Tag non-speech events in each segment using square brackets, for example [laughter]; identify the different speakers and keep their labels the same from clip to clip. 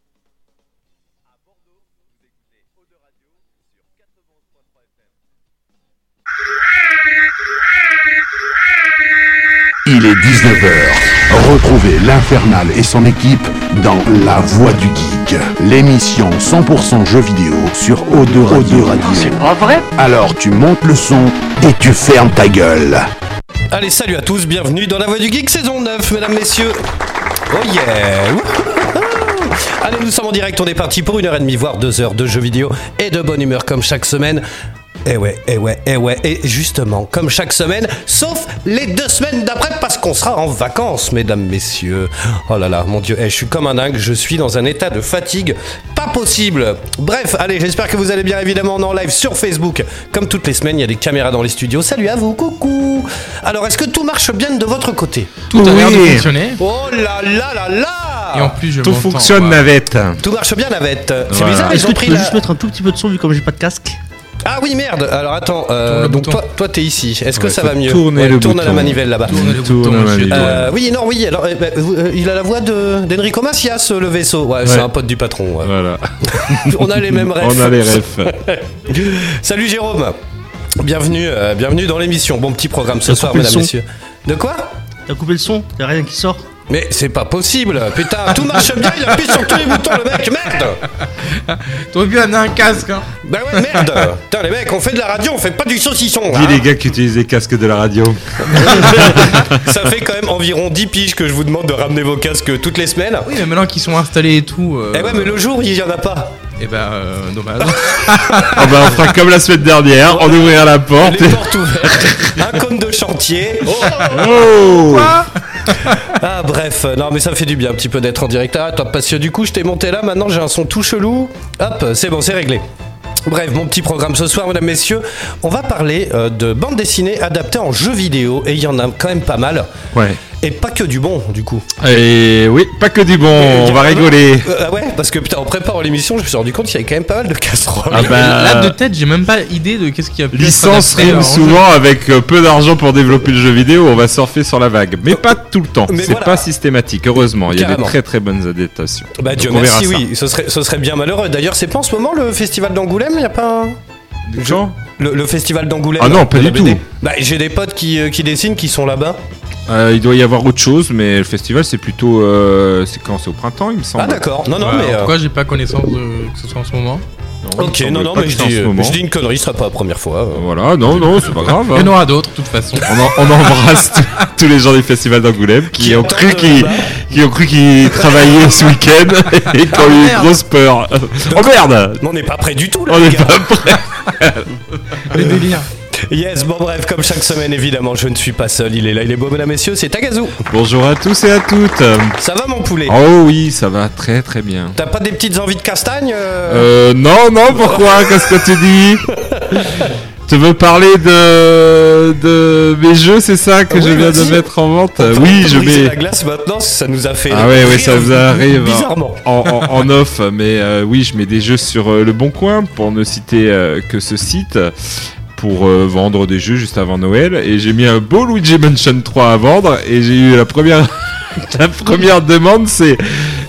Speaker 1: À Bordeaux, vous écoutez Eau de Radio sur 91.3 FM.
Speaker 2: Il est 19h. Retrouvez l'Infernal et son équipe dans La Voix du Geek, l'émission 100% jeux vidéo sur O2 Radio. C'est pas vrai Alors tu montes le son et tu fermes ta gueule.
Speaker 3: Allez, salut à tous, bienvenue dans la Voix du Geek saison 9, mesdames, messieurs. Oh yeah Wouhou Allez, nous sommes en direct, on est parti pour une heure et demie, voire deux heures de jeux vidéo et de bonne humeur comme chaque semaine. Eh ouais, eh ouais, eh ouais, et justement, comme chaque semaine, sauf les deux semaines d'après, parce qu'on sera en vacances, mesdames, messieurs. Oh là là, mon Dieu, eh, je suis comme un dingue, je suis dans un état de fatigue pas possible. Bref, allez, j'espère que vous allez bien, évidemment, on est en live sur Facebook. Comme toutes les semaines, il y a des caméras dans les studios. Salut à vous, coucou Alors, est-ce que tout marche bien de votre côté
Speaker 4: Tout a l'air de fonctionner.
Speaker 3: Oh là là là là
Speaker 4: Et en plus, je
Speaker 5: Tout
Speaker 4: m'entends,
Speaker 5: fonctionne,
Speaker 4: voilà.
Speaker 5: navette.
Speaker 3: Tout marche bien, Navette. C'est
Speaker 5: Voilà.
Speaker 3: bizarre,
Speaker 6: Euh, Est-ce
Speaker 3: ils
Speaker 6: que
Speaker 3: ont
Speaker 6: tu
Speaker 3: pris
Speaker 6: peux
Speaker 3: la-
Speaker 6: juste mettre un tout petit peu de son vu comme j'ai pas de casque
Speaker 3: Ah oui, merde. Alors attends, euh,
Speaker 4: Tourne le
Speaker 3: donc
Speaker 4: bouton.
Speaker 3: toi, toi t'es ici. Est-ce que
Speaker 5: Ouais,
Speaker 3: ça
Speaker 5: faut
Speaker 3: va mieux
Speaker 5: tourner le
Speaker 3: Tourne la
Speaker 5: bouton.
Speaker 3: manivelle là-bas.
Speaker 4: Tournez le
Speaker 5: Tourne
Speaker 4: bouton,
Speaker 5: la
Speaker 4: monsieur.
Speaker 5: manivelle.
Speaker 4: tourne.
Speaker 3: Euh, oui, non, oui. Alors, eh ben, vous, euh, il a la voix de d'Enrico Macias, euh, le vaisseau. Ouais, c'est
Speaker 5: Ouais.
Speaker 3: un pote du patron. ouais.
Speaker 5: Voilà.
Speaker 3: [laughs] On a les mêmes rêves.
Speaker 5: On a les refs.
Speaker 3: [laughs] Salut Jérôme. Bienvenue, euh, bienvenue dans l'émission. Bon petit programme ce
Speaker 6: T'as
Speaker 3: soir,
Speaker 6: coupé le
Speaker 3: mesdames,
Speaker 6: son
Speaker 3: messieurs. De quoi
Speaker 6: T'as coupé le son T'as rien qui sort
Speaker 3: Mais c'est pas possible. Putain, tout marche bien. Il appuie sur tous les boutons, le mec. Merde.
Speaker 4: T'aurais pu amener un casque. Hein.
Speaker 3: Ben ouais, merde. Putain, les mecs, on fait de la radio, on fait pas du saucisson.
Speaker 5: Dis
Speaker 3: hein.
Speaker 5: les gars qui utilisent les casques de la radio.
Speaker 3: Ça fait quand même environ 10 piges que je vous demande de ramener vos casques toutes les semaines.
Speaker 4: Oui, mais maintenant qu'ils sont installés et tout. euh,
Speaker 3: Eh ouais, mais le jour, il y en a pas.
Speaker 4: eh ben, euh, dommage.
Speaker 5: Ah bah, on fera comme la semaine dernière, on ouvrira la porte.
Speaker 3: Les portes ouvertes, un cône de chantier. Oh.
Speaker 5: Oh
Speaker 3: Ah bref, euh, non mais ça fait du bien un petit peu d'être en direct. Ah attends, parce que du coup je t'ai monté là, maintenant j'ai un son tout chelou. Hop, c'est bon, c'est réglé. Bref, mon petit programme ce soir, mesdames, messieurs, on va parler euh, de bandes dessinées adaptées en jeux vidéo, et il y en a quand même pas mal,
Speaker 5: Ouais.
Speaker 3: et pas que du bon, du coup.
Speaker 5: Et oui, pas que du bon, on va rigoler.
Speaker 3: Euh, ah ouais, parce que putain, en préparant l'émission, je me suis rendu compte qu'il y avait quand même pas mal de casseroles.
Speaker 5: Ah bah,
Speaker 4: Là, de tête, j'ai même pas idée de qu'est-ce qu'il y a pu être
Speaker 5: Licence
Speaker 4: adapté, hein. alors,
Speaker 5: rime
Speaker 4: en jeu.
Speaker 5: souvent avec euh, peu d'argent pour développer le jeu vidéo, on va surfer sur la vague. Mais pas tout le temps,
Speaker 3: Mais
Speaker 5: c'est
Speaker 3: voilà.
Speaker 5: pas systématique, heureusement. Il y a des
Speaker 3: Carrément.
Speaker 5: très très bonnes adaptations.
Speaker 3: Bah
Speaker 5: Donc,
Speaker 3: Dieu
Speaker 5: on verra
Speaker 3: merci,
Speaker 5: ça.
Speaker 3: oui, ce serait, ce serait bien malheureux. D'ailleurs, c'est pas en ce moment le festival d'Angoulême, il y a pas un...
Speaker 5: Du genre
Speaker 3: Le, le festival d'Angoulême
Speaker 5: Ah non, pas
Speaker 3: de la
Speaker 5: du
Speaker 3: BD.
Speaker 5: tout.
Speaker 3: Bah, j'ai des potes qui, euh, qui dessinent qui sont là-bas.
Speaker 5: Euh, Il doit y avoir autre chose, mais le festival c'est plutôt. euh, c'est quand C'est au printemps, il me semble.
Speaker 3: Ah d'accord, non, non,
Speaker 4: Ouais,
Speaker 3: mais... euh,
Speaker 4: Pourquoi j'ai pas connaissance de... que ce soit en ce moment
Speaker 5: il me
Speaker 3: Ok,
Speaker 5: semble
Speaker 3: non, non,
Speaker 5: pas
Speaker 3: mais
Speaker 5: que
Speaker 3: je
Speaker 5: c'est en
Speaker 3: dis,
Speaker 5: ce
Speaker 3: euh,
Speaker 5: moment.
Speaker 3: je dis une connerie, ce sera pas la première fois. euh.
Speaker 5: Voilà, non, non, c'est pas grave. hein.
Speaker 4: Il y en aura d'autres, de toute façon.
Speaker 5: On, en- on embrasse tous- tous les gens du festival d'Angoulême qui, ont cru
Speaker 3: attendent
Speaker 5: qu'ils
Speaker 3: là-bas.
Speaker 5: qui ont cru qu'ils travaillaient ce week-end [laughs] et qui ont eu une
Speaker 4: merde.
Speaker 5: grosse peur. Oh merde
Speaker 3: Mais on n'est pas près du tout, là,
Speaker 5: On
Speaker 3: les
Speaker 5: n'est
Speaker 3: gars.
Speaker 5: pas prêts.
Speaker 4: Les délires.
Speaker 3: Yes, bon, bref, comme chaque semaine, évidemment, je ne suis pas seul. Il est là, il est beau, mesdames, messieurs, c'est Tagazu.
Speaker 5: Bonjour à tous et à toutes.
Speaker 3: Ça va, mon poulet
Speaker 5: Oh oui, ça va très très bien.
Speaker 3: T'as pas des petites envies de castagne euh
Speaker 5: Euh, non, non, pourquoi Qu'est-ce que tu dis Tu veux parler de, de mes jeux, c'est ça que
Speaker 3: Oui,
Speaker 5: je viens de
Speaker 3: vas-y.
Speaker 5: mettre en vente
Speaker 3: On peut
Speaker 5: Ah Oui, je
Speaker 3: briser
Speaker 5: mets.
Speaker 3: la glace maintenant, ça nous a fait.
Speaker 5: Ah ouais, ouais,
Speaker 3: rire
Speaker 5: ça vous arrive. hein,
Speaker 3: Bizarrement.
Speaker 5: En, en- en off, mais euh, oui, je mets des jeux sur euh, le Bon Coin pour ne citer euh, que ce site pour euh, vendre des jeux juste avant Noël. Et j'ai mis un beau Luigi Mansion 3 à vendre et j'ai eu la première. [laughs] La première demande, c'est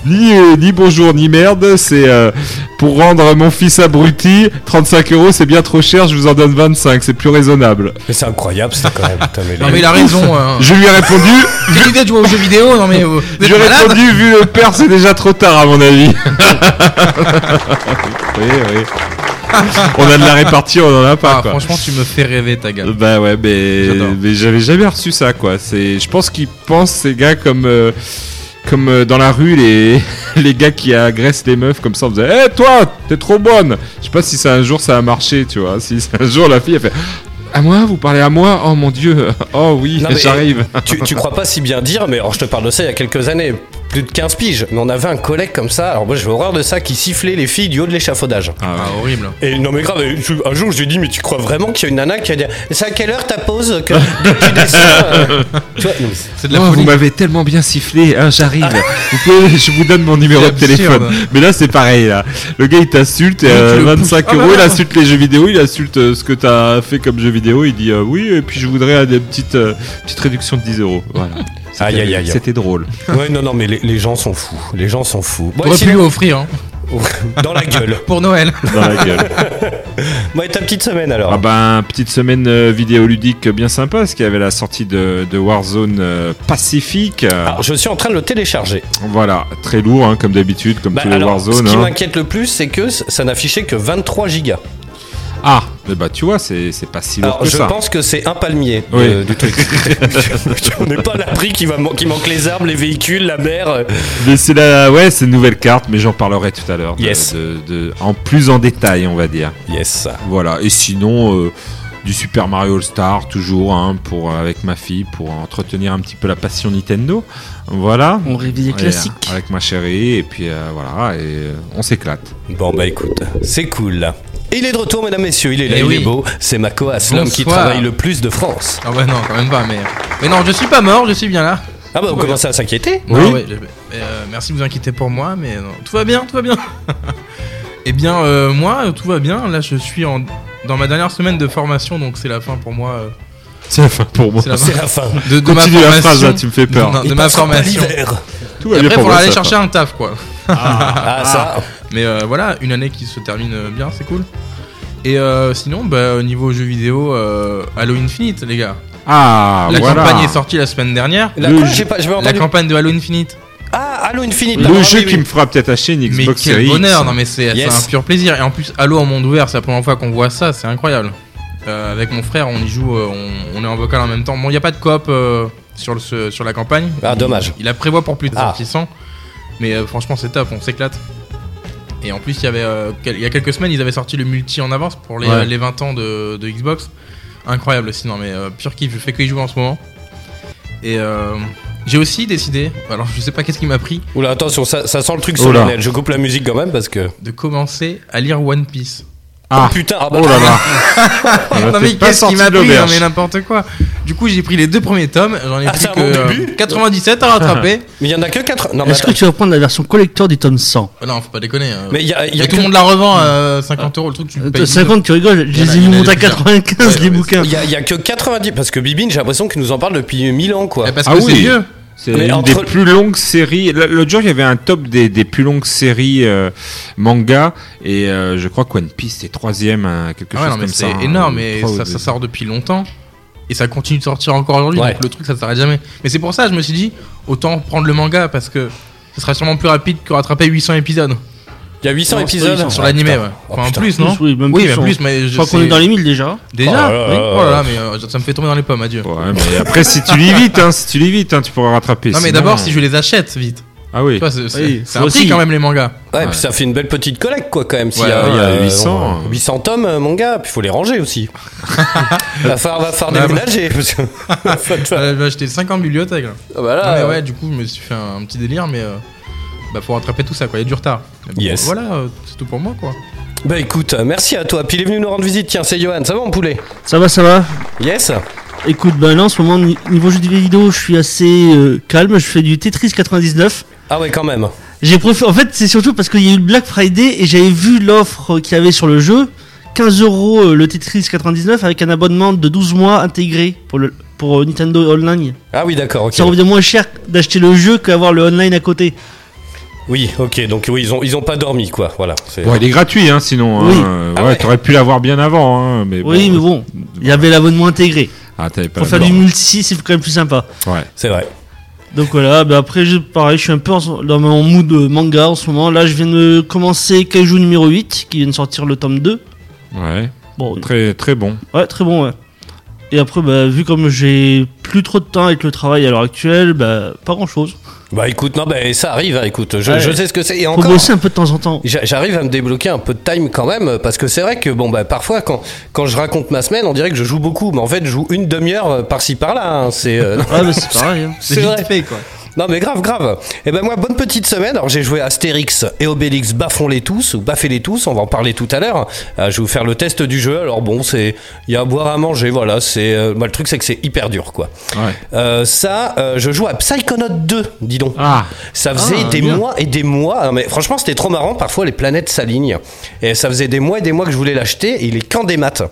Speaker 5: ni, euh, ni bonjour ni merde, c'est euh, pour rendre mon fils abruti, 35 euros c'est bien trop cher, je vous en donne 25, c'est plus raisonnable.
Speaker 3: Mais c'est incroyable, c'est quand même. Putain, mais les-
Speaker 4: Non, mais il
Speaker 5: [laughs]
Speaker 4: a raison. hein.
Speaker 5: Je lui ai répondu,
Speaker 4: Quelle idée de jouer aux jeux vidéo Non, mais. euh, vous êtes
Speaker 5: J'aurais
Speaker 4: malade
Speaker 5: répondu, vu le père, c'est déjà trop tard à mon
Speaker 4: [laughs]
Speaker 5: avis. oui, oui. On a de la répartie, on en a pas.
Speaker 4: Ah,
Speaker 5: quoi.
Speaker 4: Franchement, tu me fais rêver, ta gueule.
Speaker 5: Bah ouais, mais,
Speaker 4: J'adore.
Speaker 5: mais j'avais jamais reçu ça, quoi. C'est, je pense qu'ils pensent ces gars comme. euh, comme euh, dans la rue, les, [laughs] les gars qui agressent les meufs comme ça, on faisait Hé toi, t'es trop bonne Je sais pas si ça un jour ça a marché, tu vois. Si [laughs] c'est un jour la fille, elle fait À moi Vous parlez à moi Oh mon dieu [laughs] Oh oui,
Speaker 3: Non, mais-
Speaker 5: j'arrive
Speaker 3: tu, tu crois pas si bien dire, mais alors je te parle de ça il y a quelques années, plus de 15 piges. Mais on avait un collègue comme ça, alors moi j'ai horreur de ça, qui sifflait les filles du haut de l'échafaudage.
Speaker 5: Ah,
Speaker 7: Ah, horrible.
Speaker 3: Et non mais grave, je- un jour je lui ai dit, mais tu crois vraiment qu'il y a une nana qui va dire, c'est à quelle heure ta pause que tu descends euh Tu vois, non, mais c'est-
Speaker 7: C'est de la
Speaker 5: Oh, vous
Speaker 7: folie. Ah.
Speaker 5: m'avez tellement bien sifflé, hein, j'arrive. Vous pouvez- je vous donne mon numéro de
Speaker 7: C'est
Speaker 5: téléphone.
Speaker 7: absurde.
Speaker 5: Mais là, c'est pareil. Là, le gars il t'insulte,
Speaker 7: tu
Speaker 5: euh,
Speaker 7: le
Speaker 5: 25
Speaker 7: pousses. Ah,
Speaker 5: euros, il
Speaker 7: bah, non.
Speaker 5: insulte les jeux vidéo, il insulte euh, ce que t'as fait comme jeu vidéo. Il dit euh, oui, et puis je voudrais euh, des petites euh, petites réductions de 10 euros. Voilà. C'était-
Speaker 3: Aïe, aïe, aïe. [laughs]
Speaker 5: C'était drôle.
Speaker 3: Ouais, non, non, mais les, les gens sont fous. Les gens sont fous. Bon,
Speaker 7: T'aurais
Speaker 3: et
Speaker 7: pu lui
Speaker 3: sinon-
Speaker 7: offrir hein,
Speaker 3: Dans la gueule.
Speaker 4: [laughs]
Speaker 7: pour Noël.
Speaker 5: Dans la gueule.
Speaker 3: Bon, et ta petite semaine alors
Speaker 5: Ah ben, petite semaine euh, vidéoludique bien sympa, parce qu'il y avait la sortie de, de Warzone euh, Pacifique.
Speaker 3: Alors, je suis en train de le télécharger.
Speaker 5: Voilà, très lourd, hein, comme d'habitude, comme
Speaker 3: Bah,
Speaker 5: tous les
Speaker 3: alors, ce
Speaker 5: Warzone.
Speaker 3: qui
Speaker 5: hein.
Speaker 3: m'inquiète le plus, c'est que c- ça n'affichait que 23 gigas.
Speaker 5: Ah, eh bah tu vois, c'est c'est pas si lourd
Speaker 3: Alors,
Speaker 5: que
Speaker 3: je
Speaker 5: ça.
Speaker 3: pense que c'est un palmier
Speaker 5: Oui.
Speaker 3: euh, [laughs] du truc. On n'est pas à l'abri qu'il va man- qu'il manque les arbres, les véhicules, la mer. euh.
Speaker 5: [laughs] Mais c'est la, ouais, c'est une nouvelle carte, mais j'en parlerai tout à l'heure. de-
Speaker 3: Yes.
Speaker 5: de- de- en plus en détail, on va dire.
Speaker 3: Yes.
Speaker 5: Voilà. Et sinon, euh, du Super Mario All Star toujours, hein, pour avec ma fille, pour entretenir un petit peu la passion Nintendo. Voilà.
Speaker 6: On réveillait
Speaker 5: Et,
Speaker 6: classique.
Speaker 5: euh, avec ma chérie, et puis euh, voilà, et euh, on s'éclate.
Speaker 3: Bon, bah écoute, c'est cool. Et Il est de retour, mesdames, messieurs. Il est là,
Speaker 7: Eh
Speaker 3: il
Speaker 7: oui.
Speaker 3: est beau. C'est Mako Aslam qui
Speaker 7: Bonsoir.
Speaker 3: travaille le plus de France.
Speaker 7: Ah bah non, quand même pas, mais. Mais non, je suis pas mort, je suis bien là.
Speaker 3: Ah, bah, on
Speaker 7: Ouais.
Speaker 3: commence à s'inquiéter.
Speaker 7: Non,
Speaker 5: Oui.
Speaker 7: ouais, je- mais, euh, merci de vous inquiéter pour moi, mais non, tout va bien, tout va bien. [laughs] eh bien, euh, moi, euh, tout va bien. Là, je suis en, dans ma dernière semaine de formation, donc c'est la fin pour moi. euh,
Speaker 5: [laughs] C'est la fin pour moi.
Speaker 7: c'est la fin
Speaker 3: C'est la fin.
Speaker 7: de, de ma
Speaker 5: Continue la
Speaker 7: formation.
Speaker 5: phrase, là, tu me fais peur.
Speaker 7: Non, non, de
Speaker 3: Il
Speaker 7: ma
Speaker 3: passera pas
Speaker 7: formation.
Speaker 3: l'hiver.
Speaker 5: Tout
Speaker 7: Et
Speaker 5: va bien
Speaker 7: après,
Speaker 5: pour
Speaker 7: pour
Speaker 5: moi,
Speaker 7: aller
Speaker 5: ça,
Speaker 7: chercher un taf, quoi.
Speaker 3: Ah, ça.
Speaker 7: Mais euh, voilà, une année qui se termine euh, bien, c'est cool. Et euh, sinon, bah, au niveau jeux vidéo, euh, Halo Infinite, les gars.
Speaker 5: Ah,
Speaker 7: la
Speaker 5: voilà.
Speaker 7: campagne est sortie la semaine dernière.
Speaker 3: La
Speaker 5: Le
Speaker 3: quoi
Speaker 5: jeu-
Speaker 3: J'ai pas, j'ai pas
Speaker 7: La
Speaker 3: entendu.
Speaker 7: campagne de Halo Infinite.
Speaker 3: Ah, Halo Infinite.
Speaker 5: Le
Speaker 3: pardon,
Speaker 5: jeu
Speaker 3: oui,
Speaker 5: qui
Speaker 3: oui.
Speaker 5: me fera peut-être acheter une
Speaker 7: Mais
Speaker 5: Xbox
Speaker 7: quel
Speaker 5: Series
Speaker 7: bonheur,
Speaker 5: X.
Speaker 7: non mais c'est
Speaker 3: Yes.
Speaker 7: c'est un pur plaisir. Et en plus, Halo en monde ouvert, c'est la première fois qu'on voit ça, c'est incroyable. Euh, avec mon frère, on y joue, euh, on, on est en vocal en même temps. Bon, il n'y a pas de coop euh, sur, le, ce- sur la campagne.
Speaker 3: Ah,
Speaker 7: Il-
Speaker 3: dommage.
Speaker 7: Il la prévoit pour plus de
Speaker 3: Ah.
Speaker 7: 100 Mais euh, franchement, c'est top, on s'éclate. Et en plus, il y, avait, euh, quel- il y a quelques semaines, ils avaient sorti le multi en avance pour les, euh,
Speaker 5: Ouais.
Speaker 7: les 20 ans de, de Xbox. Incroyable aussi, non mais euh, pur kiff, je fais que y jouer en ce moment. Et euh, j'ai aussi décidé, alors je sais pas qu'est-ce qui m'a pris,
Speaker 3: Oula, attention, ça, ça sent le truc
Speaker 5: Oula.
Speaker 3: solennel. Je coupe la musique quand même parce que.
Speaker 7: de commencer à lire One Piece.
Speaker 5: Ah.
Speaker 3: Oh putain, ah bah.
Speaker 5: Oh là là.
Speaker 7: [laughs]
Speaker 5: Ah bah,
Speaker 7: non
Speaker 5: t'es
Speaker 7: mais
Speaker 5: pas
Speaker 7: qu'est-ce
Speaker 5: sorti
Speaker 7: qui m'a
Speaker 5: de
Speaker 7: pris Non
Speaker 5: l'auberge.
Speaker 7: mais n'importe quoi. Du coup j'ai pris les deux premiers tomes, j'en ai
Speaker 3: Ah,
Speaker 7: pris
Speaker 3: c'est
Speaker 7: que
Speaker 3: un bon
Speaker 7: euh,
Speaker 3: début.
Speaker 7: 97 à rattraper.
Speaker 3: Mais il y en a que 4. Non, mais
Speaker 6: Est-ce que
Speaker 3: attends.
Speaker 6: tu vas prendre la version collector du tome 100
Speaker 7: Oh, non faut pas déconner. euh.
Speaker 3: Mais il y a, il y a
Speaker 7: Et tout
Speaker 3: que-
Speaker 7: le monde la revend à 50 euros le truc tu le
Speaker 6: Euh,
Speaker 7: payes.
Speaker 6: 50, tu rigoles, je
Speaker 7: Il y en a-
Speaker 6: les ai
Speaker 7: il y en a
Speaker 6: montés à
Speaker 7: plusieurs.
Speaker 6: 95
Speaker 7: Ouais,
Speaker 6: les
Speaker 7: ouais,
Speaker 6: bouquins.
Speaker 3: Il y a, il y a que 90 parce que Bibine, j'ai l'impression qu'il nous en parle depuis 1000 ans quoi.
Speaker 7: Eh, Parce que
Speaker 5: Ah
Speaker 7: c'est
Speaker 5: oui.
Speaker 7: vieux.
Speaker 5: C'est
Speaker 3: Mais
Speaker 5: une
Speaker 3: entre-
Speaker 5: des plus longues séries. L- L'autre jour, il y avait un top des, des plus longues séries euh, manga. Et euh, je crois que One Piece est troisième, hein, quelque
Speaker 7: Ah ouais,
Speaker 5: chose
Speaker 7: non, mais
Speaker 5: comme ça.
Speaker 7: c'est
Speaker 5: hein,
Speaker 7: énorme
Speaker 5: ou
Speaker 7: et
Speaker 5: trois ou
Speaker 7: ça,
Speaker 5: deux.
Speaker 7: ça sort depuis longtemps. Et ça continue de sortir encore aujourd'hui,
Speaker 3: Ouais.
Speaker 7: donc le truc ça s'arrête jamais. Mais c'est pour ça je me suis dit, autant prendre le manga parce que ce sera sûrement plus rapide que rattraper 800 épisodes.
Speaker 3: Il y a 800
Speaker 6: Non,
Speaker 3: épisodes.
Speaker 7: Sur l'animé, ouais.
Speaker 3: Oh,
Speaker 7: Enfin, en
Speaker 3: putain.
Speaker 7: plus, non
Speaker 6: oui, même
Speaker 7: Oui,
Speaker 6: plus,
Speaker 7: mais
Speaker 6: on-
Speaker 7: plus, mais
Speaker 6: Je
Speaker 7: je
Speaker 6: crois qu'on
Speaker 7: sais-
Speaker 6: est dans les 1000 déjà.
Speaker 7: Déjà
Speaker 3: Oh là là
Speaker 7: Oui.
Speaker 3: là
Speaker 7: Oh là
Speaker 3: là.
Speaker 7: là, mais euh, ça me fait tomber dans les pommes, adieu.
Speaker 5: Ouais, mais après, si tu lis vite, hein, si tu lis vite, hein, tu pourras rattraper.
Speaker 7: Non mais
Speaker 5: Sinon- hein.
Speaker 7: d'abord si je les achète vite.
Speaker 5: Ah oui.
Speaker 7: Tu vois, c'est c'est-
Speaker 6: Oui,
Speaker 7: c'est
Speaker 6: faut
Speaker 7: un prix
Speaker 6: aussi.
Speaker 7: quand même les mangas.
Speaker 3: Ouais, puis ça fait une belle petite collecte quoi quand même. s'il
Speaker 7: Ouais,
Speaker 3: y a,
Speaker 5: ouais,
Speaker 3: il y a,
Speaker 5: il y a 800.
Speaker 3: euh, 800 tomes, euh, mon gars. Puis il faut les ranger aussi. [laughs] va falloir, va falloir
Speaker 7: Ouais,
Speaker 3: déménager. parce que- Faut- faut-
Speaker 7: Euh, J'ai acheté 5 ans de bibliothèque. là.
Speaker 3: bah. Ah, bah là,
Speaker 7: Non, mais
Speaker 3: euh,
Speaker 7: ouais, du coup je me suis fait un, un petit délire mais euh, bah faut rattraper tout ça quoi, il y a du retard. Mais bon,
Speaker 3: Yes.
Speaker 7: Voilà, euh, c'est tout pour moi quoi.
Speaker 3: Bah écoute, euh, merci à toi. Puis il est venu nous rendre visite. Tiens, c'est Johan. Ça va, mon poulet
Speaker 6: Ça va, ça va.
Speaker 3: Yes
Speaker 6: Écoute, ben là en ce moment, ni- niveau jeu vidéo, je suis assez euh, calme. Je fais du Tetris 99.
Speaker 3: Ah ouais, quand même.
Speaker 6: J'ai profi- En fait, c'est surtout parce qu'il y a eu le Black Friday et j'avais vu l'offre qu'il y avait sur le jeu. 15 euros euh, le Tetris 99 avec un abonnement de 12 mois intégré pour, le... pour euh, Nintendo Online.
Speaker 3: Ah oui, d'accord, ok.
Speaker 6: Ça revient moins cher d'acheter le jeu qu'avoir le online à côté.
Speaker 3: Oui, ok, donc oui, ils ont, ils ont pas dormi, quoi. Voilà. c'est-
Speaker 5: Bon, il est gratuit, hein, sinon.
Speaker 6: Oui.
Speaker 5: hein.
Speaker 3: Ah
Speaker 5: ouais,
Speaker 3: ouais.
Speaker 5: t'aurais pu l'avoir bien avant. Hein, mais
Speaker 6: oui, mais bon, il y avait l'abonnement intégré.
Speaker 5: Ah, t'avais pas
Speaker 6: Pour faire
Speaker 5: la-
Speaker 6: du multi, c'est quand même plus sympa.
Speaker 5: Ouais.
Speaker 3: C'est vrai.
Speaker 6: Donc voilà, bah après, je- pareil, je suis un peu en- dans mon mood euh, manga en ce moment. Là, je viens de commencer Kaiju numéro 8, qui vient de sortir le tome 2.
Speaker 5: ouais.
Speaker 6: Bon,
Speaker 5: Très, très bon.
Speaker 6: ouais, très bon, ouais. Et après, bah, vu comme j'ai plus trop de temps avec le travail à l'heure actuelle, bah, pas grand chose.
Speaker 4: [laughs] Bah écoute, non, bah, ça arrive, hein, écoute, je,
Speaker 6: Ouais.
Speaker 4: je sais ce que c'est. Et
Speaker 6: Faut
Speaker 4: encore,
Speaker 6: bosser un peu de temps en temps.
Speaker 4: j'a- j'arrive à me débloquer un peu de time quand même, parce que c'est vrai que bon, bah parfois quand, quand je raconte ma semaine, on dirait que je joue beaucoup, mais en fait je joue une demi-heure euh, par-ci par-là. hein, c'est euh, [laughs] non,
Speaker 6: Ouais, bah, c'est pareil. hein.
Speaker 4: c'est
Speaker 8: C'est vite
Speaker 4: vrai.
Speaker 8: fait, quoi.
Speaker 4: Non mais grave grave. Et ben moi bonne petite semaine. Alors j'ai joué Astérix et Obélix baffons les tous ou baffez les tous. On va en parler tout à l'heure. Euh, je vais vous faire le test du jeu. Alors bon c'est il y a à boire à manger voilà. C'est euh, moi, le truc c'est que c'est hyper dur quoi.
Speaker 5: Ouais.
Speaker 4: Euh, ça euh, je joue à Psychonaut 2 dis donc.
Speaker 5: Ah,
Speaker 4: Ça faisait
Speaker 8: Ah,
Speaker 4: des
Speaker 8: bien.
Speaker 4: mois et des mois. Non, mais franchement c'était trop marrant. Parfois les planètes s'alignent. Et ça faisait des mois et des mois que je voulais l'acheter. Et il est qu'en des maths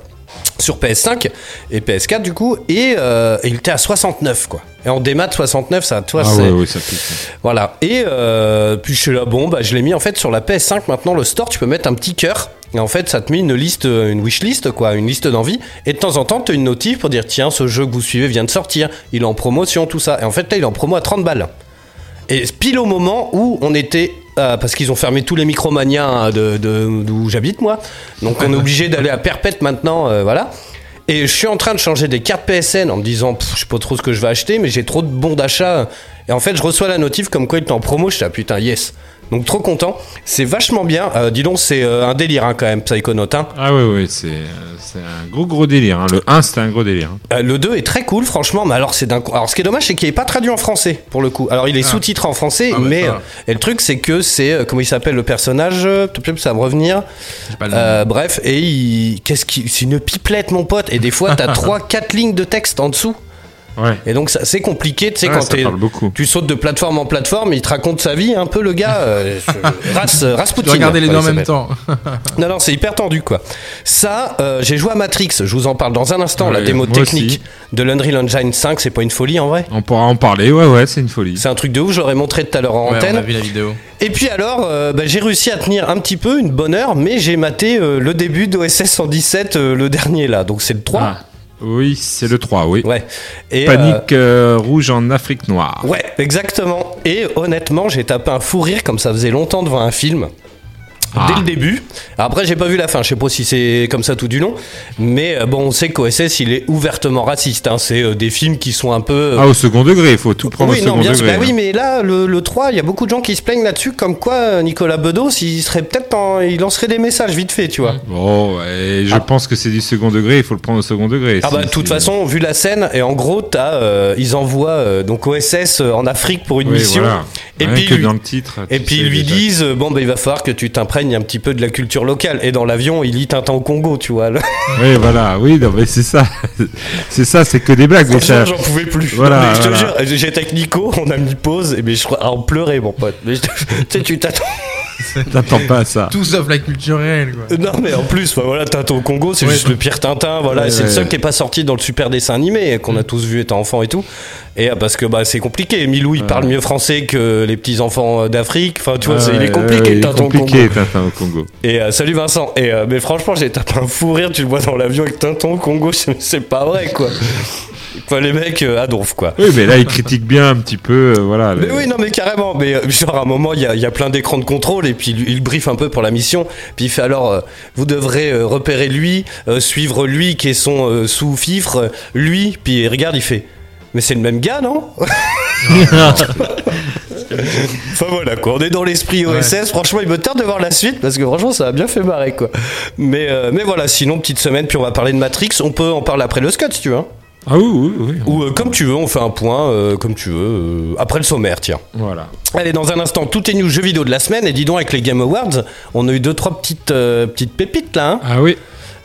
Speaker 4: sur PS5 et PS4 du coup et, euh, et il était à 69 quoi. Et en démat 69 ça toi
Speaker 5: ah
Speaker 4: c'est
Speaker 5: ouais, ouais, ça pique.
Speaker 4: voilà. Et euh, puis je suis là, bon, bah, je l'ai mis en fait sur la PS5. Maintenant, le store, tu peux mettre un petit cœur. Et en fait, ça te met une liste, euh, une wishlist, quoi, une liste d'envie. Et de temps en temps, tu as une notif pour dire tiens, ce jeu que vous suivez vient de sortir. Il est en promotion, tout ça. Et en fait, là, il est en promo à 30 balles. Et pile au moment où on était. euh, parce qu'ils ont fermé tous les micromaniens de, de- d'où j'habite, moi. Donc on est obligé d'aller à Perpète maintenant, euh, voilà. Et je suis en train de changer des cartes PSN en me disant, pff, je sais pas trop ce que je vais acheter, mais j'ai trop de bons d'achat. Et en fait, je reçois la notif comme quoi il est en promo. Je suis là, putain, yes. Donc trop content. C'est vachement bien. Euh, dis donc, c'est euh, un délire hein, quand même, Psychonaut. hein.
Speaker 5: Ah ouais, ouais, c'est euh, c'est un gros gros délire. hein. Le 1, c'était un gros délire. hein.
Speaker 4: Euh, le 2 est très cool, franchement. Mais alors, c'est d'un coup- Alors, ce qui est dommage, c'est qu'il n'est pas traduit en français, pour le coup. Alors, il est sous-titré en français,
Speaker 7: Ah, bah,
Speaker 4: mais.
Speaker 7: ça
Speaker 4: euh,
Speaker 7: va.
Speaker 4: et le truc, c'est que c'est. euh, comment il s'appelle le personnage euh, Ça va me revenir.
Speaker 7: pas le nom.
Speaker 4: Euh, bref, et il. Qu'est-ce qui. C'est une pipelette, mon pote. Et des fois,
Speaker 7: [laughs]
Speaker 4: t'as 3-4 lignes de texte en dessous.
Speaker 5: Ouais.
Speaker 4: Et donc, ça- c'est compliqué, tu sais,
Speaker 5: Ouais,
Speaker 4: quand
Speaker 5: ça
Speaker 4: t'es.
Speaker 5: parle beaucoup.
Speaker 4: Tu sautes de plateforme en plateforme, il te raconte sa vie un peu le gars. Euh,
Speaker 7: [laughs]
Speaker 4: je- Ras, euh,
Speaker 7: Tu
Speaker 4: Rasputin.
Speaker 7: dois regarder les deux
Speaker 4: voilà,
Speaker 7: en
Speaker 4: il
Speaker 7: même
Speaker 4: s'appelle.
Speaker 7: temps.
Speaker 4: Non, non, c'est hyper tendu quoi. Ça, euh, j'ai joué à Matrix, je vous en parle dans un instant, la
Speaker 5: Ouais,
Speaker 4: démo
Speaker 5: moi
Speaker 4: technique de l'Unreal Engine 5, c'est pas une folie en vrai
Speaker 5: On pourra en parler, ouais, ouais, c'est une folie.
Speaker 4: c'est un truc de ouf, je l'aurais montré tout à l'heure en
Speaker 7: Ouais, on
Speaker 4: antenne.
Speaker 7: a vu la vidéo.
Speaker 4: Et puis alors, euh, bah, j'ai réussi à tenir un petit peu, une bonne heure, mais j'ai maté euh, le début d'OSS 117, euh, le dernier là, donc c'est le 3.
Speaker 5: Ah. Oui, c'est le 3, oui.
Speaker 4: Ouais. Et, euh,
Speaker 5: Panique euh, rouge en Afrique noire.
Speaker 4: Ouais, exactement. Et honnêtement, j'ai tapé un fou rire comme ça faisait longtemps devant un film. Dès
Speaker 5: Ah.
Speaker 4: le début. Après, j'ai pas vu la fin. Je sais pas si c'est comme ça tout du long. Mais euh, bon, on sait qu'OSS, il est ouvertement raciste. hein. C'est euh, des films qui sont un peu. euh,
Speaker 5: Ah, au second degré, il faut tout prendre
Speaker 4: oui,
Speaker 5: au
Speaker 4: non,
Speaker 5: second
Speaker 4: bien sûr.
Speaker 5: degré.
Speaker 4: Bah oui, mais là, le, le 3, il y a beaucoup de gens qui se plaignent là-dessus, comme quoi euh, Nicolas Bedos, il serait peut-être en- Il lancerait des messages vite fait, tu vois.
Speaker 5: Ah, Bon, et je
Speaker 4: Ah.
Speaker 5: pense que c'est du second degré, il faut le prendre au second degré.
Speaker 4: Ah
Speaker 5: Si-
Speaker 4: bah, de toute
Speaker 5: si-
Speaker 4: façon, vu la scène, et en gros, t'as, euh, ils envoient euh, donc OSS en Afrique pour une
Speaker 5: Oui,
Speaker 4: mission.
Speaker 5: voilà.
Speaker 4: Et
Speaker 5: Rien
Speaker 4: puis,
Speaker 5: que
Speaker 4: lui-
Speaker 5: dans le titre.
Speaker 4: Et
Speaker 5: tu
Speaker 4: puis
Speaker 5: sais
Speaker 4: ils lui
Speaker 5: déjà.
Speaker 4: disent euh, bon ben il va falloir que tu t'imprègnes un petit peu de la culture locale et dans l'avion il lit Tintin au Congo tu vois là.
Speaker 5: Oui, voilà, oui, non, mais c'est ça. [laughs] c'est ça, c'est que des blagues. mais
Speaker 4: [laughs]
Speaker 5: ça-
Speaker 4: j'en pouvais plus
Speaker 5: Voilà,
Speaker 4: Mais je te
Speaker 5: voilà.
Speaker 4: jure j'étais avec Nico on a mis pause et mais je crois à en pleurer mon pote mais je te- [laughs] tu sais tu t'attends
Speaker 5: T'attends pas à ça.
Speaker 7: Tout sauf la culture réelle, quoi.
Speaker 4: non mais en plus enfin, voilà Tintin au Congo c'est
Speaker 7: Ouais.
Speaker 4: juste le pire Tintin voilà
Speaker 5: Ouais,
Speaker 4: et c'est le
Speaker 5: ouais. Mm.
Speaker 4: seul qui est pas sorti dans le super dessin animé qu'on a tous vu étant enfant et tout et euh, parce que bah c'est compliqué Milou il parle mieux français que les petits enfants euh, d'Afrique enfin tu vois
Speaker 5: Ah
Speaker 4: c'est- il
Speaker 5: ouais,
Speaker 4: est compliqué
Speaker 5: ouais, il est
Speaker 4: Tintin au Congo
Speaker 5: compliqué, Tintin au Congo.
Speaker 4: Et euh, salut Vincent. Et euh, mais franchement, j'ai tapé un fou rire. Tu le vois dans l'avion avec Tintin au Congo. C'est c'est pas vrai, quoi. Enfin, les mecs euh, à donf, quoi.
Speaker 5: Oui, mais là, il critique bien un petit peu, euh, voilà.
Speaker 4: Mais
Speaker 5: le-
Speaker 4: oui, non, mais carrément. Mais euh, genre, à un moment, il y a, il y a plein d'écrans de contrôle. Et puis, lui- il briefe un peu pour la mission. Puis, il fait alors, euh, vous devrez euh, repérer lui, euh, suivre lui qui est son euh, sous-fifre, euh, lui. Puis, il regarde, il fait. Mais c'est le même gars, non Enfin voilà quoi, on est dans l'esprit OSS. Eh, Franchement, il me tarde de voir la suite parce que franchement, ça a bien fait marrer quoi. Mais, euh, mais voilà, sinon, petite semaine, puis on va parler de Matrix. On peut en parler après le Scott si tu veux. hein.
Speaker 5: Ah oui, oui, oui.
Speaker 4: Ou euh, comme tu veux, on fait un point euh, comme tu veux. euh, après le sommaire, tiens.
Speaker 5: Voilà.
Speaker 4: Allez, dans un instant, tout est news jeux vidéo de la semaine. Et dis donc, avec les Game Awards, on a eu deux trois petites, euh, petites pépites là. hein.
Speaker 5: Ah oui.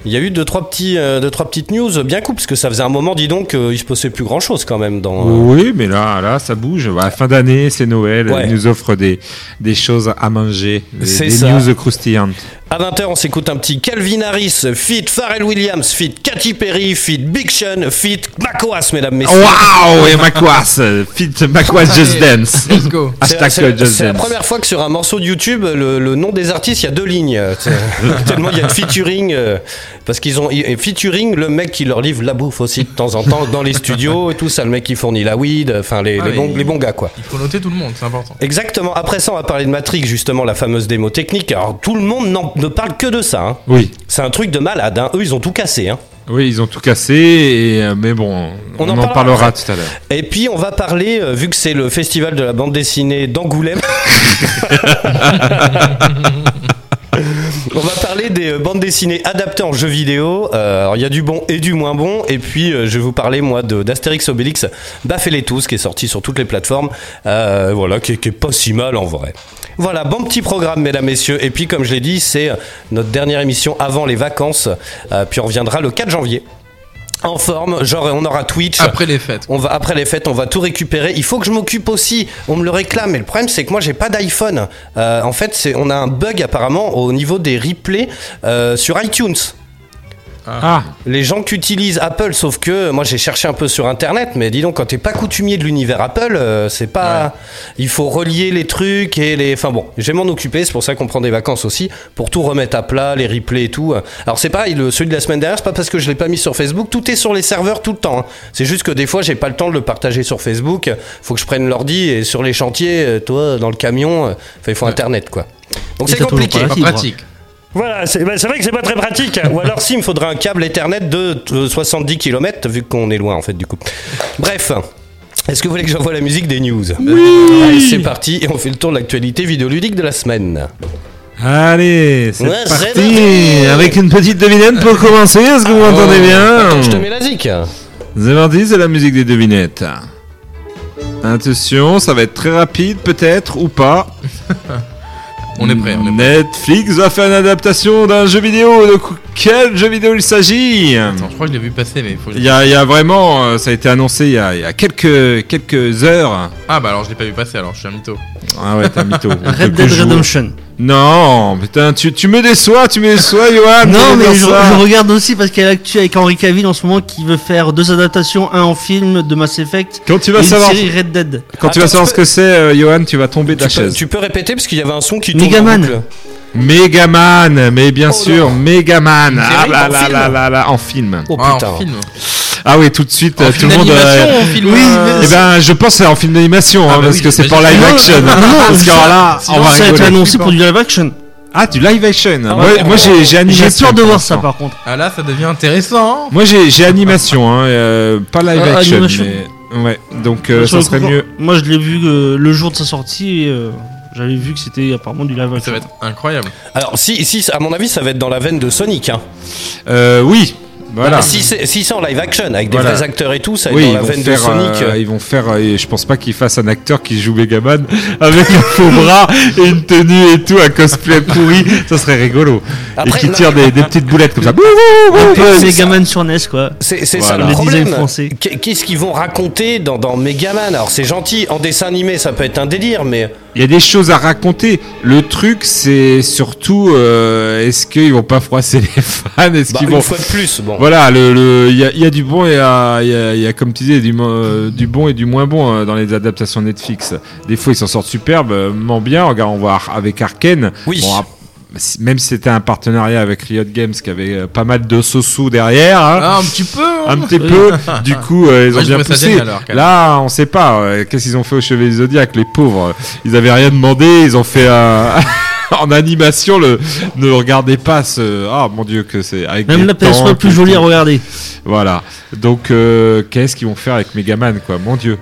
Speaker 4: Il y a eu deux trois, petits, euh, deux, trois petites news bien cool parce que ça faisait un moment, dis donc, euh, il se passait plus grand chose quand même dans. euh,
Speaker 5: Oui, mais là, là, ça bouge. Voilà, fin d'année, c'est Noël.
Speaker 4: Ouais.
Speaker 5: Elle nous offre des, des choses à manger. Des,
Speaker 4: C'est
Speaker 5: des
Speaker 4: ça.
Speaker 5: news croustillantes.
Speaker 4: À 20h, on s'écoute un petit Calvin Harris, feat Pharrell Williams, feat Katy Perry, feat Big Sean, feat Macoas, mesdames, messieurs.
Speaker 5: Waouh Et Macquas Fit Macquas Just Dance
Speaker 7: Let's go.
Speaker 4: C'est-
Speaker 5: Hashtag
Speaker 4: c'est-
Speaker 5: Just
Speaker 4: C'est la
Speaker 5: Dance.
Speaker 4: première fois que sur un morceau de YouTube, le, le nom des artistes, il y a deux lignes. C'est- Tellement il y a de featuring. euh, parce qu'ils ont. et featuring, le mec qui leur livre la bouffe aussi de temps en temps dans les studios et tout ça. Le mec qui fournit la weed, enfin les,
Speaker 7: Ah,
Speaker 4: les bons,
Speaker 7: mais-
Speaker 4: les bons gars quoi.
Speaker 7: Il faut noter tout le monde, c'est important.
Speaker 4: Exactement. Après ça, on va parler de Matrix, justement, la fameuse démo technique. Alors tout le monde n'en- ne parle que de ça. hein.
Speaker 5: Oui.
Speaker 4: C'est un truc de malade. hein. Eux, ils ont tout cassé. hein.
Speaker 5: Oui, ils ont tout cassé, et, euh, mais bon,
Speaker 4: On
Speaker 5: on,
Speaker 4: en
Speaker 5: en,
Speaker 4: parlera
Speaker 5: parlera tout à l'heure.
Speaker 4: Et puis on va parler, euh, vu que c'est le festival de la bande dessinée d'Angoulême. [laughs] On va parler des euh, bandes dessinées adaptées en jeux vidéo. Euh, alors, il y a du bon et du moins bon. Et puis, euh, je vais vous parler, moi, de- d'Astérix Obélix, Baffez-les tous, qui est sorti sur toutes les plateformes. Euh, voilà, qui, est- qui est pas si mal en vrai. Voilà, bon petit programme, mesdames, messieurs. Et puis, comme je l'ai dit, c'est euh, notre dernière émission avant les vacances. Euh, puis, on reviendra le 4 janvier. En forme, genre, on aura Twitch.
Speaker 7: Après les fêtes.
Speaker 4: On va après les fêtes, on va tout récupérer. Il faut que je m'occupe aussi. On me le réclame, mais le problème c'est que moi j'ai pas d'iPhone. Euh, en fait, c'est on a un bug apparemment au niveau des replays euh, sur iTunes.
Speaker 5: Ah,
Speaker 4: Les gens qui utilisent Apple, sauf que moi j'ai cherché un peu sur internet, mais dis donc quand t'es pas coutumier de l'univers Apple, euh, c'est pas. Il faut relier les trucs et les. Enfin bon, je vais m'en occuper. C'est pour ça qu'on prend des vacances aussi pour tout remettre à plat, les replays et tout. euh. Alors c'est pareil, le, celui de la semaine dernière, c'est pas parce que je l'ai pas mis sur Facebook. Tout est sur les serveurs tout le temps. hein. C'est juste que des fois j'ai pas le temps de le partager sur Facebook. Faut que je prenne l'ordi et sur les chantiers, euh, toi dans le camion, euh, enfin, il faut internet quoi. Donc
Speaker 6: Et
Speaker 4: c'est
Speaker 6: t'as toujours
Speaker 4: compliqué.
Speaker 6: pas la
Speaker 7: Pas
Speaker 6: fibre.
Speaker 7: pratique.
Speaker 4: Voilà, c'est bah, c'est vrai que c'est pas très pratique. [laughs] Ou alors, si, il me faudrait un câble Ethernet de euh, 70 km, vu qu'on est loin, en fait, du coup. Bref. Est-ce que vous voulez que j'envoie la musique des news Allez, c'est parti, et on fait le tour de l'actualité vidéoludique de la semaine.
Speaker 8: Allez, c'est
Speaker 4: Ouais, c'est parti.
Speaker 8: parti Avec une petite devinette pour commencer, est-ce que vous m'entendez bien
Speaker 4: Je te mets la zik
Speaker 5: c'est parti, c'est la musique des devinettes. Attention, ça va être très rapide, peut-être, ou pas.
Speaker 7: On est prêt. On est prêt.
Speaker 5: Netflix va faire une adaptation d'un jeu vidéo. De cou- quel jeu vidéo il s'agit
Speaker 7: Attends, je crois que je l'ai vu passer, mais il faut. que je-
Speaker 5: il y, a, il y a vraiment, euh, ça a été annoncé il y a, il y a quelques, quelques heures.
Speaker 7: Ah bah alors je l'ai pas vu passer, alors je suis un mytho.
Speaker 5: Ah ouais, t'as un mytho.
Speaker 6: Red
Speaker 5: Quelques
Speaker 6: Dead
Speaker 5: jours.
Speaker 6: Redemption.
Speaker 5: Non, putain, tu, tu me déçois, tu me déçois, Johan.
Speaker 6: Non,
Speaker 5: tu me
Speaker 6: mais je,
Speaker 5: déçois.
Speaker 6: je regarde aussi parce qu'elle actue avec Henri Cavill en ce moment qui veut faire deux adaptations, un en film de Mass Effect
Speaker 5: Quand tu
Speaker 6: et
Speaker 5: vas
Speaker 6: une
Speaker 5: savoir,
Speaker 6: série Red Dead.
Speaker 5: quand tu vas
Speaker 4: Attends,
Speaker 5: savoir
Speaker 4: tu
Speaker 5: ce que c'est, euh, Johan, tu vas tomber de la
Speaker 4: tu peux,
Speaker 5: chaise.
Speaker 4: tu peux répéter, parce qu'il y avait un son qui tourne en
Speaker 6: Megaman.
Speaker 4: boucle.
Speaker 5: Megaman, mais bien
Speaker 4: Oh
Speaker 5: sûr,
Speaker 4: non.
Speaker 5: Megaman.
Speaker 4: Une série
Speaker 5: Ah là
Speaker 4: en
Speaker 5: là
Speaker 4: film
Speaker 5: là là là, en film.
Speaker 4: Oh
Speaker 7: Ah,
Speaker 4: putain.
Speaker 7: en film.
Speaker 5: Ah oui, tout de suite,
Speaker 7: En
Speaker 5: euh, tout
Speaker 7: film
Speaker 5: le monde.
Speaker 7: d'animation,
Speaker 5: euh,
Speaker 7: en film.
Speaker 6: oui,
Speaker 7: euh,
Speaker 5: Eh ben, je pense c'est en film d'animation,
Speaker 7: Ah
Speaker 5: hein,
Speaker 7: bah
Speaker 5: parce
Speaker 7: oui,
Speaker 5: que c'est pour
Speaker 7: j'imagine.
Speaker 5: live action. parce que alors là, on
Speaker 6: Non,
Speaker 5: va
Speaker 6: ça a été
Speaker 5: rigoler.
Speaker 6: annoncé pour du live action.
Speaker 5: Ah, du live action. moi,
Speaker 4: ouais.
Speaker 5: moi, j'ai, j'ai
Speaker 6: J'ai
Speaker 5: animation.
Speaker 6: peur de
Speaker 5: pour
Speaker 6: voir ça
Speaker 5: l'instant.
Speaker 6: par contre.
Speaker 7: Ah là, ça devient intéressant. hein.
Speaker 5: Moi, j'ai, j'ai animation, hein, euh, pas live
Speaker 6: Ah,
Speaker 5: action.
Speaker 6: animation.
Speaker 5: mais- Ouais, donc euh,
Speaker 6: Je
Speaker 5: ça
Speaker 6: le
Speaker 5: serait
Speaker 6: comprends.
Speaker 5: mieux.
Speaker 6: Moi je l'ai vu euh, le jour de sa sortie et euh, j'avais vu que c'était apparemment du live
Speaker 7: Ça
Speaker 6: action.
Speaker 7: va être incroyable.
Speaker 4: Alors, si, si, à mon avis, ça va être dans la veine de Sonic. Hein.
Speaker 5: Euh, oui,
Speaker 6: Ah.
Speaker 5: voilà.
Speaker 4: Bah, Si c'est si c'est en live action, avec des
Speaker 5: Voilà.
Speaker 4: vrais acteurs et tout, ça va
Speaker 5: Oui,
Speaker 4: être
Speaker 5: ils
Speaker 4: dans la
Speaker 5: vont,
Speaker 4: veine de
Speaker 5: faire, euh,
Speaker 4: Sonic.
Speaker 5: ils vont faire. euh, et je pense pas qu'ils fassent un acteur qui joue Megaman [laughs] avec un faux bras et une tenue et tout, un cosplay pourri. Ça serait rigolo.
Speaker 4: Après,
Speaker 5: et qui
Speaker 4: non.
Speaker 5: tire des, des petites boulettes comme ça.
Speaker 6: Un peu
Speaker 4: c'est
Speaker 6: Megaman sur NES quoi.
Speaker 4: C'est c'est
Speaker 5: Voilà.
Speaker 4: ça le
Speaker 6: Le design
Speaker 4: problème.
Speaker 6: français.
Speaker 4: Qu'est- Qu'est-ce qu'ils vont raconter dans, dans Megaman Alors c'est gentil, en dessin animé ça peut être un délire, mais
Speaker 5: Il y a des choses à raconter. Le truc, c'est surtout euh, est-ce qu'ils vont pas froisser les fans Est-ce
Speaker 4: bah,
Speaker 5: qu'ils
Speaker 4: une
Speaker 5: vont
Speaker 4: fois de plus, bon.
Speaker 5: Voilà, le- le- il y, a, il y a du bon et il y a- il y a, il y a, comme tu disais, du, mo- euh, du bon et du moins bon euh, dans les adaptations Netflix. Des fois, ils s'en sortent superbes, euh, ment bien. Regarde, on voit Ar- avec Arkane.
Speaker 4: Oui.
Speaker 5: Bon, ap- si- même si c'était un partenariat avec Riot Games qui avait euh, pas mal de sous derrière, hein,
Speaker 7: Ah, un petit peu. hein.
Speaker 5: un petit
Speaker 7: [laughs]
Speaker 5: peu, du coup, euh, ils ont
Speaker 7: Moi, je
Speaker 5: bien
Speaker 7: trouvais ça
Speaker 5: poussé.
Speaker 7: génial, Arkane.
Speaker 5: Là, on sait pas. euh, Qu'est-ce qu'ils ont fait au Chevalier du Zodiac, les pauvres Ils avaient rien demandé, ils ont fait un- [laughs] En animation, le ne regardez pas ce. Ah mon dieu, que c'est. avec
Speaker 6: Même
Speaker 5: des
Speaker 6: la PS3
Speaker 5: tanks
Speaker 6: plus
Speaker 5: et
Speaker 6: jolie à
Speaker 5: tout.
Speaker 6: regarder.
Speaker 5: Voilà. Donc, euh, qu'est-ce qu'ils vont faire avec Megaman, quoi Mon Dieu.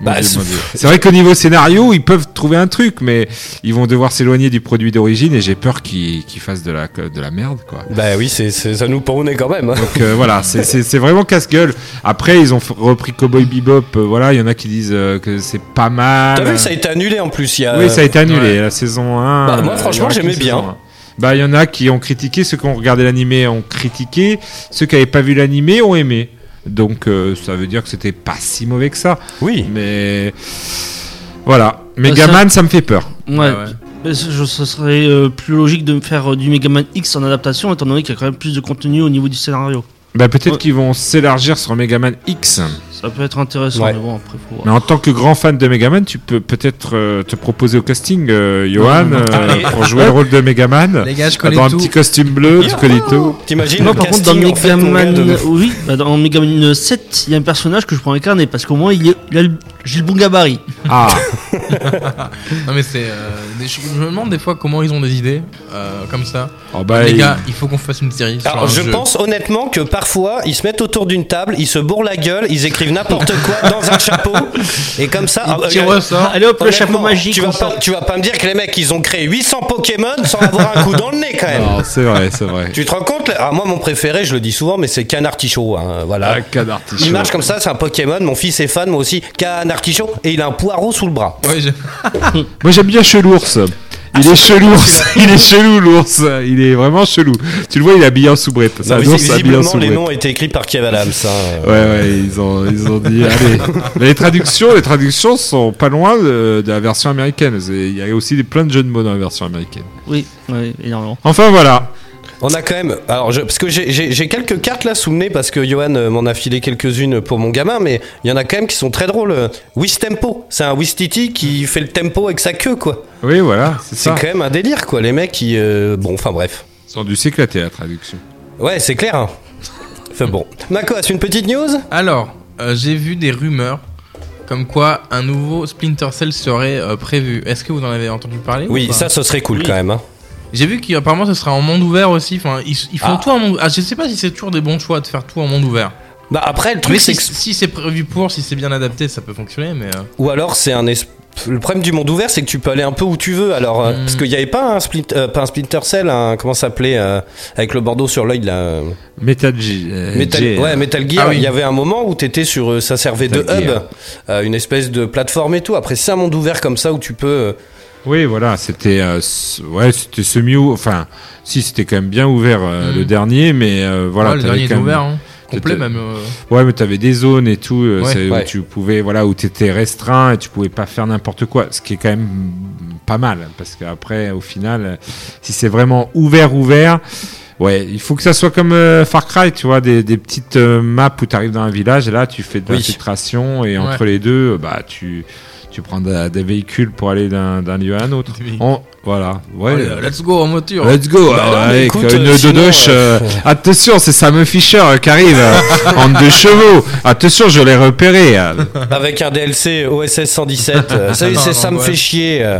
Speaker 5: Mon
Speaker 4: Bah,
Speaker 5: Dieu,
Speaker 4: c'est-
Speaker 5: mon Dieu. c'est vrai qu'au niveau scénario, ils peuvent trouver un truc, mais ils vont devoir s'éloigner du produit d'origine et j'ai peur qu'ils qu'ils fassent de la, de la merde, quoi.
Speaker 4: Bah oui, c'est c'est- ça nous est quand même. hein.
Speaker 5: Donc euh, voilà, c'est- c'est c'est vraiment casse-gueule. Après, ils ont f- repris Cowboy Bebop. euh, voilà, il y en a qui disent euh, que c'est pas mal.
Speaker 4: T'as vu, ça a été annulé en plus. il Y a...
Speaker 5: Oui, ça a été annulé,
Speaker 7: ouais.
Speaker 5: la saison 1.
Speaker 4: Euh, Bah, moi,
Speaker 5: euh,
Speaker 4: franchement,
Speaker 5: il y aura
Speaker 4: j'aimais
Speaker 5: qu'une
Speaker 4: bien.
Speaker 5: saison 1. Bah, il y en a qui ont critiqué, ceux qui ont regardé l'animé ont critiqué, ceux qui n'avaient pas vu l'animé ont aimé. Donc, euh, ça veut dire que c'était pas si mauvais que ça.
Speaker 4: Oui.
Speaker 5: Mais voilà.
Speaker 7: Euh,
Speaker 5: Megaman, ça me fait peur.
Speaker 6: Ouais.
Speaker 7: Ah, Ouais, ouais.
Speaker 6: Mais ce- je- ce serait euh, plus logique de me faire euh, du Megaman X en adaptation étant donné qu'il y a quand même plus de contenu au niveau du scénario.
Speaker 5: Bah, peut-être
Speaker 6: Ouais.
Speaker 5: qu'ils vont s'élargir sur Megaman X.
Speaker 6: Ça peut être intéressant,
Speaker 4: Ouais.
Speaker 6: mais bon, après, faut voir.
Speaker 5: Mais en tant que grand fan de Megaman, tu peux peut-être euh, te proposer au casting, euh, Johan, euh,
Speaker 4: Allez.
Speaker 5: pour jouer le rôle de Megaman. Ah,
Speaker 7: Les gars, je connais
Speaker 5: Dans un
Speaker 7: tout.
Speaker 5: petit costume bleu, tu connais
Speaker 4: Oh,
Speaker 5: tout.
Speaker 4: T'imagines
Speaker 6: Moi,
Speaker 4: le
Speaker 6: par contre, dans
Speaker 4: casting, en fait, mon gars,
Speaker 6: Megaman,
Speaker 4: de-
Speaker 6: oui, bah,
Speaker 4: [laughs]
Speaker 6: dans Megaman 7, il y a un personnage que je pourrais incarner parce qu'au moins, il, est- il a le- j'ai le bon gabarit.
Speaker 5: Ah,
Speaker 7: Non mais c'est. euh, des- je, je me demande des fois comment ils ont des idées euh, comme ça.
Speaker 5: Oh, bah,
Speaker 7: Les
Speaker 5: il-
Speaker 7: gars, il faut qu'on fasse une série. sur
Speaker 4: Alors,
Speaker 7: un
Speaker 4: je
Speaker 7: jeu.
Speaker 4: pense honnêtement que parfois ils se mettent autour d'une table, ils se bourrent la gueule, ils écrivent n'importe quoi dans un chapeau et comme ça. ah,
Speaker 7: Tirez
Speaker 4: euh, [laughs]
Speaker 7: ça.
Speaker 6: Allez hop, le
Speaker 4: honnêtement,
Speaker 6: chapeau magique.
Speaker 4: Tu vas,
Speaker 6: on
Speaker 4: pas,
Speaker 6: sort.
Speaker 4: tu vas pas me dire que les mecs ils ont créé 800 Pokémon sans avoir un coup dans le nez quand même.
Speaker 5: Non, c'est vrai, c'est vrai.
Speaker 4: Tu te rends compte là Ah, Moi, mon préféré, je le dis souvent, mais c'est Canartichaud. Hein, voilà.
Speaker 5: Ah, canard t-shirt.
Speaker 4: Il marche comme ça, c'est un Pokémon. Mon fils est fan, moi aussi. Canartichaud et il a un poireau sous le bras.
Speaker 7: Ouais, j'ai-
Speaker 5: [laughs] Moi j'aime bien Chelours.
Speaker 4: Ah,
Speaker 5: Il est chelours, il est chelou l'ours, il est vraiment chelou. Tu le vois, il est habillé en soubrette. C'est
Speaker 4: Non,
Speaker 5: un
Speaker 4: visi-
Speaker 5: ours habillé en
Speaker 4: visiblement, les
Speaker 5: soubrette.
Speaker 4: noms ont été écrits par Kev Adams. hein.
Speaker 5: Ouais, ouais, ils ont, ils
Speaker 4: [laughs]
Speaker 5: ont dit, allez. Mais les traductions, les traductions sont pas loin de, de la version américaine. C'est- Il y a aussi des, plein de jeux de mots dans la version américaine.
Speaker 6: Oui, oui, énormément.
Speaker 5: Enfin voilà.
Speaker 4: On a quand même. Alors, je, parce que j'ai- j'ai j'ai quelques cartes là sous le nez, parce que Johan euh, m'en a filé quelques-unes pour mon gamin, mais il y en a quand même qui sont très drôles. Euh, Wistempo, c'est un Wistiti qui fait le tempo avec sa queue, quoi.
Speaker 5: Oui, voilà, c'est
Speaker 4: C'est
Speaker 5: ça.
Speaker 4: quand même un délire, quoi. Les mecs, qui Bon, enfin bref.
Speaker 5: Ils ont dû s'éclater la traduction.
Speaker 4: Ouais, c'est clair. Hein. Enfin bon. Nakos, une petite news
Speaker 7: Alors, euh, j'ai vu des rumeurs comme quoi un nouveau Splinter Cell serait euh, prévu. Est-ce que vous en avez entendu parler ou
Speaker 6: Bah.
Speaker 4: Oui,
Speaker 7: pas
Speaker 4: ça, ce serait cool quand même. hein.
Speaker 7: J'ai vu qu'apparemment ce sera en monde ouvert aussi. Enfin, ils, ils font
Speaker 4: Ah.
Speaker 7: tout en monde. Ah, je sais pas si c'est toujours des bons choix de faire tout en monde ouvert.
Speaker 4: Bah, après, le
Speaker 7: Mais
Speaker 4: truc, c'est
Speaker 7: si,
Speaker 4: que.
Speaker 7: si c'est prévu pour, si c'est bien adapté, ça peut fonctionner. Mais euh,
Speaker 4: Ou alors c'est un es- le problème du monde ouvert, c'est que tu peux aller un peu où tu veux. Alors euh,
Speaker 6: Hmm.
Speaker 7: Mm.
Speaker 4: parce qu'il n'y avait pas un split, euh, pas un Splinter Cell, un, comment ça s'appelait euh, avec le Bordeaux sur l'œil là. euh,
Speaker 5: Metal G. euh,
Speaker 4: Metal,
Speaker 5: G,
Speaker 4: ouais,
Speaker 5: hein.
Speaker 4: Metal Gear.
Speaker 7: Ah
Speaker 4: Il
Speaker 7: oui.
Speaker 4: y avait un moment où t'étais sur, euh, ça servait de
Speaker 5: Metal
Speaker 4: hub,
Speaker 5: Gear.
Speaker 4: euh, une espèce de plateforme et tout. Après c'est un monde ouvert comme ça où tu peux. euh,
Speaker 5: Oui, voilà, c'était euh, s- ouais, c'était semi enfin, si c'était quand même bien ouvert euh,
Speaker 7: Mm.
Speaker 5: le dernier, mais euh, voilà,
Speaker 7: ouais, Ah, le
Speaker 5: t'avais
Speaker 7: dernier est
Speaker 5: quand même-
Speaker 7: ouvert, hein. complet
Speaker 5: C'était-
Speaker 7: même. euh,
Speaker 5: Ouais, mais t'avais des zones et tout, euh,
Speaker 7: Ouais.
Speaker 5: c'est- où
Speaker 4: Ouais.
Speaker 5: tu pouvais, voilà, où t'étais restreint et tu pouvais pas faire n'importe quoi, ce qui est quand même pas mal, parce qu'après, au final, euh, si c'est vraiment ouvert, ouvert, ouais, il faut que ça soit comme euh, Far Cry, tu vois, des, des petites euh, maps où t'arrives dans un village et là, tu fais de
Speaker 4: Oui.
Speaker 5: l'infiltration et entre les deux, euh, bah, tu, tu prends de- des véhicules pour aller d'un d'un lieu à un autre.
Speaker 7: Oui.
Speaker 5: On- voilà, ouais.
Speaker 7: allez, Oh let's go en voiture.
Speaker 5: Let's go
Speaker 4: Oh Bah non,
Speaker 5: euh,
Speaker 4: mais
Speaker 5: avec
Speaker 4: écoute,
Speaker 5: une
Speaker 4: euh, sinon,
Speaker 5: dodoche.
Speaker 4: euh,
Speaker 5: euh,
Speaker 4: [laughs]
Speaker 5: Attention, c'est Sam Fisher euh, qui arrive euh, en deux chevaux. Attention, je
Speaker 4: [laughs]
Speaker 5: l'ai repéré. euh.
Speaker 7: Uh-huh.
Speaker 4: avec un DLC OSS 117. euh, Salut,
Speaker 7: Non,
Speaker 4: c'est
Speaker 7: non,
Speaker 4: ça me
Speaker 7: ouais. [laughs]
Speaker 4: fait chier. euh.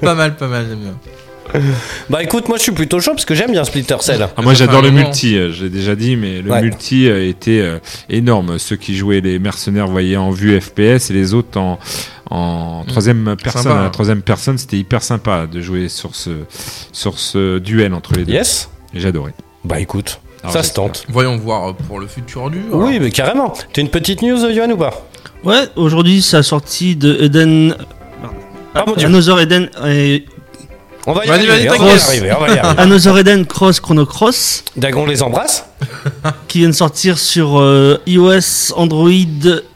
Speaker 7: pas mal, pas mal, j'aime bien.
Speaker 4: bah écoute, moi je suis plutôt chaud parce que j'aime bien Splinter Cell.
Speaker 5: Ah, moi,
Speaker 7: Ça fait
Speaker 5: j'adore
Speaker 7: un
Speaker 5: le
Speaker 7: moment.
Speaker 5: multi. euh, J'ai déjà dit, mais le
Speaker 4: Ouais.
Speaker 5: multi euh, était euh, énorme. Ceux qui jouaient les mercenaires voyaient en vue FPS et les autres en, en
Speaker 4: Mm.
Speaker 5: troisième personne.
Speaker 7: Sympa,
Speaker 5: à la
Speaker 7: hein.
Speaker 5: troisième personne, c'était hyper sympa de jouer sur ce sur ce duel entre les deux.
Speaker 4: Yes.
Speaker 5: Et J'adorais. Ah,
Speaker 4: Bah écoute,
Speaker 5: Alors,
Speaker 4: ça se
Speaker 5: j'espère.
Speaker 4: tente.
Speaker 7: Voyons voir euh, pour le futur du. alors.
Speaker 4: Oui, mais carrément. T'as une petite news, euh, Johan ou pas
Speaker 6: Ouais, aujourd'hui, c'est la sortie de Eden.
Speaker 4: Ah mon dieu.
Speaker 6: Another Eden, et-
Speaker 4: On va y
Speaker 7: Vas-y,
Speaker 4: arriver. on
Speaker 7: vas-y,
Speaker 4: va y
Speaker 7: t'inquiète.
Speaker 4: arriver. On va y
Speaker 7: [laughs]
Speaker 4: arriver.
Speaker 6: Another Eden Cross Chrono Cross,
Speaker 4: Dagon les embrasse.
Speaker 6: qui vient de sortir sur euh, iOS, Android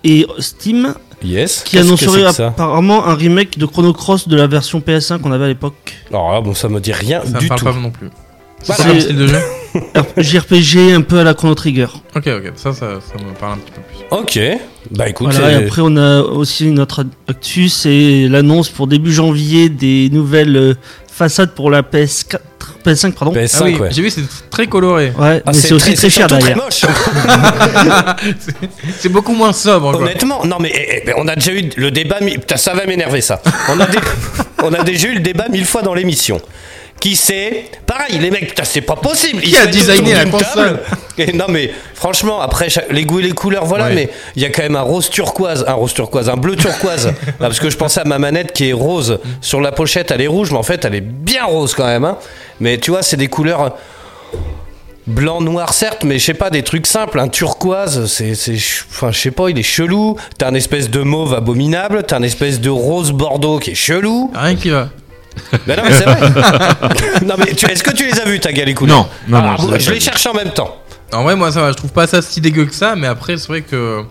Speaker 6: et Steam,
Speaker 4: Yes.
Speaker 6: qui
Speaker 4: Qu'est-ce que
Speaker 6: annoncerait
Speaker 4: c'est que ça
Speaker 6: apparemment un remake de Chrono Cross de la version PS1 qu'on avait à l'époque.
Speaker 4: Alors là, Oh, bon, ça me dit rien
Speaker 7: ça me
Speaker 4: du
Speaker 7: parle
Speaker 4: tout.
Speaker 7: pas non plus.
Speaker 4: Voilà.
Speaker 7: C'est un style de jeu.
Speaker 6: JRPG un peu à la Chrono Trigger.
Speaker 7: Ok, ok, ça, ça, ça me parle un petit peu plus.
Speaker 4: Ok. Bah écoute,
Speaker 6: Voilà,
Speaker 4: c'est-
Speaker 6: et après on a aussi une autre actu, c'est l'annonce pour début janvier des nouvelles euh, façades pour la PS4, PS5 pardon.
Speaker 4: PS5,
Speaker 7: ah oui,
Speaker 4: ouais.
Speaker 7: j'ai vu, c'est très coloré.
Speaker 6: Ouais,
Speaker 4: Ah,
Speaker 6: mais c'est aussi très, cher
Speaker 4: surtout
Speaker 6: derrière.
Speaker 4: Très moche.
Speaker 7: C'est beaucoup moins sobre. Quoi.
Speaker 4: Honnêtement, non mais eh, eh, ben, on a déjà eu le débat. mi- Putain, ça va m'énerver ça. On a, dé- [laughs] on a déjà eu le débat mille fois dans l'émission. Qui sait Pareil, les mecs, putain, c'est pas possible. Ils
Speaker 7: Qui a
Speaker 4: se mettent
Speaker 7: designé
Speaker 4: autour
Speaker 7: la
Speaker 4: d'une
Speaker 7: console
Speaker 4: table. Et non mais franchement, après chaque- les goûts et les couleurs, voilà.
Speaker 7: Ouais.
Speaker 4: Mais il y a quand même un rose turquoise, un rose turquoise, un bleu turquoise. Là, parce que je pensais à ma manette qui est rose sur la pochette, elle est rouge, mais en fait, elle est bien rose quand même. hein. Mais tu vois, c'est des couleurs. Blanc, noir, certes, mais je sais pas, des trucs simples. Un turquoise, c'est. c'est ch- Enfin, je sais pas, il est chelou. T'as un espèce de mauve abominable. T'as un espèce de rose bordeaux qui est chelou.
Speaker 7: Rien qui va.
Speaker 4: Ben non, mais c'est vrai. non, mais tu- est-ce que tu les as vus, ta galécou
Speaker 5: Non, non, non, je les ai
Speaker 4: Ah, je
Speaker 5: pas
Speaker 4: les
Speaker 5: vus.
Speaker 4: cherche en même temps.
Speaker 7: En vrai, moi, ça va, je trouve pas ça si dégueu que ça, mais après, c'est vrai que.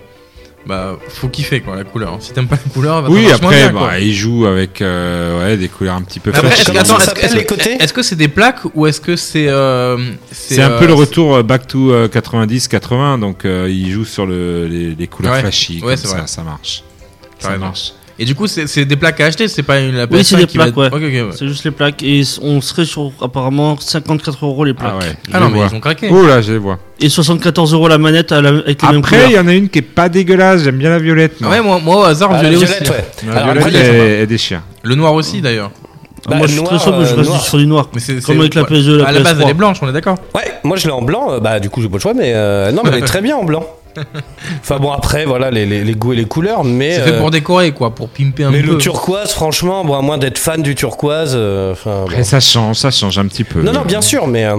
Speaker 7: Bah, faut kiffer quoi, la couleur. Si t'aimes pas la couleur, va
Speaker 5: Oui,
Speaker 7: ça marche moins
Speaker 5: après,
Speaker 7: bien, quoi.
Speaker 5: bah, il joue avec euh, ouais, des couleurs un petit peu.
Speaker 7: Mais après,
Speaker 5: flashy.
Speaker 7: est-ce que-
Speaker 4: Comment
Speaker 7: attends,
Speaker 4: ça
Speaker 7: est-ce-
Speaker 4: s'appelle
Speaker 7: est-ce-
Speaker 4: les côtés
Speaker 7: Est-ce que c'est des plaques ou est-ce que c'est. euh,
Speaker 5: C'est un
Speaker 7: euh,
Speaker 5: peu le retour euh, back to euh, 90-80, donc euh, il joue sur le, les, les couleurs
Speaker 7: Ouais.
Speaker 5: flashy.
Speaker 7: Ouais,
Speaker 5: comme
Speaker 7: c'est
Speaker 5: ça,
Speaker 7: vrai.
Speaker 5: ça marche.
Speaker 7: T'as
Speaker 5: Ça
Speaker 7: raison.
Speaker 5: marche.
Speaker 7: Et du coup, c'est c'est des plaques à acheter, c'est pas une la
Speaker 6: Oui, c'est
Speaker 7: PS5
Speaker 6: des
Speaker 7: qui va
Speaker 6: plaques,
Speaker 7: être- Ok, ok, ouais.
Speaker 6: C'est juste les plaques. Et s- on serait sur apparemment 54 euros les plaques.
Speaker 5: Ah ouais.
Speaker 7: Ah
Speaker 5: je
Speaker 7: non,
Speaker 5: les
Speaker 7: mais
Speaker 5: vois.
Speaker 7: ils ont craqué.
Speaker 5: Oh là, je les vois.
Speaker 6: Et 74 euros la manette à la- avec les mêmes
Speaker 5: Après, il
Speaker 6: couleurs.
Speaker 5: y en a une qui est pas dégueulasse. J'aime bien la violette. moi.
Speaker 7: Ouais, moi, moi au hasard,
Speaker 4: Ah,
Speaker 7: je
Speaker 4: la
Speaker 7: l'ai aussi.
Speaker 4: violette, ouais.
Speaker 5: La
Speaker 4: Alors,
Speaker 5: violette,
Speaker 4: après,
Speaker 5: elle,
Speaker 4: il y a-
Speaker 5: elle déchire.
Speaker 7: Le noir aussi d'ailleurs.
Speaker 4: Bah,
Speaker 6: moi, je suis
Speaker 4: noir,
Speaker 6: très sobre, je
Speaker 4: euh,
Speaker 6: reste
Speaker 4: noir.
Speaker 6: sur du noir.
Speaker 7: Mais c'est-
Speaker 6: Comme
Speaker 7: c'est-
Speaker 6: avec la
Speaker 7: ouais.
Speaker 6: PS2 la
Speaker 7: À la base,
Speaker 6: PS3.
Speaker 7: elle est blanche, on est d'accord.
Speaker 4: Ouais, moi je l'ai en blanc, euh, bah du coup j'ai pas le choix, mais euh, non, mais elle est très bien en
Speaker 7: [laughs]
Speaker 4: blanc. Enfin bon, après, voilà les, les- les goûts et les couleurs, mais.
Speaker 7: C'est fait
Speaker 4: euh,
Speaker 7: pour décorer quoi, pour pimper un
Speaker 4: mais
Speaker 7: peu.
Speaker 4: le turquoise, franchement, bon, à moins d'être fan du turquoise. euh, enfin, bon.
Speaker 5: Après, ça change, ça change un petit peu.
Speaker 4: Non, non, bien sûr, mais. euh,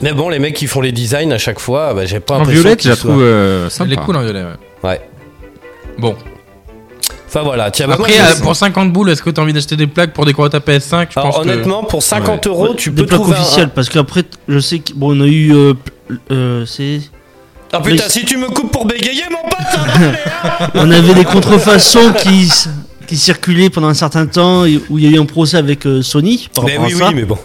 Speaker 4: mais bon, les mecs qui font les designs à chaque fois, bah, j'ai pas
Speaker 5: En
Speaker 4: l'impression
Speaker 5: violette, je
Speaker 4: qu'ils
Speaker 5: la
Speaker 4: soient-
Speaker 5: trouve euh,
Speaker 7: Elle
Speaker 5: sympa.
Speaker 7: est cool en violet, ouais.
Speaker 4: Ouais.
Speaker 7: Bon.
Speaker 4: Enfin voilà, tiens, bah,
Speaker 7: Après,
Speaker 4: moi, je-
Speaker 7: euh, pour 50 boules, est-ce que t'as envie d'acheter des plaques pour décorer ta PS5 Je
Speaker 4: Alors,
Speaker 7: pense que.
Speaker 4: Ah, honnêtement, pour 50 euros,
Speaker 6: Ouais,
Speaker 4: Oh, tu
Speaker 6: des
Speaker 4: peux
Speaker 6: plaques
Speaker 4: trouver. un-
Speaker 6: officielles parce qu'après je sais que bon on a eu euh, p- euh, c'est
Speaker 4: Ah putain,
Speaker 6: Mais-
Speaker 4: si tu me coupes pour bégayer, mon pote
Speaker 6: on
Speaker 4: [laughs]
Speaker 6: avait des contrefaçons qui s- qui circulaient pendant un certain temps et où il y a eu un procès avec euh, Sony par
Speaker 4: Mais
Speaker 6: rapport
Speaker 4: oui,
Speaker 6: à
Speaker 4: oui,
Speaker 6: ça
Speaker 4: mais bon.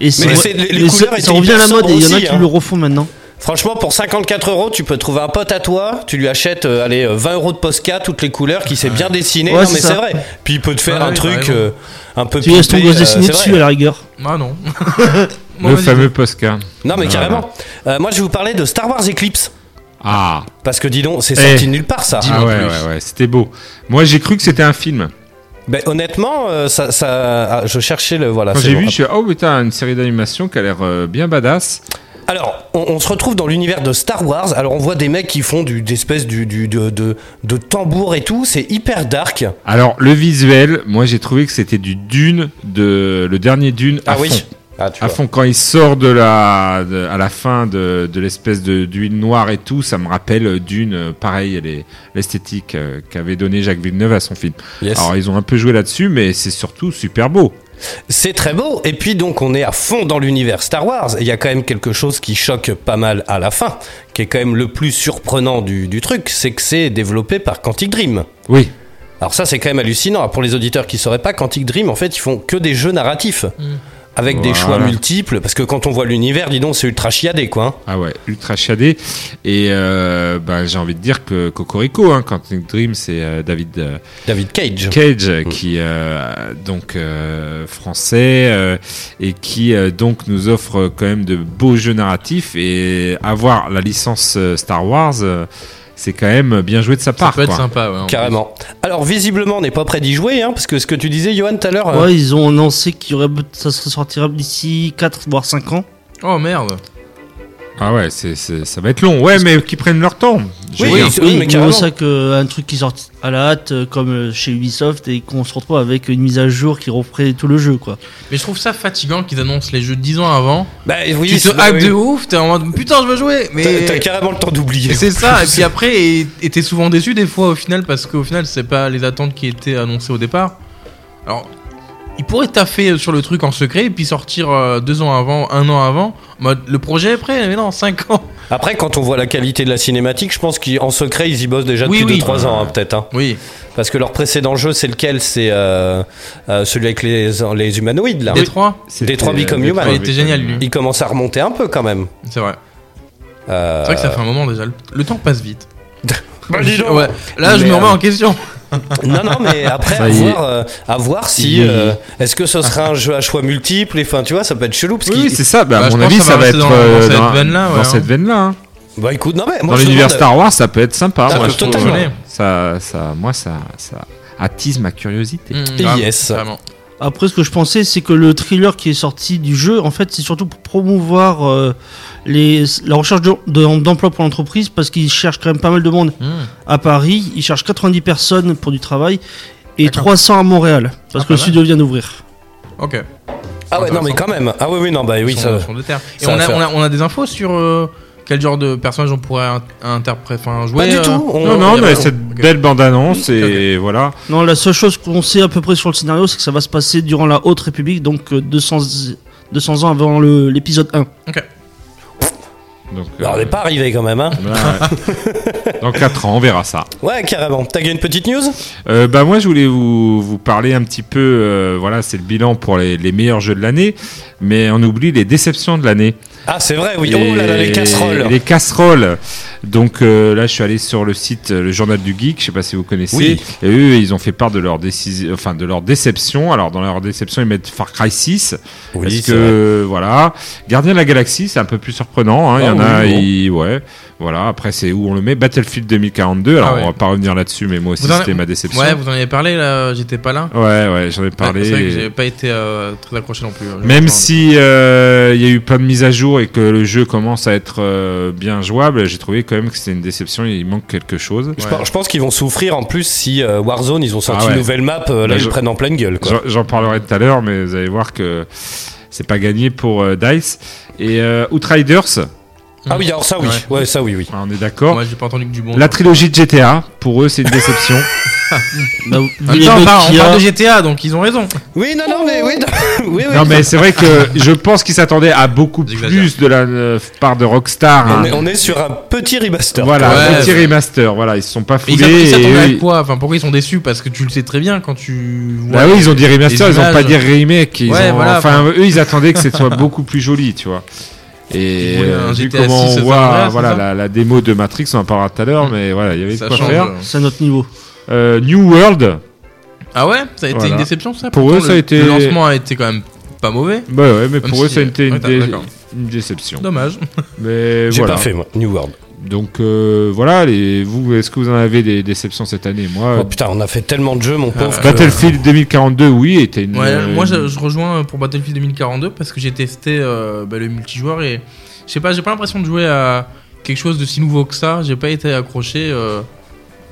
Speaker 6: et c'est-
Speaker 4: mais c'est- les- les
Speaker 6: mais
Speaker 4: couleurs
Speaker 6: c'est-
Speaker 4: étaient
Speaker 6: ça revient à la
Speaker 4: hyper
Speaker 6: mode et il y en a
Speaker 4: sombres
Speaker 6: qui
Speaker 4: aussi, hein.
Speaker 6: le refont maintenant
Speaker 4: Franchement, pour 54 euros, tu peux trouver un pote à toi, tu lui achètes euh, allez, euh, 20 euros de Posca, toutes les couleurs, qui s'est bien dessiné.
Speaker 6: Ouais,
Speaker 4: non,
Speaker 6: c'est
Speaker 4: mais
Speaker 6: ça.
Speaker 4: c'est vrai. Puis il peut te faire
Speaker 7: Ah
Speaker 4: un
Speaker 7: oui,
Speaker 4: truc
Speaker 7: t'as raison.
Speaker 4: euh, un peu
Speaker 6: tu laisses ton
Speaker 4: pimpé,
Speaker 6: gosse
Speaker 4: euh,
Speaker 6: dessiner
Speaker 4: c'est vrai.
Speaker 6: dessus à la rigueur
Speaker 4: [laughs]
Speaker 7: Ah non. Moi,
Speaker 5: Le
Speaker 7: vas-y.
Speaker 5: fameux Posca.
Speaker 4: Non, mais
Speaker 5: Voilà.
Speaker 4: carrément. Euh, moi, je vais vous parler de Star Wars Eclipse.
Speaker 5: Ah,
Speaker 4: Parce que dis donc, c'est
Speaker 5: Eh.
Speaker 4: sorti de nulle part ça.
Speaker 5: ah ouais, ouais, ouais, c'était beau. Moi, j'ai cru que c'était un film.
Speaker 4: Ben, honnêtement, euh, ça, ça- ah, je cherchais le voilà.
Speaker 5: Quand
Speaker 4: c'est
Speaker 5: j'ai
Speaker 4: bon.
Speaker 5: vu, je suis oh putain, une série d'animation qui a l'air euh, bien badass.
Speaker 4: Alors, on, on se retrouve dans l'univers de Star Wars. Alors, on voit des mecs qui font du, d'espèces du, du- de, de, de tambour et tout. C'est hyper dark.
Speaker 5: Alors, le visuel, moi, j'ai trouvé que c'était du Dune, de le dernier Dune à
Speaker 4: Ah
Speaker 5: fond.
Speaker 4: oui. Ah, tu
Speaker 5: À
Speaker 4: vois.
Speaker 5: fond, quand il sort de la, de- à la fin de, de l'espèce de- d'huile noire et tout, ça me rappelle euh, Dune, euh, pareil, les- l'esthétique euh, qu'avait donné Jacques Villeneuve à son film.
Speaker 4: Yes.
Speaker 5: Alors, ils ont un peu joué là-dessus, mais c'est surtout super beau.
Speaker 4: C'est très beau. Et puis donc on est à fond dans l'univers Star Wars. Et Il y a quand même quelque chose qui choque pas mal à la fin, qui est quand même le plus surprenant du, du truc, c'est que c'est développé par Quantic Dream.
Speaker 5: Oui.
Speaker 4: Alors ça c'est quand même hallucinant. Alors, Pour les auditeurs qui sauraient pas, Quantic Dream en fait ils font que des jeux narratifs. Avec des
Speaker 5: Mm. Voilà.
Speaker 4: choix multiples, parce que quand on voit l'univers, dis donc, c'est ultra chiadé, quoi. hein.
Speaker 5: Ah ouais, ultra chiadé. Et euh, ben, j'ai envie de dire que Cocorico, hein, quand Dream, c'est euh, David euh,
Speaker 4: David Cage. Mm.
Speaker 5: Cage, euh, qui euh, donc euh, français euh, et qui euh, donc nous offre euh, quand même de beaux jeux narratifs et avoir la licence euh, Star Wars, euh, c'est quand même bien joué de sa
Speaker 7: Ça
Speaker 5: part.
Speaker 7: peut être
Speaker 5: quoi.
Speaker 7: sympa, ouais. en
Speaker 4: Carrément. Alors, visiblement, on n'est pas prêt d'y jouer, hein, parce que ce que tu disais, Johan, tout à l'heure. euh,
Speaker 6: ouais ils ont annoncé qu'il y aurait ça se sortira d'ici 4 voire 5 ans
Speaker 7: plus. Oh merde.
Speaker 5: Ah ouais, c'est, c'est- ça va être long. Ouais, mais qu'ils prennent leur temps. J'ai
Speaker 4: Oui,
Speaker 5: rien.
Speaker 4: c'est- mais
Speaker 6: oui, mais
Speaker 4: carrément.
Speaker 6: ça qu'un truc qui sort à la hâte euh, comme euh, chez Ubisoft et qu'on se retrouve avec une mise à jour qui reprend tout le jeu quoi
Speaker 7: Mais je trouve ça fatigant qu'ils annoncent les jeux 10 ans avant.
Speaker 4: bah, oui,
Speaker 7: tu te
Speaker 4: c'est- bah,
Speaker 7: hack
Speaker 4: oui.
Speaker 7: de ouf, t'es en mode putain, je veux jouer.
Speaker 4: T'as-
Speaker 7: Mais
Speaker 4: T'as carrément le temps d'oublier.
Speaker 7: Et c'est ça, et puis après, et et t'es souvent déçu des fois au final parce qu'au final, c'est pas les attentes qui étaient annoncées au départ. Alors, ils pourraient taffer sur le truc en secret et puis sortir euh, deux ans avant, un an avant. en mode, le projet est prêt, mais non, cinq ans.
Speaker 4: Après, quand on voit la qualité de la cinématique, je pense qu'en secret, ils y bossent déjà
Speaker 7: Oui,
Speaker 4: depuis
Speaker 7: oui.
Speaker 4: 2-3 ans, hein, peut-être. hein.
Speaker 7: Oui,
Speaker 4: Parce que leur précédent jeu, c'est lequel C'est euh, euh, celui avec les, les humanoïdes, là.
Speaker 7: des trois,
Speaker 5: C'était,
Speaker 4: Detroit Become Human.
Speaker 5: Detroit
Speaker 7: Il était génial, lui.
Speaker 4: Il commence à remonter un peu quand même.
Speaker 7: c'est vrai.
Speaker 4: Euh,
Speaker 7: C'est vrai que ça fait un moment déjà. Le, le temps passe [laughs] vite.
Speaker 4: Bah, dis donc.
Speaker 7: Ouais, Là, je
Speaker 4: Mais,
Speaker 7: me remets
Speaker 4: euh,
Speaker 7: en question.
Speaker 4: Non, non,
Speaker 5: [laughs]
Speaker 4: mais après,
Speaker 5: Ça
Speaker 4: à
Speaker 5: y est.
Speaker 4: voir, euh, à voir si.
Speaker 5: Il est-
Speaker 4: euh, Est-ce que ce sera un jeu à choix multiples Enfin, tu vois, ça peut être chelou. Parce
Speaker 5: Oui,
Speaker 4: qu'il-
Speaker 5: oui, c'est ça. Bah,
Speaker 7: Bah,
Speaker 5: à
Speaker 7: je
Speaker 5: mon
Speaker 7: pense
Speaker 5: avis,
Speaker 7: que ça
Speaker 5: ça
Speaker 7: va
Speaker 5: va
Speaker 7: rester
Speaker 5: être
Speaker 7: dans-
Speaker 5: euh,
Speaker 7: dans cette veine-là, ouais,
Speaker 5: dans
Speaker 7: hein.
Speaker 5: cette veine-là, hein.
Speaker 4: Bah écoute, non, mais moi
Speaker 5: dans
Speaker 4: je
Speaker 5: l'univers
Speaker 4: demande-
Speaker 5: Star Wars, ça peut être sympa.
Speaker 4: Ça
Speaker 5: moi,
Speaker 4: peut
Speaker 5: je trouve,
Speaker 4: totalement.
Speaker 5: euh, ça, ça, moi, ça, ça attise ma curiosité.
Speaker 7: Mmh, grave,
Speaker 4: Yes.
Speaker 7: Vraiment.
Speaker 6: Après, ce que je pensais, c'est que le thriller qui est sorti du jeu, en fait, c'est surtout pour promouvoir euh, les, la recherche de- de- d'emploi pour l'entreprise, parce qu'ils cherchent quand même pas mal de monde
Speaker 7: Mmh.
Speaker 6: à Paris. Ils cherchent 90 personnes pour du travail et 300 à Montréal, parce
Speaker 7: Ah,
Speaker 6: que le
Speaker 7: pas
Speaker 6: studio vient d'ouvrir.
Speaker 7: Ok.
Speaker 4: Ah ouais, non, mais quand même. Ah oui, oui, non, bah oui,
Speaker 7: Son-
Speaker 4: ça.
Speaker 7: son de terre. Et
Speaker 4: ça
Speaker 7: on
Speaker 4: va
Speaker 7: a,
Speaker 4: faire.
Speaker 7: on, a, on a des infos sur euh, quel genre de personnage on pourrait in- interpréter, enfin jouer.
Speaker 4: Pas du
Speaker 7: euh,
Speaker 4: tout. on-
Speaker 5: Non,
Speaker 7: y
Speaker 5: non,
Speaker 7: a
Speaker 5: mais
Speaker 7: pas-
Speaker 5: cette
Speaker 7: ok.
Speaker 5: belle bande-annonce, et voilà.
Speaker 6: Non, la seule chose qu'on sait à peu près sur le scénario, c'est que ça va se passer durant la Haute République, donc euh, 200, 200 ans avant le- l'épisode 1.
Speaker 5: Donc,
Speaker 4: Non, on
Speaker 5: euh,
Speaker 4: n'est pas arrivé quand même, hein.
Speaker 5: bah, ouais. [laughs] Dans 4 ans, on verra ça.
Speaker 4: Ouais, carrément. T'as eu une petite news
Speaker 5: Euh, bah moi je voulais vous, vous parler un petit peu, euh, voilà c'est le bilan pour les, les meilleurs jeux de l'année, mais on oublie les déceptions de l'année.
Speaker 4: Ah, c'est vrai, oui.
Speaker 3: oh
Speaker 5: Et-
Speaker 4: Oh là là, les casseroles.
Speaker 5: Les casseroles. Donc euh, là, je suis allé sur le site euh, Le Journal du Geek, je sais pas si vous connaissez.
Speaker 3: Oui.
Speaker 5: Et eux, ils ont fait part de leur, décis- enfin, de leur déception. Alors, dans leur déception, ils mettent Far Cry 6.
Speaker 3: Oui,
Speaker 5: parce
Speaker 3: c'est
Speaker 5: que,
Speaker 3: vrai.
Speaker 5: euh, voilà. Gardien de la Galaxie, c'est un peu plus surprenant. hein. Il y
Speaker 3: Ah
Speaker 5: en
Speaker 3: oui,
Speaker 5: a,
Speaker 3: bon.
Speaker 5: ils- ouais. Voilà. Après, c'est où on le met. Battlefield 2042. Alors,
Speaker 7: Ah ouais.
Speaker 5: on va pas revenir là-dessus, mais moi aussi,
Speaker 7: Vous en-
Speaker 5: c'était ma déception.
Speaker 7: Ouais, vous en avez parlé là, j'étais pas là.
Speaker 5: Ouais, ouais, j'en ai parlé.
Speaker 7: Ouais, C'est vrai que j'ai pas été euh, très accroché non plus. euh, je
Speaker 5: Même
Speaker 7: pense.
Speaker 5: si euh, il y a eu plein de mises à jour et que le jeu commence à être euh, bien jouable, j'ai trouvé quand même que c'était une déception. Il manque quelque chose.
Speaker 3: Je
Speaker 7: Ouais.
Speaker 3: pense- Je pense qu'ils vont souffrir en plus si euh, Warzone, ils ont sorti
Speaker 5: Ah ouais.
Speaker 3: une nouvelle map, euh, là
Speaker 5: Mais
Speaker 3: ils
Speaker 5: je-
Speaker 3: prennent en pleine gueule. Quoi.
Speaker 5: J'en- J'en parlerai tout à l'heure, mais vous allez voir que c'est pas gagné pour euh, Dice et euh, Outriders. Mm.
Speaker 3: Ah oui, alors ça oui, ouais, ça oui, oui.
Speaker 5: enfin, on est d'accord.
Speaker 7: Moi, j'ai pas entendu que du bon.
Speaker 5: La trilogie de GTA, pour eux, c'est une
Speaker 7: [laughs]
Speaker 5: déception.
Speaker 6: Bah,
Speaker 7: Ah,
Speaker 6: vu les
Speaker 7: putain, on
Speaker 6: bugs
Speaker 7: parle, on
Speaker 6: qu'il y a-
Speaker 7: parle de GTA, donc ils ont raison.
Speaker 3: Oui, non, non, mais oui, non, oui, oui.
Speaker 5: non, mais c'est vrai que je pense qu'ils s'attendaient à beaucoup
Speaker 7: J'exagère.
Speaker 5: plus de la euh, part de Rockstar.
Speaker 3: On
Speaker 5: hein.
Speaker 3: est, on est sur un petit remaster.
Speaker 5: Voilà,
Speaker 7: Ouais.
Speaker 5: petit remaster. Voilà, ils se sont pas
Speaker 7: Et
Speaker 5: foulés.
Speaker 7: ils s'attendent- ils s'attendaient
Speaker 5: et
Speaker 7: à
Speaker 5: eux,
Speaker 7: quoi Enfin, pourquoi ils sont déçus Parce que tu le sais très bien quand tu. vois
Speaker 5: Bah oui, ils ont dit
Speaker 7: les
Speaker 5: remaster, ils ont
Speaker 7: images.
Speaker 5: pas dit remake. Ils
Speaker 7: Ouais,
Speaker 5: ont-
Speaker 7: voilà,
Speaker 5: enfin, eux, ils attendaient que ce
Speaker 7: [laughs]
Speaker 5: soit beaucoup plus joli, tu vois.
Speaker 7: Ils
Speaker 5: Et
Speaker 7: voulaient
Speaker 5: euh,
Speaker 7: un
Speaker 5: vu
Speaker 7: GTA
Speaker 5: comment
Speaker 7: six,
Speaker 5: on
Speaker 7: c'est ça,
Speaker 5: voit
Speaker 7: ouais,
Speaker 5: voilà,
Speaker 7: c'est ça
Speaker 5: la, la démo de Matrix, on en parlera tout à l'heure,
Speaker 7: Mm.
Speaker 5: mais voilà, il y avait de
Speaker 7: Ça
Speaker 5: quoi
Speaker 7: change.
Speaker 5: faire.
Speaker 6: C'est un autre niveau.
Speaker 5: Euh, New World,
Speaker 7: Ah ouais Ça a été
Speaker 5: Voilà.
Speaker 7: une déception ça
Speaker 5: Pour
Speaker 7: pourtant,
Speaker 5: eux, ça a
Speaker 7: le-
Speaker 5: été-
Speaker 7: Le lancement a été quand même pas mauvais.
Speaker 5: bah ouais, mais
Speaker 7: Même
Speaker 5: pour eux,
Speaker 7: si-
Speaker 5: ça a été une,
Speaker 7: ouais,
Speaker 5: dé-
Speaker 7: d'accord.
Speaker 5: une déception.
Speaker 7: Dommage.
Speaker 5: Mais
Speaker 3: J'ai
Speaker 5: voilà.
Speaker 3: pas fait moi, New World.
Speaker 5: Donc euh, voilà, les, vous, est-ce que vous en avez des déceptions cette année Moi, euh,
Speaker 3: Oh putain, on a fait tellement de jeux, mon pauvre.
Speaker 5: Ah,
Speaker 3: que-
Speaker 5: Battlefield 2042, oui, était une.
Speaker 7: euh, Ouais,
Speaker 5: euh,
Speaker 7: moi je, je rejoins pour Battlefield 2042 parce que j'ai testé euh, bah, le multijoueur et je sais pas, j'ai pas l'impression de jouer à quelque chose de si nouveau que ça. J'ai pas été accroché. euh.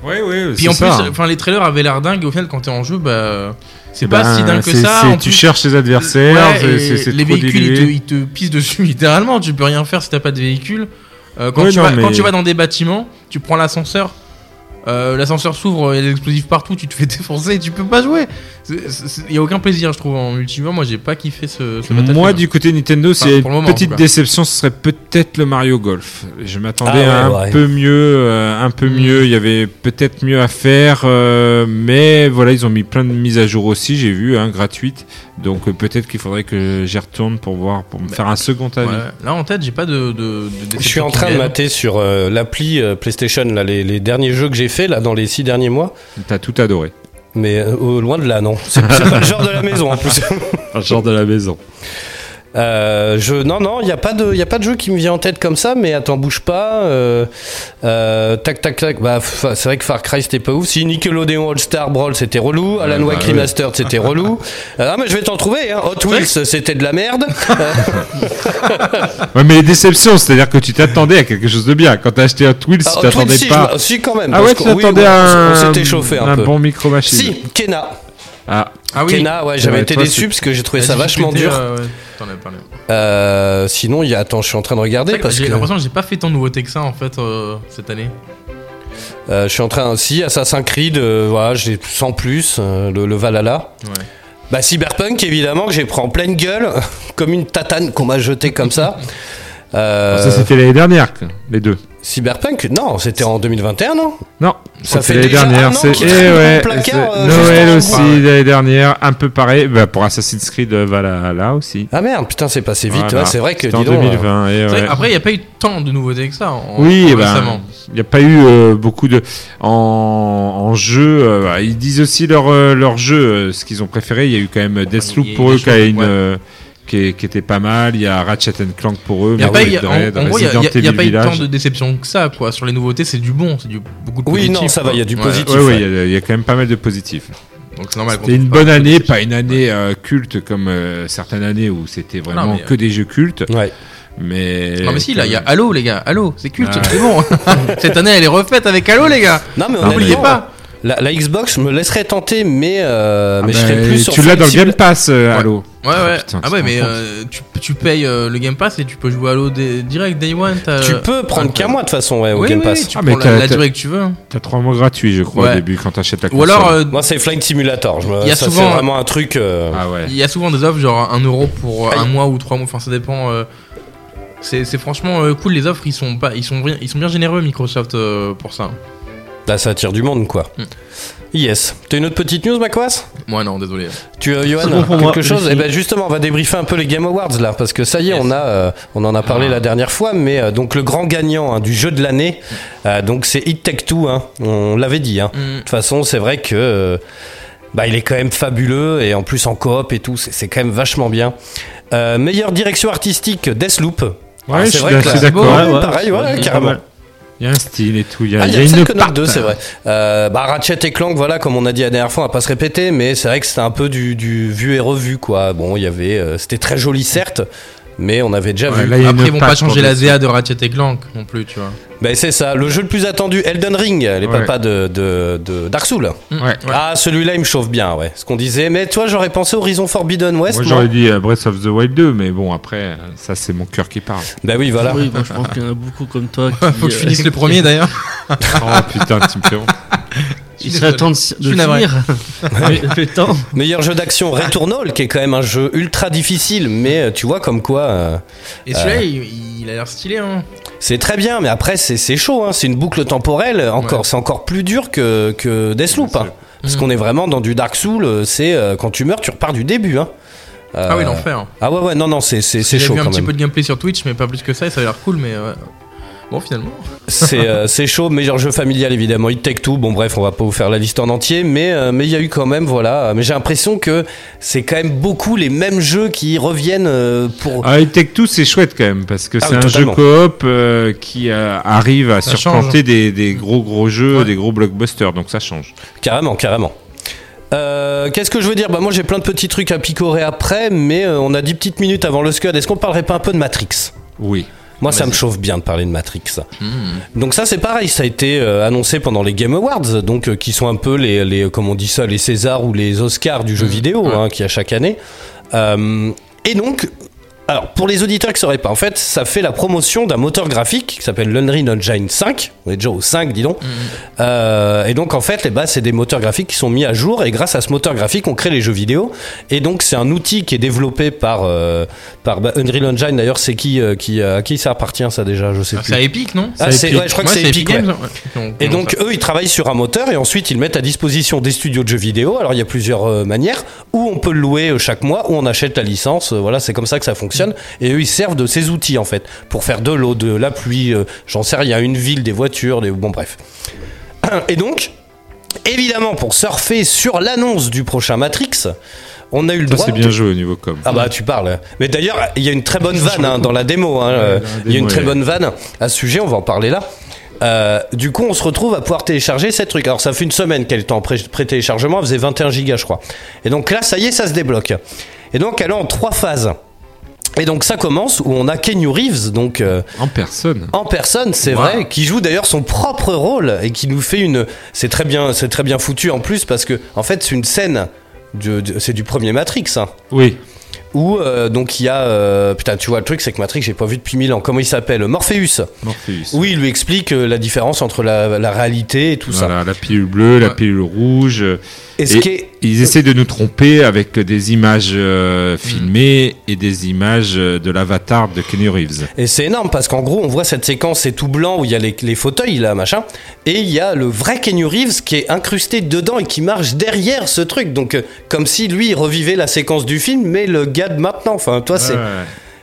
Speaker 5: Ouais, ouais,
Speaker 7: Puis
Speaker 5: c'est
Speaker 7: en
Speaker 5: ça. hein.
Speaker 7: plus, enfin les trailers avaient l'air dingue et au final quand t'es en jeu, bah c'est
Speaker 5: Ben,
Speaker 7: pas si dingue que
Speaker 5: c'est-
Speaker 7: ça.
Speaker 5: c'est-
Speaker 7: en
Speaker 5: Tu
Speaker 7: plus-
Speaker 5: cherches tes adversaires,
Speaker 7: Ouais,
Speaker 5: c'est-
Speaker 7: et
Speaker 5: c'est c'est
Speaker 7: les
Speaker 5: trop
Speaker 7: véhicules ils te,
Speaker 5: dilué.
Speaker 7: ils te pissent dessus littéralement. Tu peux rien faire si t'as pas de véhicule. Euh, quand,
Speaker 5: Ouais,
Speaker 7: tu
Speaker 5: non,
Speaker 7: vas,
Speaker 5: mais-
Speaker 7: quand tu vas dans des bâtiments, tu prends l'ascenseur. euh, l'ascenseur s'ouvre, il y a des explosifs partout, tu te fais [laughs] défoncer, tu peux pas jouer. C'est- c'est- c'est- Il y a aucun plaisir, je trouve, en multijoueur. Moi, j'ai pas kiffé ce, ce Battlefield.
Speaker 5: Moi, du côté Nintendo,
Speaker 7: Enfin,
Speaker 5: c'est
Speaker 7: pour le
Speaker 5: une
Speaker 7: moment, en
Speaker 5: petite
Speaker 7: tout cas.
Speaker 5: déception. Ce serait peut-être le Mario Golf. Je m'attendais
Speaker 3: Ah
Speaker 5: à
Speaker 3: ouais,
Speaker 5: un
Speaker 3: ouais.
Speaker 5: peu mieux, euh, un peu
Speaker 7: Mm.
Speaker 5: mieux. Il y avait peut-être mieux à faire, euh, mais voilà, ils ont mis plein de mises à jour aussi. J'ai vu, hein, gratuites. Donc euh, peut-être qu'il faudrait que j'y retourne pour voir, pour me faire un second
Speaker 7: Bah, Ouais.
Speaker 5: avis.
Speaker 7: Là, en tête, j'ai pas de. de, de
Speaker 3: Je suis
Speaker 7: déception
Speaker 3: en
Speaker 7: qui
Speaker 3: train de
Speaker 7: vienne.
Speaker 3: mater sur euh, l'appli euh, PlayStation là, les, les derniers jeux que j'ai fait là dans les six derniers mois,
Speaker 5: T'as tout adoré.
Speaker 3: mais euh, au- loin de là non.
Speaker 5: [laughs]
Speaker 3: C'est c'est pas le genre de la maison en plus.
Speaker 5: Un genre de la maison.
Speaker 3: Euh, je, non, non, il n'y a, pas de- y a pas de jeu qui me vient en tête comme ça, mais attends, bouge pas. euh, euh, tac, tac, tac. Bah, fa- c'est vrai que Far Cry, c'était pas ouf. Si Nickelodeon All-Star Brawl, c'était relou. Alan
Speaker 5: bah
Speaker 3: Wake
Speaker 5: oui.
Speaker 3: Remastered, c'était relou. Euh, ah, mais je vais t'en trouver. Hein. Hot Wheels, c'était de la merde.
Speaker 5: Ouais, mais les déceptions, c'est-à-dire que tu t'attendais à quelque chose de bien. Quand t'as acheté Hot Wheels,
Speaker 3: Ah,
Speaker 5: tu
Speaker 3: Hot
Speaker 5: t'attendais
Speaker 3: Wheels, si,
Speaker 5: pas.
Speaker 3: je- si, quand même.
Speaker 5: Ah
Speaker 3: parce
Speaker 5: ouais,
Speaker 3: que-
Speaker 5: tu
Speaker 3: oui,
Speaker 5: t'attendais
Speaker 3: ouais,
Speaker 5: à
Speaker 3: On
Speaker 5: un,
Speaker 3: s'était chauffé un, peu.
Speaker 5: bon micro machine.
Speaker 3: Si, Kena.
Speaker 5: Ah,
Speaker 7: Ah oui,
Speaker 3: Kena, ouais, j'avais
Speaker 5: Ouais,
Speaker 3: été
Speaker 5: toi,
Speaker 3: déçu
Speaker 5: c'est- hein.
Speaker 3: parce que j'ai trouvé
Speaker 7: la
Speaker 3: ça vachement
Speaker 7: difficulté,
Speaker 3: dur.
Speaker 7: euh, ouais, t'en avais parlé.
Speaker 3: Euh, sinon, il y a. Attends, je suis en train de regarder parce
Speaker 7: J'ai
Speaker 3: que.
Speaker 7: l'impression que j'ai pas fait tant de nouveautés que ça en fait euh, cette année.
Speaker 3: Euh, je suis en train aussi, Assassin's Creed, euh, voilà, j'ai sans plus, euh, le, le Valhalla.
Speaker 7: Ouais.
Speaker 3: Bah Cyberpunk, évidemment, que j'ai pris en pleine gueule, [laughs] comme une tatane qu'on m'a jetée comme
Speaker 7: [laughs]
Speaker 3: ça. Euh,
Speaker 5: ça c'était l'année dernière, les deux.
Speaker 3: Cyberpunk, non, c'était en 2021, non
Speaker 5: Non,
Speaker 3: Ça
Speaker 5: c'est
Speaker 3: fait
Speaker 5: l'année
Speaker 3: déjà un an
Speaker 5: dernière. C'est
Speaker 3: qu'il
Speaker 5: eh
Speaker 3: traîne dans
Speaker 5: ouais,
Speaker 3: le placard,
Speaker 5: c'est
Speaker 3: euh,
Speaker 5: Noël
Speaker 3: juste
Speaker 5: aussi
Speaker 3: en bas.
Speaker 5: l'année dernière, un peu pareil. Bah, pour Assassin's Creed euh, Valhalla aussi.
Speaker 3: Ah merde, putain, c'est passé vite.
Speaker 5: Voilà.
Speaker 3: ouais, c'est vrai que
Speaker 5: C'était en
Speaker 3: dis donc, euh,
Speaker 5: 2020. eh
Speaker 7: C'est vrai
Speaker 5: ouais.
Speaker 7: que Après, il y a pas eu tant de nouveautés que ça. en-
Speaker 5: Oui,
Speaker 7: en
Speaker 5: ben,
Speaker 7: récemment.
Speaker 5: il n'y a pas eu euh, beaucoup de en, en jeu. euh, bah, ils disent aussi leur euh, leur jeu, euh, ce qu'ils ont préféré. Il y a eu quand même euh,
Speaker 7: Ah, il y
Speaker 5: Deathloop
Speaker 7: a
Speaker 5: pour
Speaker 7: eu
Speaker 5: eux
Speaker 7: des
Speaker 5: qui a
Speaker 7: choses,
Speaker 5: une
Speaker 7: ouais.
Speaker 5: euh, qui, est- qui était pas mal. Il y a Ratchet Clank pour eux.
Speaker 7: Y a
Speaker 5: Metroid
Speaker 7: pas eu- y a-
Speaker 5: Dread,
Speaker 7: en, en gros, il
Speaker 5: Resident
Speaker 7: n'y a,
Speaker 5: Evil
Speaker 7: pas eu tant
Speaker 5: Village.
Speaker 7: de déceptions que ça, quoi. Sur les nouveautés, c'est du bon, c'est du beaucoup de
Speaker 3: Oui,
Speaker 7: positif,
Speaker 3: non, ça va,
Speaker 7: quoi.
Speaker 3: y a du
Speaker 7: Ouais,
Speaker 3: positif.
Speaker 5: Ouais, ouais, il y a- il y a quand même pas mal de positifs.
Speaker 7: Donc c'est normal. qu'on
Speaker 5: C'était une
Speaker 7: trouve pas
Speaker 5: bonne
Speaker 7: de
Speaker 5: année,
Speaker 7: positif.
Speaker 5: pas une année euh, culte comme euh, certaines années où c'était vraiment
Speaker 7: mais, euh,
Speaker 5: que des jeux cultes.
Speaker 3: Ouais.
Speaker 5: Mais euh,
Speaker 7: Non mais si, là, il y a Halo, les gars. Halo, c'est culte,
Speaker 5: [laughs]
Speaker 7: c'est bon. Cette année, elle est refaite avec Halo, les gars.
Speaker 3: Non, mais
Speaker 7: N'oubliez
Speaker 3: honnêtement,
Speaker 7: pas.
Speaker 3: La, la Xbox me laisserait tenter, mais, euh,
Speaker 5: Ah
Speaker 3: mais je
Speaker 5: bah,
Speaker 3: serais plus sur
Speaker 5: tu l'as dans le
Speaker 3: flexible.
Speaker 5: Game Pass, euh, Halo.
Speaker 7: Ouais, ouais.
Speaker 5: putain,
Speaker 7: ah
Speaker 5: tu
Speaker 7: ouais,
Speaker 5: te
Speaker 7: mais
Speaker 5: rends compte
Speaker 7: euh, tu, tu payes euh, le Game Pass et tu peux jouer à Halo dé- direct, Day One. t'as-
Speaker 3: Tu peux prendre qu'un mois de toute façon ouais, au
Speaker 7: Oui,
Speaker 3: Game
Speaker 7: oui,
Speaker 3: Pass.
Speaker 7: tu
Speaker 5: Ah, mais
Speaker 7: prends la,
Speaker 5: t'as-
Speaker 7: la
Speaker 5: t'as-
Speaker 7: durée que tu veux. hein.
Speaker 5: T'as trois mois gratuits, je crois,
Speaker 7: Ouais.
Speaker 5: au début quand t'achètes la
Speaker 7: Ou
Speaker 5: console.
Speaker 7: alors, euh,
Speaker 3: Moi, c'est Flight Simulator. Je me-
Speaker 7: Il y a
Speaker 3: ça,
Speaker 7: souvent-
Speaker 3: c'est vraiment un truc. euh,
Speaker 5: ah ouais.
Speaker 7: il y a souvent des offres, genre 1 euro pour euh,
Speaker 3: Aïe.
Speaker 7: un mois ou trois mois. Enfin, ça dépend. euh, C'est c'est franchement euh, cool les offres, ils sont pas, ils sont, bien- ils sont bien généreux Microsoft euh, pour ça.
Speaker 3: Là, ça attire du monde, quoi.
Speaker 7: Mm.
Speaker 4: Yes. T'as une autre petite news, Macquas
Speaker 7: Moi non, désolé.
Speaker 4: Tu, euh, Johan,
Speaker 6: C'est bon pour
Speaker 4: quelque
Speaker 6: moi,
Speaker 4: chose
Speaker 6: je
Speaker 4: Eh
Speaker 6: suis-
Speaker 4: ben justement, on va débriefer un peu les Game Awards là, parce que ça y est, on a, euh, on en a
Speaker 6: Ah.
Speaker 4: parlé la dernière fois, mais euh, donc le grand gagnant hein, du jeu de l'année, euh, donc c'est It Tech Two. Hein, on l'avait dit. hein. De toute façon, c'est vrai que. euh, bah, il est quand même fabuleux et en plus en coop et tout, c'est- c'est quand même vachement bien. Euh, meilleure direction artistique, Deathloop. Ah,
Speaker 5: je
Speaker 4: c'est
Speaker 5: suis
Speaker 4: vrai que
Speaker 5: assez
Speaker 4: là-
Speaker 5: d'accord.
Speaker 4: Ouais, pareil, ouais,
Speaker 6: c'est
Speaker 4: carrément.
Speaker 6: pas mal.
Speaker 5: Il y a un style et tout. Il y a,
Speaker 4: Ah,
Speaker 5: il y a
Speaker 4: peut-être
Speaker 5: une
Speaker 4: que dans le
Speaker 5: patte.
Speaker 4: deux, c'est vrai. Euh, bah, Ratchet et Clank, voilà, comme on a dit la dernière fois, on va pas se répéter, mais c'est vrai que c'était un peu du, du vu et revu, quoi. Bon, il y avait, euh, c'était très joli, certes, mais on avait déjà
Speaker 5: Ouais,
Speaker 4: vu.
Speaker 5: là, il y a
Speaker 7: Après,
Speaker 5: une
Speaker 7: ils vont
Speaker 5: patte
Speaker 7: pas
Speaker 5: pour
Speaker 7: changer la
Speaker 5: le-
Speaker 7: ZA de Ratchet et Clank non plus, tu vois.
Speaker 4: Ben, c'est ça, le jeu le plus attendu, Elden Ring, les
Speaker 5: Ouais.
Speaker 4: papas de, de, de Dark Souls.
Speaker 7: Mm.
Speaker 5: Ouais.
Speaker 4: Ah, celui-là, il me chauffe bien, ouais. Ce qu'on disait, mais toi, j'aurais pensé Horizon Forbidden West.
Speaker 5: Moi
Speaker 4: moi.
Speaker 5: j'aurais dit euh, Breath of the Wild 2, mais bon après, euh, ça c'est mon cœur
Speaker 4: [laughs]
Speaker 5: qui parle.
Speaker 4: Ben oui, voilà.
Speaker 6: Oui, bon, je pense qu'il y en a beaucoup comme toi. Qui,
Speaker 7: [laughs] Faut que je
Speaker 6: euh,
Speaker 7: finisse le premier d'ailleurs.
Speaker 5: Oh
Speaker 4: Ah,
Speaker 5: putain, tu me fais honte.
Speaker 6: Il serait temps de, s- de
Speaker 7: suis navré.
Speaker 6: finir.
Speaker 7: [laughs]
Speaker 6: Il fait temps.
Speaker 4: Meilleur jeu d'action, Returnal, qui est quand même un jeu ultra difficile, mais euh, tu vois, comme quoi. euh,
Speaker 7: Et celui-là, il, il a l'air stylé, hein.
Speaker 4: C'est très bien, mais après c'est c'est chaud, hein. c'est une boucle temporelle, encore,
Speaker 7: Ouais.
Speaker 4: c'est encore plus dur que, que Deathloop. hein. Parce
Speaker 6: Mm.
Speaker 7: Mhm.
Speaker 4: qu'on est vraiment dans du Dark Soul, euh, c'est euh, quand tu meurs, tu repars du début. Hein. Euh,
Speaker 7: Ah oui, l'enfer.
Speaker 4: Ah ouais, ouais, non, non, c'est c'est- c'est
Speaker 7: J'ai
Speaker 4: chaud
Speaker 7: vu un
Speaker 4: quand
Speaker 7: petit
Speaker 4: même.
Speaker 7: peu de gameplay sur Twitch, mais pas plus que ça, et ça a l'air cool, mais euh, bon, finalement.
Speaker 4: C'est euh, c'est chaud, meilleur jeu familial évidemment, It Take Two, bon bref, on va pas vous faire la liste en entier, mais euh, mais il y a eu quand même, voilà, mais j'ai l'impression que c'est quand même beaucoup les mêmes jeux qui reviennent euh, pour...
Speaker 5: Ah, It Take Two, c'est chouette quand même, parce que
Speaker 4: Ah
Speaker 5: c'est
Speaker 4: oui,
Speaker 5: un jeu
Speaker 4: totalement.
Speaker 5: coop euh, qui euh, arrive à
Speaker 7: Ça
Speaker 5: surplanter
Speaker 7: change. hein.
Speaker 5: des, des gros gros jeux,
Speaker 7: Ouais.
Speaker 5: des gros blockbusters, donc ça change.
Speaker 4: Carrément, carrément. Euh, Qu'est-ce que je veux dire Bah moi j'ai plein de petits trucs à picorer après, mais euh, on a 10 petites minutes avant le Scud. Est-ce qu'on parlerait pas un peu de Matrix
Speaker 5: Oui.
Speaker 4: Moi ça me chauffe bien de parler de Matrix. Donc ça c'est pareil, ça a été euh, annoncé pendant les Game Awards, donc euh, qui sont un peu les, les comment on dit ça, les Césars ou les Oscars du jeu
Speaker 7: Mhm,
Speaker 4: vidéo,
Speaker 7: ouais.
Speaker 4: hein, qui a chaque année. Euh, et donc, alors pour les auditeurs qui sauraient pas, en fait ça fait la promotion d'un moteur graphique qui s'appelle l'Unreal Engine 5. On est déjà au 5, dis donc. Euh, et donc en fait, eh ben, c'est des moteurs graphiques qui sont mis à jour et grâce à ce moteur graphique, on crée les jeux vidéo. Et donc c'est un outil qui est développé par euh, par bah, Unreal Engine. D'ailleurs, c'est qui euh, qui euh, à qui ça appartient ça déjà Je sais
Speaker 7: Ah,
Speaker 4: plus.
Speaker 7: C'est épique, non
Speaker 4: Ah, c'est- ouais, je crois que c'est Epic, ouais.
Speaker 7: Games, ouais.
Speaker 4: Et donc eux, ils travaillent sur un moteur et ensuite ils le mettent à disposition des studios de jeux vidéo. Alors il y a plusieurs euh, manières où on peut le louer euh, chaque mois, où on achète la licence. Euh, voilà, c'est comme ça que ça fonctionne. Et eux, ils servent de ces outils en fait pour faire de l'eau, de la pluie. euh, J'en sais rien, une ville, des voitures, des bon bref. [clears throat] Et donc, évidemment, pour surfer sur l'annonce du prochain Matrix, on a eu le
Speaker 5: Ça
Speaker 4: droit.
Speaker 5: c'est bien joué au niveau com.
Speaker 4: Ah bah tu parles. Mais d'ailleurs, il y a une très bonne vanne hein, dans la démo. hein, euh, il y a une
Speaker 5: démo,
Speaker 4: très
Speaker 5: ouais.
Speaker 4: bonne vanne à ce sujet, on va en parler là. Euh, du coup, on se retrouve à pouvoir télécharger ces trucs. Alors, ça fait une semaine qu'elle était en pré- pré-téléchargement, elle faisait 21 gigas, je crois. Et donc là, ça y est, ça se débloque. Et donc, elle est en trois phases. Et donc, ça commence où on a Kenny Reeves, donc euh,
Speaker 5: En personne.
Speaker 4: en personne, c'est
Speaker 7: Wow.
Speaker 4: vrai, qui joue d'ailleurs son propre rôle et qui nous fait une. C'est très bien, c'est très bien foutu en plus parce que en fait, c'est une scène. du- du- c'est du premier Matrix. hein
Speaker 5: Oui.
Speaker 4: où euh, donc il y a euh, putain tu vois le truc c'est que Matrix j'ai pas vu depuis mille ans comment il s'appelle Morpheus
Speaker 5: Morpheus.
Speaker 4: oui il lui explique euh, la différence entre la, la réalité et tout ça
Speaker 5: Voilà, la pilule bleue, la
Speaker 7: Ouais.
Speaker 5: pilule rouge. euh,
Speaker 4: et ce
Speaker 5: Et-
Speaker 4: qui est
Speaker 5: Ils essaient de nous tromper avec des images euh, filmées et des images euh, de l'avatar de Kenny Reeves.
Speaker 4: Et c'est énorme parce qu'en gros, on voit cette séquence, c'est tout blanc où il y a les, les fauteuils là, machin, et il y a le vrai Kenny Reeves qui est incrusté dedans et qui marche derrière ce truc. Donc, euh, comme si lui il revivait la séquence du film, mais le gars de maintenant. Enfin, toi, c'est.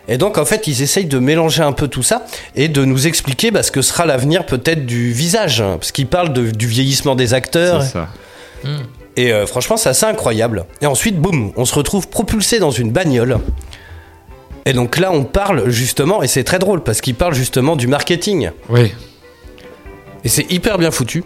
Speaker 4: Et donc, en fait, ils essayent de mélanger un peu tout ça et de nous expliquer bah, ce que sera l'avenir peut-être du visage, hein, parce qu'ils parlent de- du vieillissement des acteurs.
Speaker 5: C'est ça.
Speaker 4: Et euh, franchement, c'est assez incroyable. Et ensuite, boum, on se retrouve propulsé dans une bagnole. Et donc là, on parle justement, et c'est très drôle parce qu'il parle justement du marketing.
Speaker 5: Oui.
Speaker 4: Et c'est hyper bien foutu.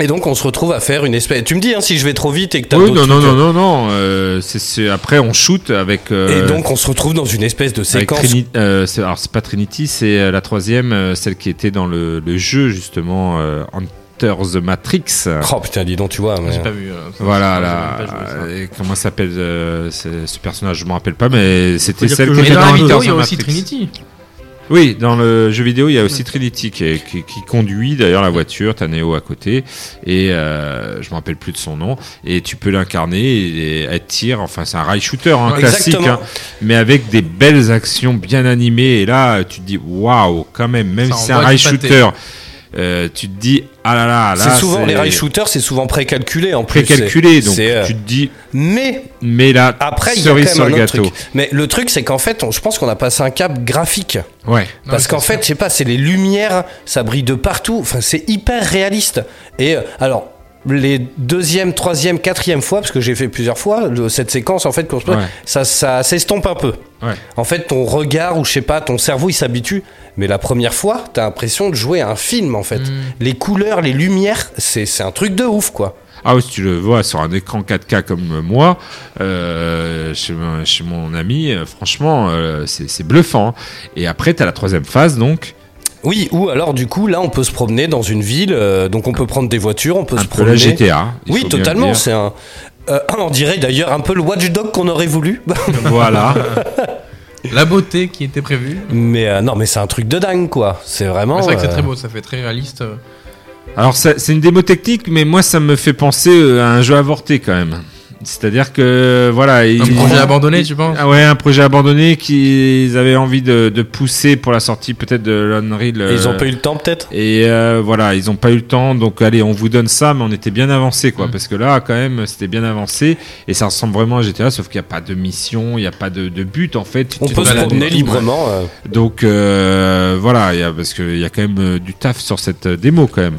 Speaker 4: Et donc, on se retrouve à faire une espèce. Tu me dis hein, si je vais trop vite et que t'as
Speaker 5: Oui,
Speaker 4: d'autres
Speaker 5: non, non,
Speaker 4: trucs.
Speaker 5: non, non, non. euh, c'est- c'est- Après, on shoot avec. euh,
Speaker 4: Et donc, on se retrouve dans une espèce de
Speaker 5: avec
Speaker 4: séquence.
Speaker 5: Trini- euh, c'est- alors, c'est pas Trinity, c'est euh, la troisième, euh, celle qui était dans le, le jeu, justement, euh, Enter the Matrix.
Speaker 4: Oh putain, dis donc, tu vois. mais-
Speaker 7: J'ai pas vu. euh, ça,
Speaker 4: Ah,
Speaker 5: Voilà,
Speaker 7: j'ai
Speaker 5: là.
Speaker 7: même pas joué, ça.
Speaker 5: euh, et comment s'appelle euh, ce ce personnage Je me rappelle pas, mais c'était
Speaker 6: dire
Speaker 5: celle
Speaker 6: que
Speaker 5: qui
Speaker 6: je
Speaker 7: Mais
Speaker 5: était
Speaker 6: l'ai
Speaker 7: dans la
Speaker 5: dans
Speaker 7: vidéo,
Speaker 5: Enter
Speaker 7: il y a
Speaker 5: the
Speaker 7: aussi
Speaker 5: Matrix.
Speaker 7: Trinity.
Speaker 5: Oui, dans le jeu vidéo, il y a aussi Trinity qui, est- qui- qui conduit d'ailleurs la voiture, t'as Neo à côté, et euh, je me rappelle plus de son nom, et tu peux l'incarner, et elle tire, enfin c'est un rail shooter hein,
Speaker 7: Ouais,
Speaker 5: classique,
Speaker 4: exactement.
Speaker 5: hein, mais avec des belles actions bien animées, et là tu te dis, waouh, quand même, même
Speaker 7: Ça
Speaker 5: si c'est un
Speaker 7: envoie
Speaker 5: rail
Speaker 7: du pâté.
Speaker 5: shooter, euh, tu te dis ah là là là.
Speaker 4: c'est souvent, les rail shooters, c'est souvent précalculé en plus.
Speaker 5: précalculé,
Speaker 4: C'est-
Speaker 5: donc
Speaker 4: c'est, euh,
Speaker 5: tu te dis
Speaker 4: Mais
Speaker 5: mais là
Speaker 4: après, il y a
Speaker 5: cerise
Speaker 4: quand
Speaker 5: sur
Speaker 4: même
Speaker 5: le
Speaker 4: un autre
Speaker 5: gâteau.
Speaker 4: truc. Mais le truc, c'est qu'en fait, on- je pense qu'on a passé un cap graphique.
Speaker 5: Ouais.
Speaker 7: Non,
Speaker 4: Parce
Speaker 7: mais
Speaker 4: qu'en
Speaker 7: c'est sûr.
Speaker 4: fait, je sais pas, c'est les lumières, ça brille de partout. Enfin, c'est hyper réaliste. Et euh, alors. Les deuxième, troisième, quatrième fois, parce que j'ai fait plusieurs fois le- cette séquence en fait, qu'on se
Speaker 5: Ouais.
Speaker 4: ça, ça s'estompe un peu.
Speaker 5: Ouais.
Speaker 4: En fait, ton regard ou je sais pas, ton cerveau il s'habitue, mais la première fois, t'as l'impression de jouer à un film en fait. Les couleurs, les lumières, c'est c'est un truc de ouf quoi.
Speaker 5: Ah oui, si tu le vois sur un écran 4K comme moi, euh, chez, mon- chez mon ami, euh, franchement, euh, c'est c'est bluffant. hein. Et après, t'as la troisième phase, donc
Speaker 4: Oui, ou alors du coup, là on peut se promener dans une ville, euh, donc on peut prendre des voitures, on peut
Speaker 5: un
Speaker 4: se
Speaker 5: peu
Speaker 4: promener.
Speaker 5: la GTA. il
Speaker 4: Oui,
Speaker 5: faut bien le
Speaker 4: totalement.
Speaker 5: dire.
Speaker 4: C'est un. euh, on dirait d'ailleurs un peu le watchdog qu'on aurait voulu. [laughs]
Speaker 5: Voilà.
Speaker 7: La beauté qui était prévue.
Speaker 4: mais euh, non, mais c'est un truc de dingue, quoi. C'est vraiment.
Speaker 7: c'est vrai que c'est
Speaker 4: euh,
Speaker 7: très beau, ça fait très réaliste. euh.
Speaker 5: Alors, ça- c'est une démo technique, mais moi, ça me fait penser euh, à un jeu avorté quand même. C'est-à-dire que, voilà.
Speaker 7: Un
Speaker 5: ils-
Speaker 7: projet abandonné, tu penses
Speaker 5: Ah ouais, un projet abandonné qu'ils avaient envie de, de pousser pour la sortie peut-être de l'Unreal.
Speaker 4: Ils ont
Speaker 5: euh,
Speaker 4: pas eu le temps, peut-être
Speaker 5: Et euh, voilà, ils n'ont pas eu le temps. Donc allez, on vous donne ça, mais on était bien avancé, quoi.
Speaker 7: Mm.
Speaker 5: Parce que là, quand même, c'était bien avancé. Et ça ressemble vraiment à GTA, sauf qu'il n'y a pas de mission, il n'y a pas de, de but, en fait. Tu
Speaker 4: On
Speaker 5: te
Speaker 4: peut se
Speaker 5: balades
Speaker 4: promener
Speaker 5: partout.
Speaker 4: librement. euh.
Speaker 5: Donc euh, voilà, il y a, parce qu'il y a quand même euh, du taf sur cette euh, démo, quand même.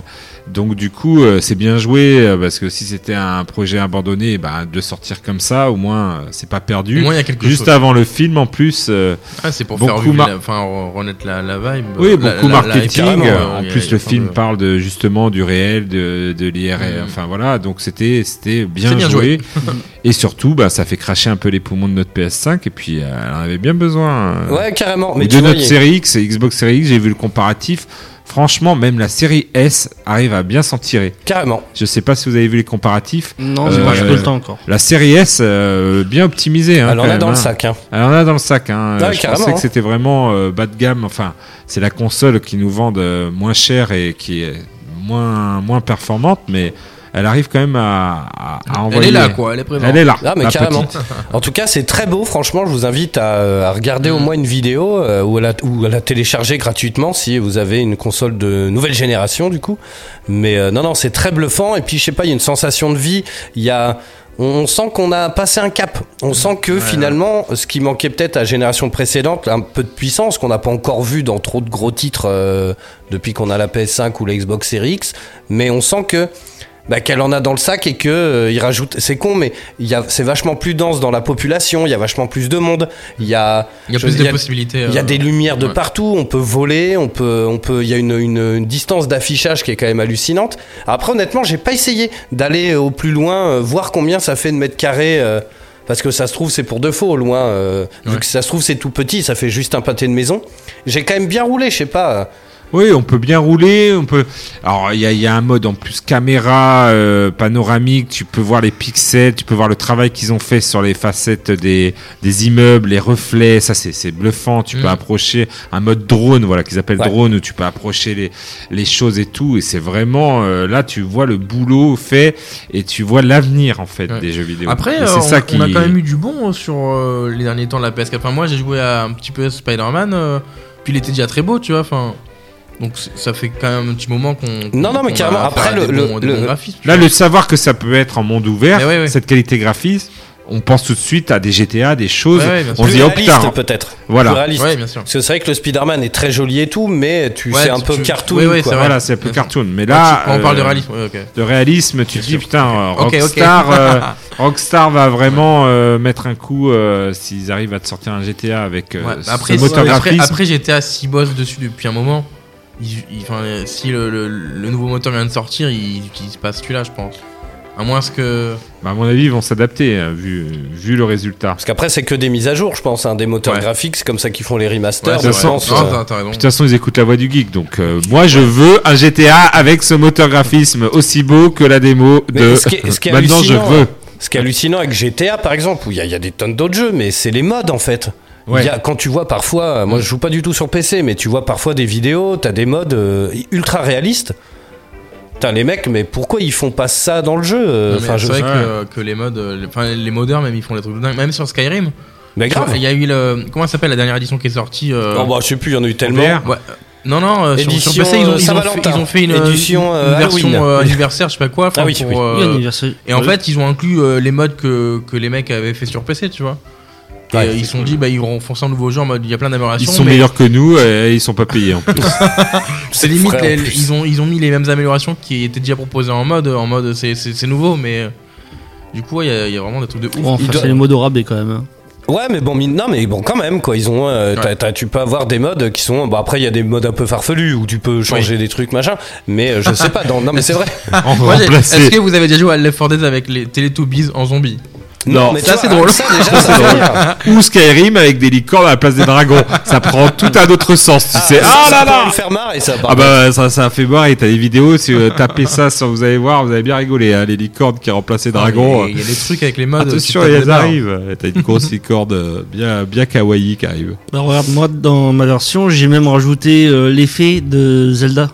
Speaker 5: Donc du coup, euh, c'est bien joué, euh, parce que si c'était un projet abandonné, bah, de sortir comme ça, au moins, euh, c'est pas
Speaker 7: Au
Speaker 5: perdu.
Speaker 7: moins, il y a quelque
Speaker 5: Juste
Speaker 7: chose.
Speaker 5: avant le film, en plus. euh,
Speaker 7: Ah, c'est pour
Speaker 5: Bon
Speaker 7: faire
Speaker 5: coup
Speaker 7: vivre
Speaker 5: mar-
Speaker 7: la- enfin, re- renaître la, la vibe.
Speaker 5: Oui,
Speaker 7: la-
Speaker 5: beaucoup
Speaker 7: la- la-
Speaker 5: marketing.
Speaker 7: carrément,
Speaker 5: euh, en
Speaker 7: il y a- il y
Speaker 5: plus,
Speaker 7: a
Speaker 5: le
Speaker 7: plein
Speaker 5: film
Speaker 7: de-
Speaker 5: parle de, justement du réel, de, de l'IRL. Enfin voilà, donc c'était c'était bien,
Speaker 7: Mm. C'est bien
Speaker 5: joué. [laughs] et surtout, bah, ça fait cracher un peu les poumons de notre PS5. Et puis, euh, elle en avait bien besoin. euh,
Speaker 4: Ouais, carrément.
Speaker 5: ou
Speaker 4: Mais
Speaker 5: de
Speaker 4: tu vois,
Speaker 5: notre
Speaker 4: il y a-
Speaker 5: série X et Xbox Series X, j'ai vu le comparatif. Franchement, même la série S arrive à bien s'en tirer.
Speaker 4: carrément.
Speaker 5: Je sais pas si vous avez vu les comparatifs.
Speaker 6: Non,
Speaker 5: Euh,
Speaker 6: j'ai pas
Speaker 5: ouais.
Speaker 6: eu le temps encore.
Speaker 5: La série S, euh, bien optimisée. Hein,
Speaker 4: Elle en
Speaker 5: quand
Speaker 4: a
Speaker 5: même,
Speaker 4: dans le
Speaker 5: hein.
Speaker 4: sac. hein.
Speaker 5: Alors là, dans le sac, hein.
Speaker 4: Ah ouais,
Speaker 5: je
Speaker 4: carrément,
Speaker 5: pensais
Speaker 4: hein.
Speaker 5: que c'était vraiment euh, bas de gamme. Enfin, c'est la console qui nous vend euh, moins cher et qui est moins, moins performante, mais elle arrive quand même à, à- à
Speaker 7: Elle
Speaker 5: envoyer.
Speaker 7: est là, quoi, elle est présente.
Speaker 5: Elle est là.
Speaker 4: Ah, mais
Speaker 5: la
Speaker 4: carrément.
Speaker 5: petite.
Speaker 4: En tout cas, c'est très beau. Franchement, je vous invite à, euh, à regarder au moins une vidéo euh, ou, à la, ou à la télécharger gratuitement si vous avez une console de nouvelle génération, du coup. Mais euh, non, non, c'est très bluffant. Et puis, je sais pas, il y a une sensation de vie. Il y a. On on sent qu'on a passé un cap. On sent que finalement, ce qui manquait peut-être à la génération précédente, un peu de puissance qu'on n'a pas encore vu dans trop de gros titres euh, depuis qu'on a la PS5 ou la Xbox Series X, mais on sent que bah, qu'elle en a dans le sac et que euh, il rajoute. C'est con, mais il y a c'est vachement plus dense dans la population. Il y a vachement plus de monde. Il y a
Speaker 7: Il y a
Speaker 4: je-
Speaker 7: plus
Speaker 4: il
Speaker 7: de possibilités.
Speaker 4: il y a
Speaker 7: euh,
Speaker 4: des lumières de
Speaker 7: ouais.
Speaker 4: partout, on peut voler, on peut, on peut, il y a une, une- une distance d'affichage qui est quand même hallucinante. Après, honnêtement, j'ai pas essayé d'aller au plus loin, euh, voir combien ça fait de mètres carrés, euh, parce que ça se trouve, c'est pour de faux au loin. euh, Vu
Speaker 7: Ouais.
Speaker 4: que ça se trouve, c'est tout petit, ça fait juste un pâté de maison. J'ai quand même bien roulé, je sais pas. euh,
Speaker 5: Oui, on peut bien rouler. On peut. Alors, il y a, il y a un mode en plus caméra euh, panoramique. Tu peux voir les pixels, tu peux voir le travail qu'ils ont fait sur les facettes des, des immeubles, les reflets. Ça, c'est c'est bluffant. Tu
Speaker 7: Mhm.
Speaker 5: peux approcher un mode drone, voilà, qu'ils appellent
Speaker 4: Ouais.
Speaker 5: drone, où tu peux approcher les, les choses et tout. Et c'est vraiment euh, là, tu vois le boulot fait et tu vois l'avenir en fait
Speaker 7: Ouais.
Speaker 5: des jeux vidéo.
Speaker 7: Après,
Speaker 5: Et
Speaker 7: euh,
Speaker 5: c'est
Speaker 7: on,
Speaker 5: ça
Speaker 7: on a
Speaker 5: qui-
Speaker 7: quand même eu du bon euh, sur euh, les derniers temps de la PS4. Enfin, moi, j'ai joué à un petit peu Spider-Man, euh, puis il était déjà très beau, tu vois. Enfin, donc c'est- ça fait quand même un petit moment qu'on.
Speaker 4: Non, non, mais carrément, après, le- le- le-
Speaker 5: Là, le savoir que ça peut être en monde ouvert,
Speaker 7: Mais ouais, ouais.
Speaker 5: cette qualité graphique, on pense tout de suite à des GTA, des choses.
Speaker 7: Ouais, ouais, bien
Speaker 5: on
Speaker 7: sûr.
Speaker 5: se
Speaker 4: plus
Speaker 5: dit, oh
Speaker 4: réaliste,
Speaker 5: putain,
Speaker 4: peut-être.
Speaker 5: voilà.
Speaker 4: Plus réaliste.
Speaker 7: Oui, bien sûr.
Speaker 4: Parce que c'est vrai que le Spider-Man est très joli et tout, mais tu
Speaker 7: Ouais,
Speaker 4: c'est un
Speaker 7: tu-
Speaker 4: peu
Speaker 7: tu-
Speaker 4: cartoon.
Speaker 7: ouais, ouais,
Speaker 4: quoi.
Speaker 7: c'est vrai.
Speaker 5: Voilà, c'est un peu
Speaker 7: Bien sûr.
Speaker 5: cartoon. Mais
Speaker 7: Là,
Speaker 5: là,
Speaker 7: on parle de
Speaker 5: euh,
Speaker 7: réalisme. ouais, ok.
Speaker 5: de réalisme, tu te
Speaker 7: Bien
Speaker 5: dis
Speaker 7: sûr.
Speaker 5: putain, euh,
Speaker 7: Ok, ok.
Speaker 5: Rockstar,
Speaker 7: [laughs]
Speaker 5: euh, Rockstar va vraiment euh, mettre un coup euh, s'ils arrivent à te sortir un GTA avec euh,
Speaker 7: Ouais, bah
Speaker 5: ce
Speaker 7: après, si-
Speaker 5: moteur
Speaker 7: après,
Speaker 5: graphisme.
Speaker 7: après, j'étais à 6 boss dessus depuis un moment. Ils- ils- enfin, euh, si le, le- le nouveau moteur vient de sortir, ils n'utilisent pas celui-là, je pense. À moins que.
Speaker 5: Bah, à mon avis, ils vont s'adapter hein, vu vu le résultat.
Speaker 4: Parce qu'après, c'est que des mises à jour, je pense. hein, Des moteurs
Speaker 7: Ouais.
Speaker 4: graphiques, c'est comme ça qu'ils font les
Speaker 7: Ouais,
Speaker 4: remasters.
Speaker 7: c'est
Speaker 4: je
Speaker 7: vrai.
Speaker 4: pense,
Speaker 7: Non,
Speaker 4: euh,
Speaker 7: t'as- t'as raison.
Speaker 5: De toute façon, ils écoutent la voix du geek. Donc, euh, moi, je veux un GTA avec ce moteur graphisme aussi beau que la démo
Speaker 4: Mais
Speaker 5: de.
Speaker 4: ce qui est- ce qui est
Speaker 5: [laughs] Maintenant, je
Speaker 4: hallucinant,
Speaker 5: veux.
Speaker 4: Ce qui est hallucinant avec GTA, par exemple, où il y, a- il y a des tonnes d'autres jeux, mais c'est les modes en fait.
Speaker 5: Ouais.
Speaker 4: Il y a- quand tu vois parfois, euh, moi je joue pas du tout sur PC, mais tu vois parfois des vidéos, t'as des modes euh, ultra réalistes. Putain, les mecs, mais pourquoi ils font pas ça dans le jeu euh,
Speaker 7: Non, mais
Speaker 4: Enfin, je.
Speaker 7: c'est vrai
Speaker 5: ouais.
Speaker 7: que, que les modes, euh, les- enfin les modeurs même ils font des trucs de dingue. Même sur Skyrim,
Speaker 4: Mais grave
Speaker 7: il y a eu le comment ça s'appelle la dernière édition qui est sortie euh,
Speaker 4: Oh, bah, Je sais plus, il y en a eu tellement.
Speaker 5: Vert.
Speaker 7: ouais, Non, non, euh, sur,
Speaker 3: Édition,
Speaker 7: sur PC, ils
Speaker 3: euh,
Speaker 7: ont, ils ont fait,
Speaker 3: Saint-Valentin.
Speaker 7: ils ont fait une,
Speaker 3: Édition,
Speaker 7: une
Speaker 3: euh, Halloween.
Speaker 7: version euh, anniversaire, je sais pas quoi. enfin,
Speaker 3: Ah oui, oui.
Speaker 6: Oui,
Speaker 7: euh,
Speaker 6: anniversaire.
Speaker 7: et en
Speaker 6: Oui.
Speaker 7: fait, ils ont inclus euh, les modes que, que les mecs avaient fait sur PC, tu vois. Et,
Speaker 3: Ouais,
Speaker 7: euh, ils
Speaker 3: c'est
Speaker 7: se sont dit, bah, ils vont foncer un nouveau jeu en mode, il y a plein
Speaker 5: Ils
Speaker 7: d'améliorations.
Speaker 5: sont
Speaker 7: Ah, mais
Speaker 5: meilleurs que nous et ils sont pas payés en plus.
Speaker 7: C'est limite,
Speaker 3: frais, en
Speaker 7: les-
Speaker 3: plus.
Speaker 7: ils, ont, ils ont mis les mêmes améliorations qui étaient déjà proposées en mode, en mode, c'est- c'est c'est nouveau, mais euh, du coup, ouais, il y, a- il y a vraiment des trucs de ouf.
Speaker 6: Bon, enfin,
Speaker 3: il doit-
Speaker 6: c'est les mots de rabais quand même. hein.
Speaker 3: Ouais, mais bon, mine- non, mais bon, quand même, quoi. Ils ont, euh, t'as-
Speaker 7: Ouais.
Speaker 3: t'as- tu peux avoir des modes qui
Speaker 4: bah,
Speaker 3: sont. Bon, après, il y a des modes un peu farfelus où tu peux changer des trucs, machin. Mais euh, je sais pas. Dans, non, mais
Speaker 7: [laughs]
Speaker 3: c'est vrai.
Speaker 5: En
Speaker 7: [laughs] Moi, j'ai-
Speaker 5: remplacer.
Speaker 7: Est-ce que vous avez déjà joué à Left 4 Dead avec les Teletubbies en zombie
Speaker 5: Non,
Speaker 3: mais
Speaker 7: ça,
Speaker 3: tu vois,
Speaker 7: c'est drôle.
Speaker 3: Ça, déjà, ça, fait rire.
Speaker 5: [laughs] Ou Skyrim avec des licornes à la place des dragons. ça prend tout un autre sens, tu sais. Ah
Speaker 3: ça
Speaker 5: là
Speaker 3: pourrait
Speaker 5: là
Speaker 3: le faire marrer, ça. par
Speaker 5: Ah bah ça, ça a fait boire et t'as des vidéos, si vous tapez ça, ça, vous allez voir, vous allez bien rigoler, hein, les licornes qui remplacent
Speaker 7: Ah,
Speaker 5: les dragons.
Speaker 7: Bah,
Speaker 5: Ah,
Speaker 7: Il y a des trucs avec les modes.
Speaker 5: Bah, Attention,
Speaker 7: qui tapent
Speaker 5: elles
Speaker 7: des barres.
Speaker 5: arrivent. T'as une grosse licorne euh, bien, bien kawaii qui arrive.
Speaker 6: Bah, regarde, moi, dans ma version, j'ai même rajouté euh, l'effet de Zelda.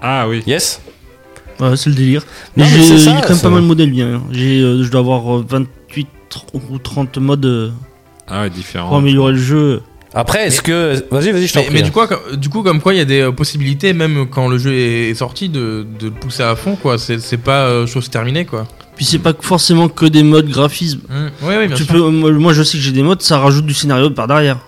Speaker 5: Ah oui.
Speaker 3: contre. Yes.
Speaker 6: Ouais, c'est le délire. Mais,
Speaker 3: Non, mais
Speaker 6: j'ai-
Speaker 3: c'est
Speaker 6: il y
Speaker 3: ça,
Speaker 6: a quand même
Speaker 3: ça.
Speaker 6: pas mal de modèles bien. hein. J'ai, euh, je dois avoir euh, 28 ou 30 modes euh,
Speaker 5: Ah ouais,
Speaker 6: pour
Speaker 5: différent.
Speaker 6: améliorer le jeu.
Speaker 3: Après, est-ce que. Vas-y, vas-y, je t'en prie.
Speaker 7: Mais,
Speaker 3: hein.
Speaker 7: mais du, coup, comme, du coup, comme quoi, il y a des euh, possibilités, même quand le jeu est est sorti, de, de le pousser à fond, quoi. C'est c'est pas euh, chose terminée, quoi.
Speaker 6: Puis c'est pas forcément que des modes graphisme.
Speaker 7: Oui, oui, bien
Speaker 6: Mm. Tu
Speaker 7: sûr.
Speaker 6: peux, euh, moi, moi, je sais que j'ai des modes, ça rajoute du scénario par derrière.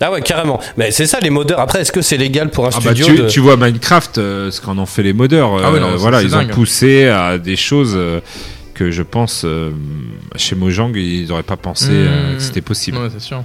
Speaker 3: Ah ouais, carrément. Mais c'est ça, les modeurs. Après, est-ce que c'est légal pour un
Speaker 5: Ah bah
Speaker 3: studio
Speaker 5: tu,
Speaker 3: de-
Speaker 5: tu vois Minecraft, euh, ce qu'en ont fait les modeurs.
Speaker 7: Ah ouais, non,
Speaker 5: euh,
Speaker 7: c'est-
Speaker 5: voilà,
Speaker 7: c'est
Speaker 5: ils
Speaker 7: dingue.
Speaker 5: ont poussé à des choses euh, que je pense euh, chez Mojang, ils auraient pas pensé euh,
Speaker 7: Mmh.
Speaker 5: que c'était possible.
Speaker 7: Ouais, c'est sûr.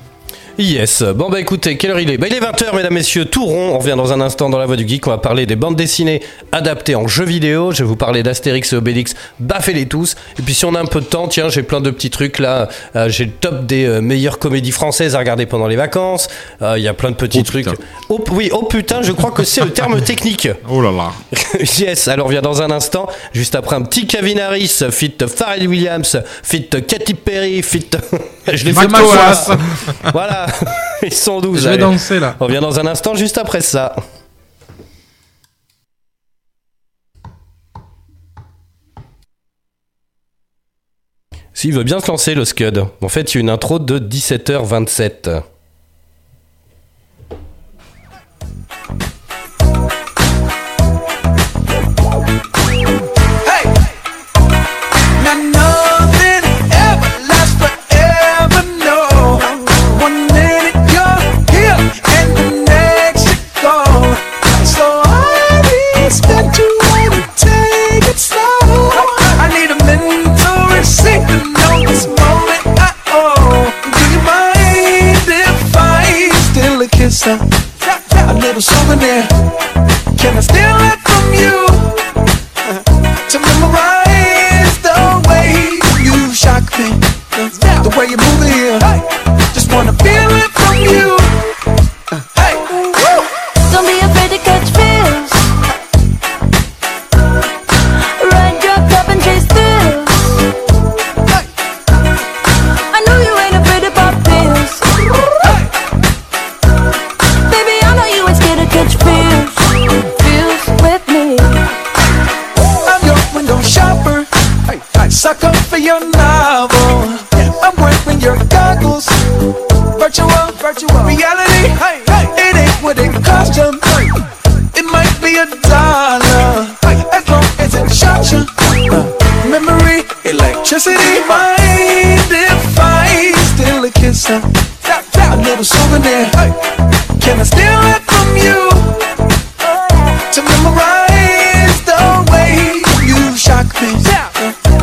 Speaker 3: Yes. Bon, bah écoutez, quelle heure il est bah, Il est 20h, mesdames, messieurs, tout rond. On revient dans un instant dans la voie du geek. On va parler des bandes dessinées adaptées en jeux vidéo. Je vais vous parler d'Astérix et Obélix. Baffez-les tous. Et puis, si on a un peu de temps, tiens, j'ai plein de petits trucs là. Euh, j'ai le top des euh, meilleures comédies françaises à regarder pendant les vacances. Euh, Il y a plein de petits
Speaker 5: Oh,
Speaker 3: trucs.
Speaker 5: putain.
Speaker 3: Oh, p- oui, oh putain, je crois que c'est le
Speaker 5: [laughs]
Speaker 3: terme technique.
Speaker 5: Oh là là.
Speaker 3: [laughs] Yes, alors on vient dans un instant, juste après un petit Kevin Harris, fit Pharrell Williams, fit Katy Perry, fit. Je l'ai
Speaker 7: Mac
Speaker 3: fait ma fois.
Speaker 7: Wallace.
Speaker 3: [laughs] Voilà, ils sont
Speaker 7: Je
Speaker 3: 12.
Speaker 7: vais
Speaker 3: allez.
Speaker 7: danser, là.
Speaker 3: On revient dans un instant, juste après ça. S'il veut bien se lancer, le Scud. En fait, il y a une intro de 17h27.
Speaker 9: Now nothing ever lasts forever, no. One minute you're here and the next you're gone. So I expect you to take it slow. I need a mental receipt to know this moment I own. Do you mind if I steal a kiss? A, a little souvenir. Can I steal it from you? to memorize the way you shock me, the way you move here. Just wanna feel it from you. Uh, Hey, woo.
Speaker 10: Don't be afraid to catch feels. Ride your cup and chase thrills. I know you ain't afraid to pop pills. Baby, I know you ain't scared to catch feels. Feels with me.
Speaker 9: I'm your window shopper. Hey, hey, Sucker for your novel. I'm wearing your goggles. Virtual, virtual reality. Hey, hey, it ain't what it cost you. It might be a dollar. As long as it shocks you. Uh, memory, electricity. Mind if I steal a kiss? Uh, A little souvenir. Hey, Can I steal it from you? to memorize the way you shock me.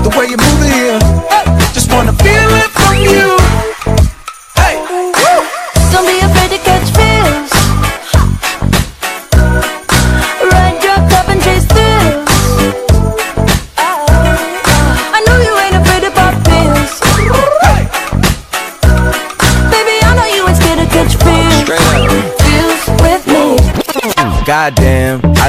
Speaker 9: The way you move here. Just wanna feel it from you. Hey, woo.
Speaker 10: Don't be afraid to catch feels. Ride your cup and chase thrills. I know you ain't afraid to pop pills.
Speaker 9: Hey,
Speaker 10: Baby, I know you ain't scared to catch feels. Feels with me.
Speaker 11: Goddamn, I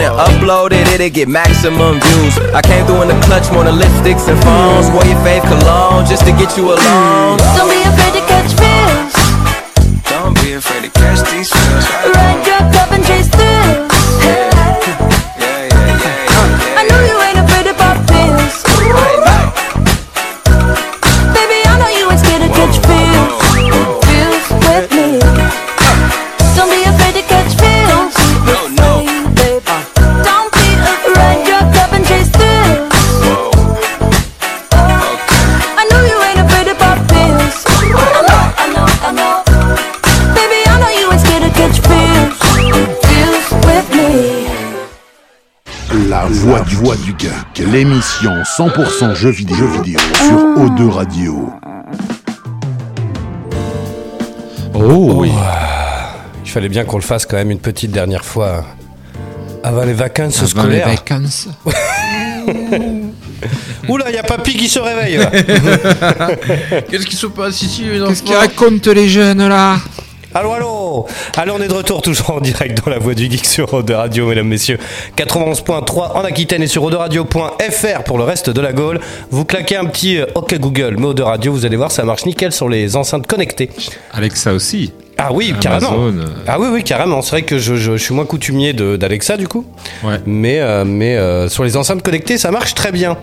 Speaker 12: and upload it, it'll get maximum views. I came through in the clutch, more than lipsticks and phones. Wore your fave cologne just to get you alone.
Speaker 10: Don't be afraid to catch fish.
Speaker 12: Don't be afraid to catch these feels.
Speaker 10: Ride your cup and chase thrills. I know you ain't afraid to pop pills. Baby, I know you ain't scared to catch feels. Feels with me. Don't be afraid to catch feels. No, no. Don't be afraid. Ride your cup and chase thrills. I know you ain't afraid to pop pills. I know, I know, I know. Baby, I know you ain't scared to catch feels. Feels with me.
Speaker 3: La voix du, voix du geek, l'émission 100% jeux vidéo, vidéo sur O2 Radio.
Speaker 4: Oh oui. Il fallait bien qu'on le fasse quand même une petite dernière fois euh, avant les vacances scolaires.
Speaker 13: vacances.
Speaker 4: Oula, il y a papy qui se réveille. là.
Speaker 7: Qu'est-ce qui se passe ici, les
Speaker 13: Qu'est-ce qu'ils racontent les jeunes là
Speaker 4: Allô, allô Allez, on est de retour toujours en direct dans la voix du geek sur Eau de Radio, mesdames, messieurs. 91.3 en Aquitaine et sur Radio.fr pour le reste de la Gaule. Vous claquez un petit euh, OK Google, mais Eau de Radio, vous allez voir, ça marche nickel sur les enceintes connectées.
Speaker 5: Alexa aussi.
Speaker 4: Ah oui, carrément.
Speaker 5: Amazon, euh.
Speaker 4: Ah oui, oui, carrément. C'est vrai que je, je- je suis moins coutumier de- d'Alexa du coup.
Speaker 5: Ouais.
Speaker 4: Mais, euh, mais euh, sur les enceintes connectées, ça marche très bien.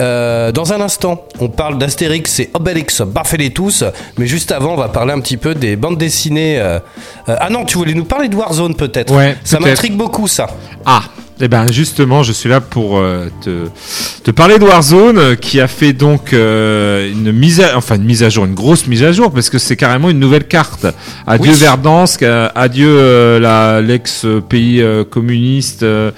Speaker 4: Euh, dans un instant, on parle d'Astérix et Obélix, barfez-les tous. Mais juste avant, on va parler un petit peu des bandes dessinées. euh, euh, ah non, tu voulais nous parler de Warzone peut-être
Speaker 5: Ouais,
Speaker 4: Ça
Speaker 5: peut-être.
Speaker 4: m'intrigue beaucoup ça.
Speaker 13: Ah
Speaker 5: Eh ben justement, je suis là pour euh, te, te parler de Warzone euh, qui a fait donc euh, une mise à enfin une mise à jour, une grosse mise à jour parce que c'est carrément une nouvelle carte. Adieu
Speaker 4: Oui.
Speaker 5: Verdansk, euh, adieu euh, la l'ex euh, pays euh, communiste euh,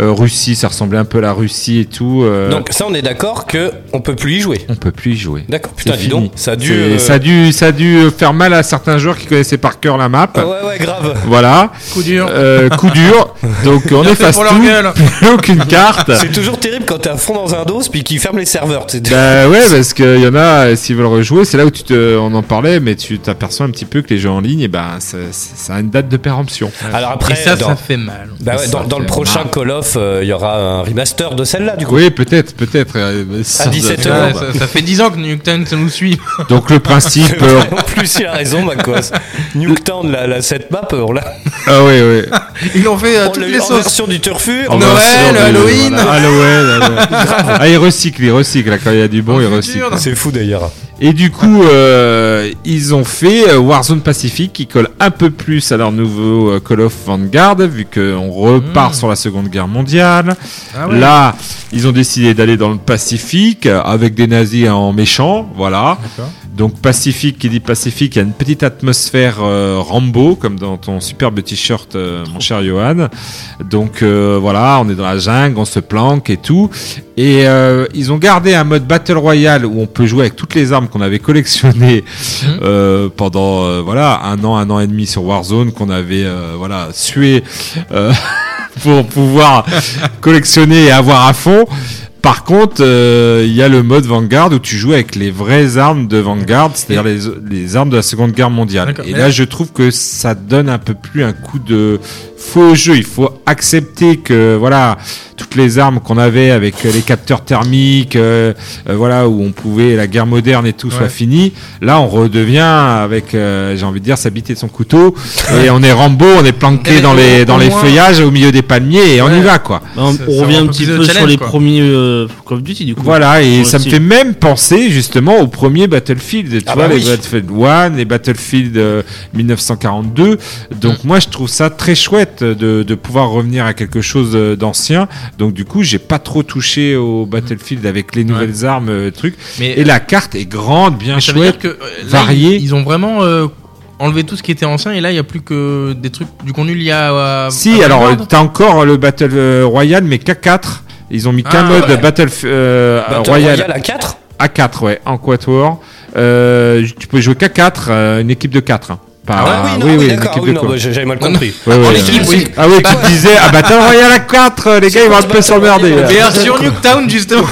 Speaker 5: euh, Russie, ça ressemblait un peu à la Russie et tout. euh,
Speaker 4: Donc ça, on est d'accord que on peut plus y
Speaker 5: [laughs]
Speaker 4: jouer.
Speaker 5: on peut plus y jouer.
Speaker 4: D'accord. Putain,
Speaker 5: C'est
Speaker 4: dis
Speaker 5: fini.
Speaker 4: donc, ça a dû.
Speaker 5: C'est-
Speaker 4: euh,
Speaker 5: Ça a dû ça a dû faire mal à certains joueurs qui connaissaient par cœur la map.
Speaker 4: ah Ouais, ouais, grave.
Speaker 5: Voilà,
Speaker 7: Coup dur.
Speaker 5: Euh, coup dur. Donc on
Speaker 7: Bien fait
Speaker 5: efface
Speaker 7: pour leur
Speaker 5: tout,
Speaker 7: gueule.
Speaker 5: plus [laughs] aucune carte.
Speaker 4: C'est toujours terrible quand t'es à fond dans un dos puis qu'ils ferment les serveurs. C'est-
Speaker 5: Bah ouais, parce qu'il y en a, euh, s'ils veulent rejouer, c'est là où tu te, on en parlait, mais tu t'aperçois un petit peu que les jeux en ligne, eh ben, ça, ça- ça a une date de péremption.
Speaker 4: Alors
Speaker 7: Et
Speaker 4: après,
Speaker 7: ça,
Speaker 4: dans-
Speaker 7: ça fait mal.
Speaker 4: Bah ouais,
Speaker 5: Ça,
Speaker 4: dans, dans le
Speaker 5: c'est
Speaker 4: prochain
Speaker 5: marrant.
Speaker 4: Call of, euh, il y aura un remaster de celle-là, du coup.
Speaker 5: Oui, peut-être, peut-être. euh, mais ça-
Speaker 4: 17
Speaker 5: ça-
Speaker 4: euros.
Speaker 7: Ouais, ça, ça fait 10 ans que Nuketown, ça nous suit.
Speaker 5: Donc le
Speaker 4: [laughs]
Speaker 5: principe, euh,
Speaker 4: En plus, il a raison, Macos. Nuketown, la, la, cette map, on l'a
Speaker 5: ah ouais, ouais.
Speaker 7: [laughs] Ils ont fait euh,
Speaker 4: on
Speaker 7: toutes
Speaker 4: l'a
Speaker 7: les
Speaker 4: eu en
Speaker 7: sauces.
Speaker 4: version du turfu.
Speaker 5: On
Speaker 4: en-
Speaker 5: va
Speaker 7: Noël,
Speaker 5: essayer de-
Speaker 7: Halloween.
Speaker 5: voilà, Halloween. Halloween.
Speaker 4: [laughs]
Speaker 5: ah, il recycle, il recycle. là, Quand il y a du bon, il recycle.
Speaker 4: C'est fou d'ailleurs.
Speaker 5: Et du coup, euh, ils ont fait euh, Warzone Pacific qui colle un peu plus à leur nouveau euh, Call of Vanguard, vu qu'on repart sur la Seconde Guerre mondiale.
Speaker 7: Hmm. Ah ouais.
Speaker 5: Là, ils ont décidé d'aller dans le Pacifique euh, avec des nazis en méchant, voilà.
Speaker 7: D'accord.
Speaker 5: Donc Pacifique, qui dit Pacifique, il y a une petite atmosphère euh, Rambo, comme dans ton superbe t-shirt, euh, mon cher Johan. Donc euh, voilà, on est dans la jungle, on se planque et tout. Et euh, ils ont gardé un mode Battle Royale où on peut jouer avec toutes les armes qu'on avait collectionnées euh, pendant euh, voilà un an, un an et demi sur Warzone qu'on avait euh, voilà sué euh, [laughs] pour pouvoir collectionner et avoir à fond. Par contre, euh, il y a le mode Vanguard où tu joues avec les vraies armes de Vanguard, c'est-à-dire les, les armes de la Seconde Guerre mondiale.
Speaker 7: D'accord.
Speaker 5: Et
Speaker 7: Mais
Speaker 5: là,
Speaker 7: là-
Speaker 5: je trouve que ça donne un peu plus un coup de faux jeu. Il faut accepter que voilà toutes les armes qu'on avait avec euh, les capteurs thermiques, euh, euh, voilà où on pouvait la guerre moderne et tout soit
Speaker 7: Ouais.
Speaker 5: fini. Là, on redevient avec, euh, j'ai envie de dire, s'habiter de son couteau et on est Rambo, on est planqué
Speaker 7: Mais
Speaker 5: dans les
Speaker 7: au-
Speaker 5: dans
Speaker 7: au
Speaker 5: les
Speaker 7: moins-
Speaker 5: feuillages au milieu des palmiers et on y
Speaker 7: Ouais.
Speaker 5: va quoi.
Speaker 6: Bah, on,
Speaker 7: Ça-
Speaker 6: on
Speaker 7: ça
Speaker 6: revient
Speaker 7: rend
Speaker 6: un
Speaker 7: un peu
Speaker 6: petit
Speaker 7: plus de
Speaker 6: peu sur
Speaker 7: challenge,
Speaker 6: les
Speaker 7: quoi.
Speaker 6: premiers euh, Call of Duty du coup.
Speaker 5: Voilà, et
Speaker 6: Ouais,
Speaker 5: ça me
Speaker 6: si.
Speaker 5: fait même penser justement aux premiers Battlefield, tu
Speaker 4: Ah
Speaker 5: vois,
Speaker 4: bah
Speaker 5: les
Speaker 4: oui.
Speaker 5: Battlefield 1, les Battlefield euh, 1942. Donc moi, je trouve ça très chouette de, de pouvoir revenir à quelque chose euh, d'ancien. Donc du coup, j'ai pas trop touché au Battlefield avec les nouvelles armes, euh, trucs.
Speaker 7: Mais
Speaker 5: Et la carte est grande, bien
Speaker 7: mais ça veut dire
Speaker 5: chouette.
Speaker 7: que euh, là,
Speaker 5: varié.
Speaker 7: Ils, ils ont vraiment euh, enlevé tout ce qui était ancien et là, il n'y a plus que des trucs du contenu lié à. à-
Speaker 5: Si,
Speaker 7: à
Speaker 5: alors euh,
Speaker 7: Vanguard.
Speaker 5: t'as encore le Battle euh, Royale, mais K4. Ils ont mis qu'un
Speaker 7: Ah,
Speaker 5: mode
Speaker 7: ouais.
Speaker 5: Battle euh,
Speaker 4: Battle
Speaker 5: Royale.
Speaker 4: Royale à 4
Speaker 5: A4, ouais, en quatuor. Euh, tu peux jouer qu'à 4, euh, une équipe de 4. Par-
Speaker 4: Ah oui, non, oui, d'accord,
Speaker 5: l'équipe
Speaker 4: oui,
Speaker 5: de
Speaker 4: non,
Speaker 5: quoi
Speaker 4: bah, j'ai- j'avais mal compris.
Speaker 5: Ouais, ouais,
Speaker 4: En
Speaker 5: euh,
Speaker 4: équipe, oui.
Speaker 5: Ah oui,
Speaker 4: [laughs]
Speaker 5: tu te disais, ah bah t'as envoyé à la 4, les gars, ils vont un peu s'emmerder. là.
Speaker 7: Mais alors, sur Nuketown, justement.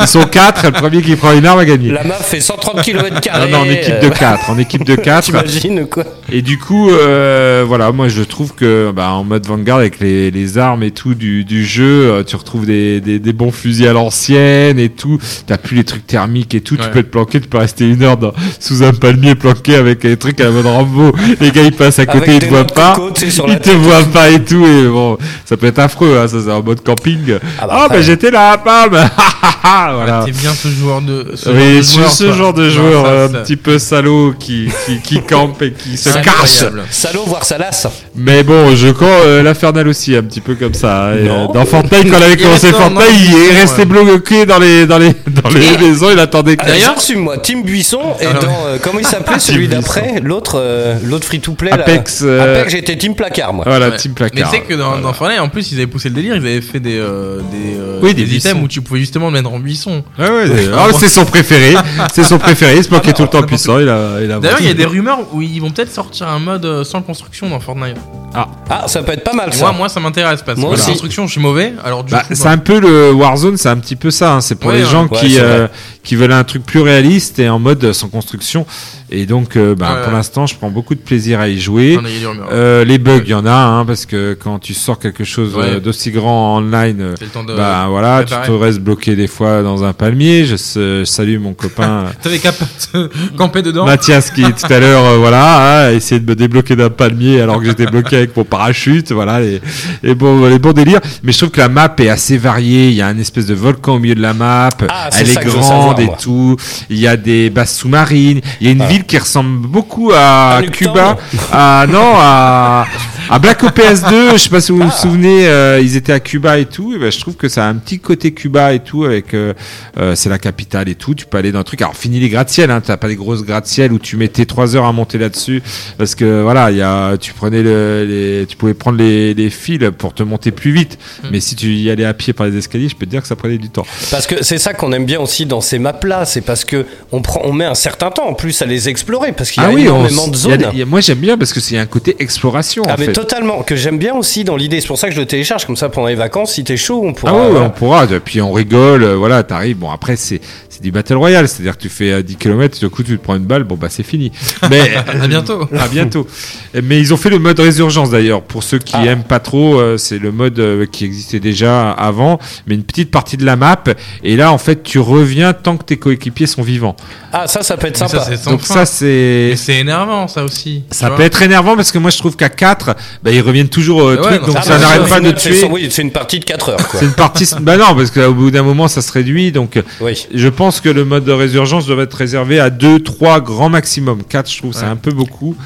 Speaker 5: Ils sont 4, le premier qui prend une arme a gagné.
Speaker 4: La MAF fait 130 km.
Speaker 5: Non, non, en équipe de 4,
Speaker 4: [laughs]
Speaker 5: en équipe de 4.
Speaker 4: euh, T'imagines quoi
Speaker 5: Et du coup, euh, voilà, moi je trouve que bah, en mode Vanguard avec les, les armes et tout du, du jeu, euh, tu retrouves des, des, des bons fusils à l'ancienne et tout. T'as plus les trucs thermiques et tout. Tu
Speaker 7: Ouais.
Speaker 5: peux te planquer, tu peux rester une heure dans- sous un palmier planqué avec les trucs à la mode Rambo. Les gars ils passent à
Speaker 4: Avec
Speaker 5: côté, ils te
Speaker 4: des
Speaker 5: voient
Speaker 4: noix de
Speaker 5: pas,
Speaker 4: coco, tu sais, sur la
Speaker 5: ils te voient pas et tout. Et bon, ça peut être affreux, hein, ça c'est en mode camping. Ah
Speaker 4: bah,
Speaker 5: bah,
Speaker 4: après-
Speaker 5: j'étais là, bam, [laughs] Ah, ah, ah, voilà.
Speaker 7: T'es bien ce joueur de. Ce
Speaker 5: Oui, je suis
Speaker 7: joueur de joueur,
Speaker 5: ce
Speaker 7: toi.
Speaker 5: genre de
Speaker 7: Non,
Speaker 5: joueur
Speaker 7: ça,
Speaker 5: euh,
Speaker 7: ça-
Speaker 5: un petit peu salaud qui, qui, qui campe et qui se
Speaker 7: C'est
Speaker 5: cache.
Speaker 7: incroyable.
Speaker 4: Salaud, voire salace.
Speaker 5: Mais bon, je crois euh, l'Infernal aussi, un petit peu comme ça. hein. Et,
Speaker 4: Non.
Speaker 5: euh, dans Fortnite, quand il avait
Speaker 7: Il
Speaker 5: commencé
Speaker 7: reste en
Speaker 5: Fortnite, il
Speaker 7: maison,
Speaker 5: est resté
Speaker 7: ouais.
Speaker 5: bloqué dans les, dans les, dans les maisons, il attendait que.
Speaker 4: D'ailleurs, moi Tim Buisson
Speaker 5: Ah
Speaker 4: et
Speaker 7: Alors-
Speaker 4: dans euh, comment il
Speaker 5: [laughs]
Speaker 4: s'appelait celui d'après, l'autre, euh, l'autre free to play.
Speaker 5: Apex,
Speaker 4: Là.
Speaker 5: euh,
Speaker 4: Apex, j'étais Team Placard moi.
Speaker 5: Voilà,
Speaker 7: Ouais.
Speaker 5: Team
Speaker 7: Mais tu
Speaker 5: Placard.
Speaker 7: sais que dans, dans Fortnite, en plus, ils avaient poussé le délire, ils avaient fait des, euh, des, euh,
Speaker 5: Oui, des buissons.
Speaker 7: items où tu pouvais justement le mettre en buisson.
Speaker 5: Ah ouais, ah, c'est son préféré. C'est son préféré. Il se moquait tout le temps puissant. Il a, il a
Speaker 7: D'ailleurs, il y a
Speaker 5: inventé.
Speaker 7: des rumeurs où ils vont peut-être sortir un mode euh, sans construction dans Fortnite.
Speaker 4: Ah, ça peut être pas mal ça.
Speaker 7: Moi, moi, ça m'intéresse parce que
Speaker 4: Moi
Speaker 7: la
Speaker 4: aussi.
Speaker 7: construction, je suis mauvais. Alors, du
Speaker 5: Bah,
Speaker 7: coup,
Speaker 5: c'est
Speaker 7: bah,
Speaker 5: un peu le Warzone, c'est un petit peu ça. hein. C'est pour
Speaker 7: Ouais,
Speaker 5: les
Speaker 7: ouais.
Speaker 5: gens
Speaker 4: Ouais,
Speaker 5: qui
Speaker 4: c'est
Speaker 5: euh, qui veulent un truc plus réaliste et en mode euh, sans construction. Et donc, euh, bah,
Speaker 7: Ouais,
Speaker 5: pour
Speaker 7: ouais.
Speaker 5: l'instant, je prends beaucoup de plaisir à y jouer.
Speaker 7: non, il y a des rumeurs.
Speaker 5: Euh, les bugs, il y en a, hein, parce que quand tu sors quelque chose
Speaker 7: Ouais.
Speaker 5: euh, d'aussi grand en online, euh,
Speaker 7: C'est le temps de.
Speaker 5: bah voilà, tu te
Speaker 7: préparer.
Speaker 5: restes bloqué des fois dans un palmier. Je, se- je salue mon
Speaker 7: [laughs]
Speaker 5: copain
Speaker 7: T'avais qu'à te [laughs] camper dedans.
Speaker 5: Mathias qui tout à l'heure, euh, voilà, a essayé de me débloquer d'un palmier alors que j'étais bloqué avec mon parachute, voilà, et, et bon, les bons délires. Mais je trouve que la map est assez variée. Il y a un espèce de volcan au milieu de la map.
Speaker 4: Ah, c'est
Speaker 5: Elle est
Speaker 4: ça que je veux savoir,
Speaker 5: grande et
Speaker 4: moi.
Speaker 5: tout. Il y a des bases sous-marines. Il y a une
Speaker 4: Ah.
Speaker 5: ville qui ressemble beaucoup à
Speaker 4: À Nuketown.
Speaker 5: Cuba. à, non, à, à Black Ops 2. Je sais pas si vous vous souvenez, euh, ils étaient à Cuba et tout. Et ben, je trouve que ça a un petit côté Cuba et tout avec, euh, euh, c'est la capitale et tout. Tu peux aller dans le truc. Alors, finis les gratte-ciels, hein. T'as pas les grosses gratte-ciels où tu mettais trois heures à monter là-dessus. Parce que, voilà, il y a, tu prenais le, les, tu pouvais prendre les, les fils pour te monter plus vite. Mais si tu y allais à pied par les escaliers, je peux te dire que ça prenait du temps.
Speaker 4: Parce que c'est ça qu'on aime bien aussi dans ces maps là, c'est parce que on prend, on met un certain temps en plus à les explorer parce qu'il y a énormément
Speaker 5: Ah on s-
Speaker 4: de
Speaker 5: il y
Speaker 4: zones.
Speaker 5: a des- il y a- moi, j'aime bien parce que c'est un côté exploration,
Speaker 4: Ah
Speaker 5: en
Speaker 4: mais
Speaker 5: fait.
Speaker 4: totalement, que j'aime bien aussi dans l'idée, c'est pour ça que je le télécharge, comme ça pendant les vacances, si t'es chaud, on pourra...
Speaker 5: Ah ouais, ouais, on pourra, et puis on rigole, euh, voilà, t'arrives, bon après c'est c'est du battle royale, c'est-à-dire que tu fais euh, 10 km, du coup tu te prends une balle, bon bah c'est fini.
Speaker 4: [laughs]
Speaker 5: Mais
Speaker 7: À bientôt.
Speaker 5: [laughs] à bientôt. Et- Mais ils ont fait le mode résurgence d'ailleurs, pour ceux qui
Speaker 4: Ah.
Speaker 5: aiment pas trop, euh, c'est le mode euh, qui existait déjà avant, mais une petite partie de la map, et là en fait tu reviens tant que tes coéquipiers sont vivants.
Speaker 4: Ah ça, ça peut être
Speaker 7: Mais
Speaker 4: sympa.
Speaker 7: ça, c'est sans
Speaker 5: Donc
Speaker 7: fin.
Speaker 5: ça c'est...
Speaker 7: Mais c'est énervant, ça aussi.
Speaker 5: Ça
Speaker 7: tu
Speaker 5: peut
Speaker 7: vois.
Speaker 5: être énervant parce que moi je trouve qu'à 4, bah, ils reviennent toujours euh,
Speaker 7: Ouais,
Speaker 5: truc,
Speaker 7: non,
Speaker 5: donc
Speaker 7: ça
Speaker 5: ça
Speaker 7: va,
Speaker 5: n'arrête
Speaker 4: au
Speaker 5: pas de
Speaker 4: final, c'est-
Speaker 5: tuer.
Speaker 4: Oui, c'est une partie de 4 heures quoi.
Speaker 5: C'est une partie. bah non, parce qu'au bout d'un moment ça se réduit, donc euh,
Speaker 4: Oui.
Speaker 5: Je pense que le mode de résurgence doit être réservé à 2, 3 grand maximum. 4, je trouve, c'est un peu beaucoup.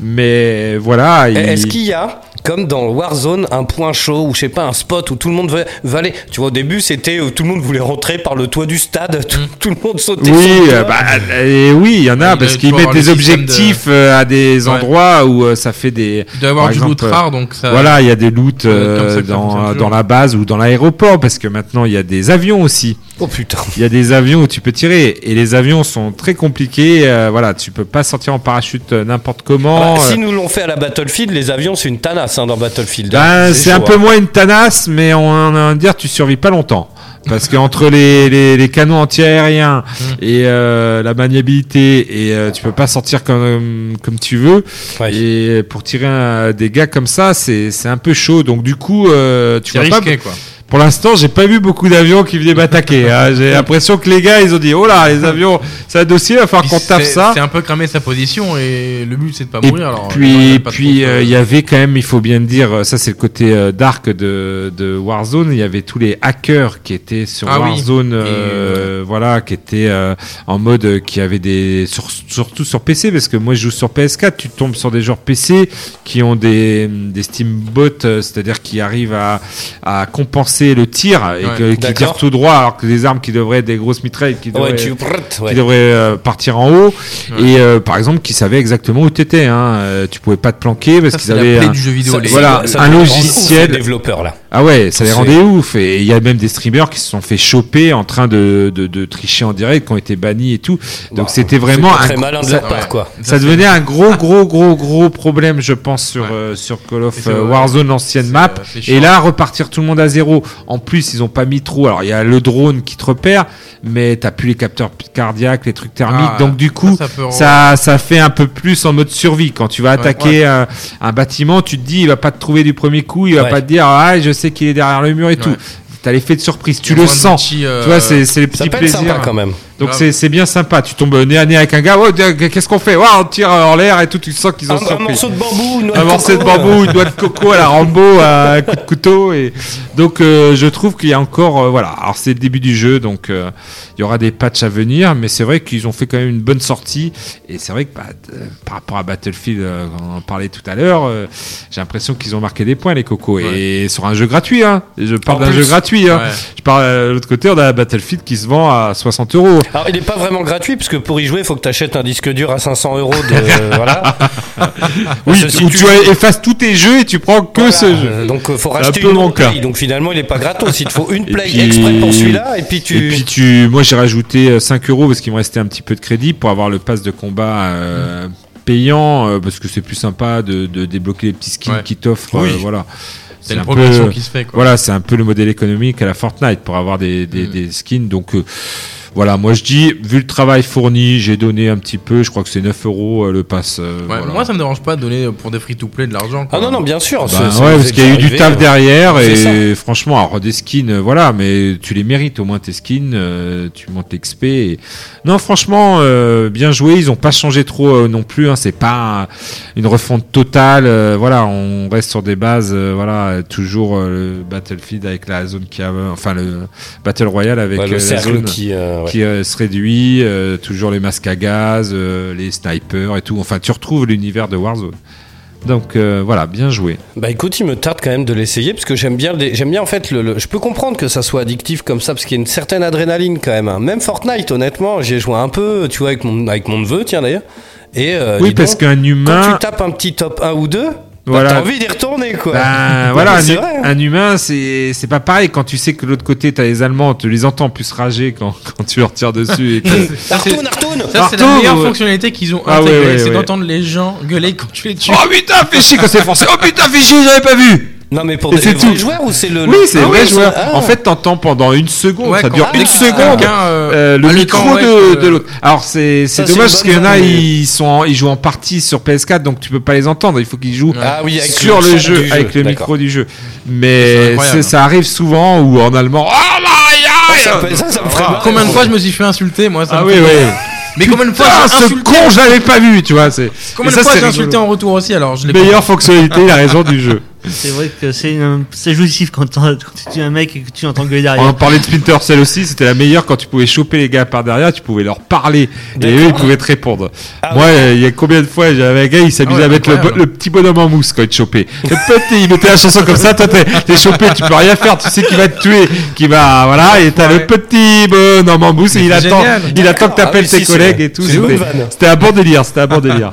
Speaker 5: Mais voilà. il-
Speaker 4: Est-ce qu'il y a, comme dans Warzone, un point chaud ou je sais pas, un spot où tout le monde veut, veut aller Tu vois, au début, c'était où tout le monde voulait rentrer par le toit du stade, tout, tout le monde sautait. sur
Speaker 5: Oui,
Speaker 4: le
Speaker 5: euh,
Speaker 4: toit.
Speaker 5: bah, et oui, il y en a,
Speaker 7: Il doit
Speaker 5: parce qu'ils
Speaker 7: pouvoir
Speaker 5: mettent des
Speaker 7: avoir le système
Speaker 5: objectifs euh, à des
Speaker 7: Ouais.
Speaker 5: endroits où euh, ça fait des.
Speaker 7: Il doit y avoir
Speaker 5: par
Speaker 7: du
Speaker 5: exemple,
Speaker 7: loot
Speaker 5: euh,
Speaker 7: rare, donc ça.
Speaker 5: Voilà, il y a des loots
Speaker 7: être comme ça
Speaker 5: euh,
Speaker 7: que ça fonctionne
Speaker 5: dans,
Speaker 7: toujours.
Speaker 5: dans la base ou dans l'aéroport, parce que maintenant il y a des avions aussi.
Speaker 4: Oh putain.
Speaker 5: Il y a des avions où tu peux tirer, et les avions sont très compliqués. euh, voilà, tu peux pas sortir en parachute euh, n'importe comment.
Speaker 4: Bah,
Speaker 5: euh,
Speaker 4: si nous l'ont fait à la Battlefield, les avions, c'est une tanasse hein, dans Battlefield.
Speaker 5: Ben, c'est un
Speaker 4: chaud,
Speaker 5: peu
Speaker 4: hein.
Speaker 5: moins une tanasse, mais on en a à dire tu survis pas longtemps. Parce que entre les, les, les canons antiaériens
Speaker 4: Hmm.
Speaker 5: et euh, la maniabilité et euh, tu peux pas sortir comme comme tu veux
Speaker 4: Ouais.
Speaker 5: et pour tirer un- des gars comme ça c'est c'est un peu chaud donc du coup euh, tu
Speaker 7: C'est
Speaker 5: vois pas
Speaker 7: risqué, quoi.
Speaker 5: pour l'instant j'ai pas vu beaucoup d'avions qui venaient m'attaquer hein. j'ai l'impression que les gars ils ont dit oh là les avions c'est un dossier il va falloir
Speaker 7: Puis
Speaker 5: qu'on tape
Speaker 7: c'est-
Speaker 5: ça
Speaker 7: C'est un peu cramer sa position et le but c'est de pas
Speaker 5: et
Speaker 7: mourir. alors, euh,
Speaker 5: puis,
Speaker 7: y a
Speaker 5: et
Speaker 7: pas trop
Speaker 5: puis
Speaker 7: de-
Speaker 5: euh, il y avait quand même, il faut bien le dire, euh, ça c'est le côté euh, dark de, de Warzone. Il y avait tous les hackers qui étaient sur
Speaker 7: Ah oui.
Speaker 5: Warzone, euh, voilà, qui étaient euh, en mode, euh, qui avaient des, sur- surtout sur PC, parce que moi je joue sur PS4. Tu tombes sur des joueurs PC qui ont des, des Steam bots, euh, c'est-à-dire qui arrivent à, à compenser casser le tir et
Speaker 4: Ouais.
Speaker 5: que- qui
Speaker 4: D'accord.
Speaker 5: tire tout droit, alors que des armes qui devraient être des grosses mitrailles qui
Speaker 4: Ouais,
Speaker 5: devraient,
Speaker 4: tu- prrrt, ouais.
Speaker 5: qui devraient, euh, partir en haut.
Speaker 4: Ouais.
Speaker 5: Et euh, par exemple, qui savaient exactement où t'étais. Hein. Euh, Tu pouvais pas te planquer parce
Speaker 4: Ça,
Speaker 5: qu'ils
Speaker 4: c'est la
Speaker 5: avaient
Speaker 4: plaie
Speaker 5: un,
Speaker 4: du jeu vidéo, les-
Speaker 5: voilà,
Speaker 4: ça
Speaker 5: un
Speaker 4: les rend ouf,
Speaker 5: logiciel.
Speaker 4: les développeurs, là.
Speaker 5: Ah ouais, ça les
Speaker 4: C'est-
Speaker 5: rendait ouf. Et il y a même des streamers qui se sont fait choper en train de, de, de tricher en direct, qui ont été bannis et tout. Donc c'était vraiment
Speaker 4: pas
Speaker 5: un
Speaker 4: très
Speaker 5: gros-
Speaker 4: malin de
Speaker 5: ça-
Speaker 4: leur part, quoi.
Speaker 5: Ça devenait un gros, gros, gros, gros problème, je pense, sur, euh, sur Call of
Speaker 4: c'est
Speaker 5: euh,
Speaker 4: vrai.
Speaker 5: Warzone, l'ancienne map.
Speaker 4: c'est chiant.
Speaker 5: Et là, repartir tout le monde à zéro. En plus, ils ont pas mis trop. Alors, il y a le drone qui te repère, mais t'as plus les capteurs cardiaques, les trucs thermiques.
Speaker 7: Ah,
Speaker 5: donc, du coup,
Speaker 7: ça, ça peut-
Speaker 5: ça, ça fait un peu plus en mode survie. Quand tu vas attaquer
Speaker 7: ouais.
Speaker 5: un, un bâtiment, tu te dis, il va pas te trouver du premier coup, il va
Speaker 7: Ouais.
Speaker 5: pas te dire, ah, je sais qu'il est derrière le mur et tout. T'as l'effet de surprise, tu
Speaker 7: Il y a
Speaker 5: le
Speaker 7: moins de
Speaker 5: sens.
Speaker 7: petits, euh,
Speaker 5: Tu vois, c'est c'est les
Speaker 7: Ça
Speaker 5: petits
Speaker 7: peut être sympa,
Speaker 5: plaisirs.
Speaker 7: quand même.
Speaker 5: Donc
Speaker 7: Grave.
Speaker 5: c'est c'est bien sympa. Tu tombes nez à nez avec un gars, oh, tiens, qu'est-ce qu'on fait Ouais, On tire euh, en l'air et tout, tu sens qu'ils ont
Speaker 7: Ah,
Speaker 4: Un- un
Speaker 5: surpris.
Speaker 4: morceau de bambou, une noix de
Speaker 5: Un morceau
Speaker 4: coco.
Speaker 5: bambou, une noix de coco à la Rambo, à un coup de couteau. Et... Donc euh, je trouve qu'il y a encore. euh, voilà, alors c'est le début du jeu, donc euh, il y aura des patchs à venir, mais c'est vrai qu'ils ont fait quand même une bonne sortie. Et c'est vrai que bah, euh, par rapport à Battlefield, euh, on en parlait tout à l'heure, euh, j'ai l'impression qu'ils ont marqué des points, les cocos. Et sur un jeu gratuit, hein. je parle
Speaker 4: En
Speaker 5: d'un
Speaker 4: plus.
Speaker 5: jeu gratuit. Hein.
Speaker 4: Ouais.
Speaker 5: Je parle euh, de l'autre côté, on a Battlefield qui se vend à 60 euros.
Speaker 4: Alors, il n'est pas vraiment gratuit, parce que pour y jouer, il faut que tu achètes un disque dur à 500 euros.
Speaker 5: [laughs]
Speaker 4: De, voilà.
Speaker 5: Oui,
Speaker 4: Parce que si
Speaker 5: où
Speaker 4: tu-
Speaker 5: tu effaces tous tes jeux et tu prends que
Speaker 4: Voilà,
Speaker 5: ce
Speaker 4: euh,
Speaker 5: jeu.
Speaker 4: Donc, il faut
Speaker 5: C'est un
Speaker 4: racheter
Speaker 5: peu
Speaker 4: une
Speaker 5: mon
Speaker 4: autre
Speaker 5: cas.
Speaker 4: play. Donc, finalement, il n'est pas gratos. Il te faut une
Speaker 5: Et
Speaker 4: play
Speaker 5: puis-
Speaker 4: exprès pour celui-là, et puis tu.
Speaker 5: Et puis tu, moi j'ai rajouté euh, 5 euros parce qu'il me restait un petit peu de crédit pour avoir le pass de combat
Speaker 7: Mm.
Speaker 5: euh, payant euh, parce que c'est plus sympa de, de débloquer les petits skins
Speaker 7: Ouais.
Speaker 5: qui t'offrent.
Speaker 7: Oui.
Speaker 5: euh, voilà.
Speaker 7: C'est une progression qui se fait, quoi.
Speaker 5: Voilà, c'est un peu le modèle économique à la Fortnite pour avoir des, des,
Speaker 7: Mm.
Speaker 5: des skins. Donc euh, voilà, moi je dis, vu le travail fourni, j'ai donné un petit peu, je crois que c'est 9 euros euh, le pass. euh,
Speaker 7: Ouais,
Speaker 5: voilà.
Speaker 7: Moi, ça me dérange pas de donner euh, pour des free-to-play de l'argent. quoi.
Speaker 4: Ah non, non, bien sûr.
Speaker 5: Bah
Speaker 4: ce- ça
Speaker 5: ouais,
Speaker 4: nous
Speaker 5: parce
Speaker 4: est
Speaker 5: qu'il y a eu
Speaker 4: déjà arrivé,
Speaker 5: du taf
Speaker 4: euh,
Speaker 5: derrière
Speaker 4: c'est ça.
Speaker 5: et franchement, alors des skins, euh, voilà, mais tu les mérites au moins tes skins, euh, tu montes l'XP. et- Non, franchement, euh, bien joué, ils ont pas changé trop euh, non plus, hein, c'est pas un- une refonte totale, euh, voilà, on reste sur des bases, euh, voilà, euh, toujours euh, le Battlefield avec la zone qui a, enfin le Battle Royale avec
Speaker 4: Ouais, le
Speaker 5: euh, la
Speaker 4: cercle
Speaker 5: zone
Speaker 4: qui, euh, ouais.
Speaker 5: qui, euh, se réduit, euh, toujours les masques à gaz, euh, les snipers et tout, enfin tu retrouves l'univers de Warzone. Donc euh, voilà, bien joué.
Speaker 4: Bah écoute, il me tarde quand même de l'essayer parce que j'aime bien, le dé- j'aime bien en fait le, le- Je peux comprendre que ça soit addictif comme ça parce qu'il y a une certaine adrénaline quand même. hein. Même Fortnite, honnêtement, j'ai joué un peu, tu vois, avec mon avec mon neveu, tiens d'ailleurs. Et euh,
Speaker 5: Oui,
Speaker 4: dis
Speaker 5: parce
Speaker 4: donc,
Speaker 5: qu'un humain-
Speaker 4: Quand tu tapes un petit top 1 ou 2
Speaker 5: Voilà.
Speaker 4: t'as envie d'y retourner quoi.
Speaker 5: [laughs] Ben, voilà,
Speaker 4: Mais
Speaker 5: un,
Speaker 4: c'est
Speaker 5: hu-
Speaker 4: vrai.
Speaker 5: un humain, c'est c'est pas pareil. Quand tu sais que de l'autre côté, t'as les Allemands, tu les entends plus rager quand, [laughs] quand tu leur tires dessus. Et que-
Speaker 7: Ça, c'est- Ça, c'est la
Speaker 5: Artoun,
Speaker 7: meilleure
Speaker 5: ouais.
Speaker 7: fonctionnalité qu'ils ont
Speaker 5: Ah ouais,
Speaker 7: intégrée,
Speaker 5: ouais,
Speaker 7: c'est
Speaker 5: ouais.
Speaker 7: d'entendre les gens gueuler quand tu les tues.
Speaker 5: [laughs] Oh putain, fais chier quand c'est français. [laughs] Oh putain, fais chier, j'avais pas vu.
Speaker 4: Non, mais pour
Speaker 5: Et
Speaker 4: des
Speaker 5: c'est
Speaker 4: vrais
Speaker 5: tout.
Speaker 4: joueurs ou c'est le.
Speaker 5: Oui,
Speaker 4: le-
Speaker 5: c'est
Speaker 4: Ah
Speaker 5: vrai
Speaker 4: oui,
Speaker 5: joueur.
Speaker 4: ah.
Speaker 5: En fait, t'entends pendant une seconde,
Speaker 4: Ouais,
Speaker 5: ça
Speaker 4: quand-
Speaker 5: dure
Speaker 4: Ah,
Speaker 5: une seconde
Speaker 4: quelqu'un,
Speaker 7: euh,
Speaker 5: euh, le
Speaker 7: à
Speaker 5: micro
Speaker 7: l'écran, ouais,
Speaker 5: de,
Speaker 7: que-
Speaker 5: de l'autre. Alors c'est
Speaker 7: Ça,
Speaker 5: c'est
Speaker 7: c'est
Speaker 5: dommage
Speaker 7: une
Speaker 5: parce
Speaker 7: bonne
Speaker 5: qu'il y en a,
Speaker 7: idée.
Speaker 5: ils sont en- ils jouent en partie sur PS4, donc tu peux pas les entendre. Il faut qu'ils jouent
Speaker 4: Ah oui, avec
Speaker 5: sur
Speaker 4: le
Speaker 5: le
Speaker 4: son
Speaker 5: jeu,
Speaker 4: du
Speaker 5: avec
Speaker 4: jeu,
Speaker 5: le
Speaker 4: d'accord.
Speaker 5: micro du jeu. Mais
Speaker 7: incroyable.
Speaker 5: c'est- ça arrive souvent ou en allemand. Oh
Speaker 4: ça, peut- ça, ça me ferait
Speaker 7: Ah,
Speaker 4: marrer.
Speaker 7: combien de fois je me suis fait insulter, moi ça
Speaker 5: Ah
Speaker 7: me
Speaker 5: oui,
Speaker 7: fait-
Speaker 5: oui.
Speaker 7: Mais combien de fois
Speaker 5: Putain,
Speaker 7: j'ai
Speaker 5: ce
Speaker 7: insulté-
Speaker 5: con, je l'avais pas vu, tu vois. C'est
Speaker 7: Combien
Speaker 5: Et
Speaker 7: de
Speaker 5: ça,
Speaker 7: fois
Speaker 5: c'est
Speaker 7: j'ai
Speaker 5: rigolo.
Speaker 7: insulté en retour aussi alors je l'ai pas-
Speaker 5: Meilleure fonctionnalité, la raison du jeu.
Speaker 6: C'est vrai que c'est un- c'est jouissif quand, t'en- quand tu tues un mec et que tu entends gueuler derrière.
Speaker 5: On en parlait de Splinter Cell aussi, c'était la meilleure quand tu pouvais choper les gars par derrière, tu pouvais leur parler et eux ils pouvaient te répondre. Moi, euh, il y a combien de fois j'avais un gars, il s'amusait
Speaker 7: Ah ouais,
Speaker 5: à mettre le, bo-
Speaker 7: incroyable.
Speaker 5: le petit bonhomme en mousse quand il te chopait. Le petit, il mettait la chanson comme ça, toi t'es t'es chopé, tu peux rien faire, tu sais qu'il va te tuer, qu'il va voilà, et t'as le petit bonhomme en mousse et
Speaker 7: Mais
Speaker 5: il
Speaker 7: c'est
Speaker 5: attend,
Speaker 7: génial.
Speaker 5: il attend que
Speaker 4: Ah
Speaker 5: t'appelles
Speaker 4: oui,
Speaker 5: tes
Speaker 4: si, c'est-
Speaker 5: collègues et tout.
Speaker 4: c'est une
Speaker 5: C'était
Speaker 4: bonne vanne.
Speaker 5: c'était un bon délire, c'était un bon
Speaker 7: [laughs]
Speaker 5: délire.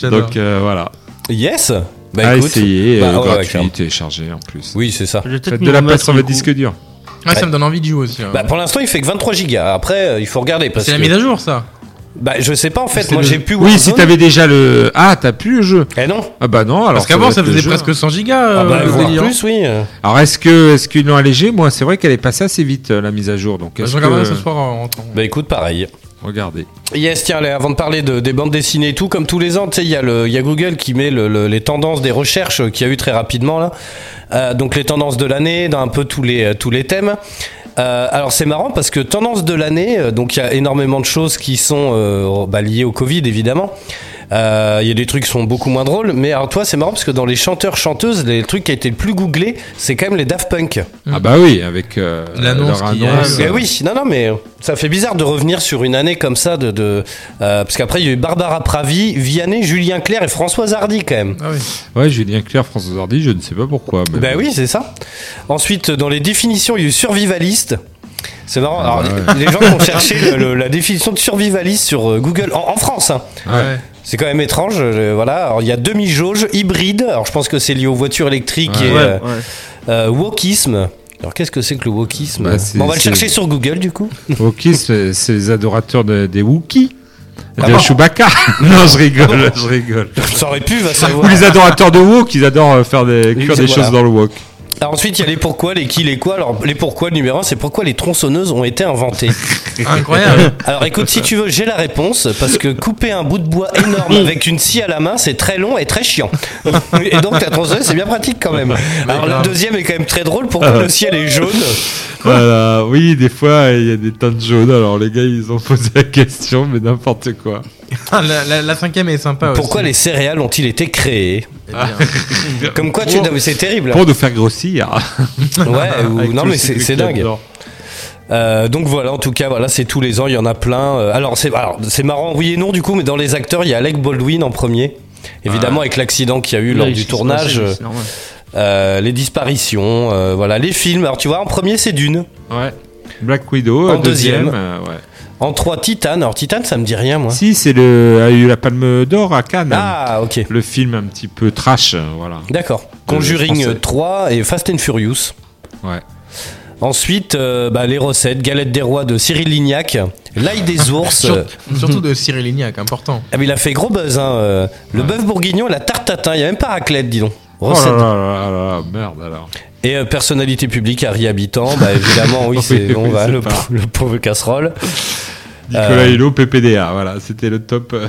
Speaker 4: J'adore.
Speaker 5: Donc euh, voilà.
Speaker 4: Yes Bah
Speaker 5: à
Speaker 4: écoute.
Speaker 5: essayer,
Speaker 4: Bah,
Speaker 5: euh,
Speaker 4: ouais,
Speaker 5: gratuit,
Speaker 4: clairement.
Speaker 5: téléchargé en plus.
Speaker 4: Oui, c'est ça.
Speaker 5: Je vais peut-être
Speaker 4: me
Speaker 5: de la
Speaker 4: remettre,
Speaker 5: place sur
Speaker 4: du
Speaker 5: le
Speaker 4: coup.
Speaker 5: disque dur.
Speaker 7: Ah, ça me donne envie de jouer aussi. hein.
Speaker 4: Bah, pour l'instant, il fait que 23 gigas. Après, euh, il faut regarder. parce
Speaker 7: C'est la
Speaker 4: que-
Speaker 7: mise à jour ça.
Speaker 4: Bah, je sais pas en fait.
Speaker 7: C'est
Speaker 4: Moi,
Speaker 7: le-
Speaker 4: j'ai pu.
Speaker 5: Oui, si
Speaker 4: Warzone.
Speaker 5: t'avais déjà le. Ah, t'as plus le jeu.
Speaker 4: Eh non.
Speaker 5: Ah bah non, alors.
Speaker 7: Parce qu'avant
Speaker 5: doit
Speaker 7: ça
Speaker 5: être le
Speaker 7: faisait
Speaker 5: jeu, hein.
Speaker 7: presque 100 gigas.
Speaker 4: Ah
Speaker 7: euh,
Speaker 4: bah,
Speaker 7: le
Speaker 4: voire
Speaker 7: délire.
Speaker 4: plus, oui. euh.
Speaker 5: Alors est-ce que est-ce qu'ils l'ont allégé Moi, c'est vrai qu'elle est passée assez vite euh, la mise à jour. Donc
Speaker 7: Bah,
Speaker 5: est-ce
Speaker 7: Je regarderai
Speaker 5: que-
Speaker 7: ce soir en rentrant.
Speaker 4: Bah écoute, pareil.
Speaker 5: Regardez.
Speaker 4: Yes, tiens, allez, avant de parler de, des bandes dessinées et tout, comme tous les ans, tu sais, il y, a le- il y a Google qui met le- le- les tendances des recherches euh, qu'il y a eu très rapidement, là. Euh, donc, les tendances de l'année, dans un peu tous les, euh, tous les thèmes. Euh, alors, c'est marrant parce que oh, tendances de l'année, euh, donc il y a énormément de choses qui sont euh, bah, liées au Covid, évidemment. Euh, Il y a des trucs qui sont beaucoup moins drôles, mais alors toi, c'est marrant parce que dans les chanteurs-chanteuses, les trucs qui a été le plus googlé, c'est quand même les Daft Punk.
Speaker 5: Ah bah oui, avec euh,
Speaker 7: L'annonce
Speaker 5: leur
Speaker 7: qui
Speaker 5: annonce.
Speaker 4: Mais oui, non, non, mais ça fait bizarre de revenir sur une année comme ça, de, de euh, parce qu'après il y a eu Barbara Pravi, Vianney, Julien Clerc et Françoise Hardy quand même.
Speaker 5: Ouais, Julien Clerc, François Hardy, je ne sais pas pourquoi. Mais
Speaker 4: Ben
Speaker 5: bon.
Speaker 4: oui, c'est ça. Ensuite, dans les définitions, il y a eu survivaliste. C'est marrant.
Speaker 5: Ah
Speaker 4: Alors,
Speaker 5: bah ouais.
Speaker 4: Les gens qui ont cherché le- le- la
Speaker 5: [laughs]
Speaker 4: définition de survivaliste sur euh, Google en, en France. hein.
Speaker 5: Ouais.
Speaker 4: C'est quand même étrange, euh, voilà. Alors, il y a demi-jauge, hybride. Alors, je pense que c'est lié aux voitures électriques
Speaker 5: Ouais.
Speaker 4: et
Speaker 5: Ouais,
Speaker 4: euh, euh, wokisme. Alors, qu'est-ce que c'est que le wokisme
Speaker 5: Bah, c'est-
Speaker 4: Bon, On va le
Speaker 5: c'est-
Speaker 4: chercher sur Google, du coup.
Speaker 5: Ok,
Speaker 4: [laughs]
Speaker 5: c'est c'est les adorateurs de- des Wookiees.
Speaker 4: Ah
Speaker 5: de
Speaker 4: bon [laughs]
Speaker 5: Chewbacca. non, je rigole, je rigole.
Speaker 4: Ça aurait pu, va
Speaker 5: Ou
Speaker 4: savoir.
Speaker 5: les adorateurs de wok, ils adorent euh, faire des, cuire
Speaker 4: c'est-
Speaker 5: des
Speaker 4: voilà.
Speaker 5: choses dans le wok.
Speaker 4: Alors, ensuite, il y a les pourquoi, les qui, les quoi. Alors, les pourquoi, le numéro un, c'est pourquoi les tronçonneuses ont été inventées.
Speaker 7: Incroyable.
Speaker 4: Alors écoute, si tu veux, j'ai la réponse parce que couper un bout de bois énorme avec une scie à la main, c'est très long et très chiant. Et donc la tronçonneuse, c'est bien pratique quand même. Alors le
Speaker 7: grave.
Speaker 4: deuxième est quand même très drôle. Pourquoi le ciel est jaune
Speaker 5: Voilà, oui, des fois, il y a des teintes jaunes. Alors, les gars, ils ont posé la question, mais n'importe quoi.
Speaker 7: Ah, la, la- la cinquième est sympa
Speaker 4: Pourquoi
Speaker 7: aussi.
Speaker 4: les céréales ont-ils été créées Comme quoi, tu
Speaker 5: Pour-
Speaker 4: non, mais c'est terrible.
Speaker 5: Pour nous faire grossir.
Speaker 4: Ouais, ou-
Speaker 5: Avec
Speaker 4: non
Speaker 5: [laughs] tout le
Speaker 4: mais c'est
Speaker 5: sucre
Speaker 4: c'est
Speaker 5: qu'il y a
Speaker 4: dingue.
Speaker 5: dedans.
Speaker 4: Euh, donc voilà, en tout cas, voilà, c'est tous les ans, il y en a plein. Euh, Alors c'est alors, c'est marrant, oui et non du coup, mais dans les acteurs, il y a Alec Baldwin en premier. Évidemment, avec l'accident qu'il y a eu lors du tournage, euh, euh, les disparitions, euh, voilà, les films. Alors tu vois, en premier, c'est Dune.
Speaker 5: Ouais. Black Widow,
Speaker 4: En
Speaker 5: euh, deuxième.
Speaker 4: deuxième.
Speaker 5: euh, ouais.
Speaker 4: En trois, Titan. Alors Titan, ça me dit rien, moi.
Speaker 5: Si, c'est le, a eu la Palme d'Or à Cannes.
Speaker 4: Ah, ok.
Speaker 5: Le film un petit peu trash, euh, voilà.
Speaker 4: D'accord. Conjuring
Speaker 5: français.
Speaker 4: 3 et Fast and Furious.
Speaker 5: Ouais.
Speaker 4: Ensuite, euh, bah, les recettes, galette des rois de Cyril Lignac, l'ail des ours.
Speaker 7: Sur- Surtout de Cyril Lignac, important.
Speaker 4: Ah mais il a fait gros buzz, hein. euh, Le bœuf bourguignon et la tarte tatin, il n'y a même pas raclette, dis donc. Recette.
Speaker 5: Oh là là là là là, merde alors.
Speaker 4: Et euh, personnalité publique, Harry Habitant, bah évidemment, oui,
Speaker 5: Oh Oui,
Speaker 4: c'est on
Speaker 5: oui,
Speaker 4: va,
Speaker 5: c'est
Speaker 4: le,
Speaker 5: pas.
Speaker 4: pau- le pauvre casserole.
Speaker 5: [laughs] Nicolas Hulot, PPDA, voilà, c'était le top. euh,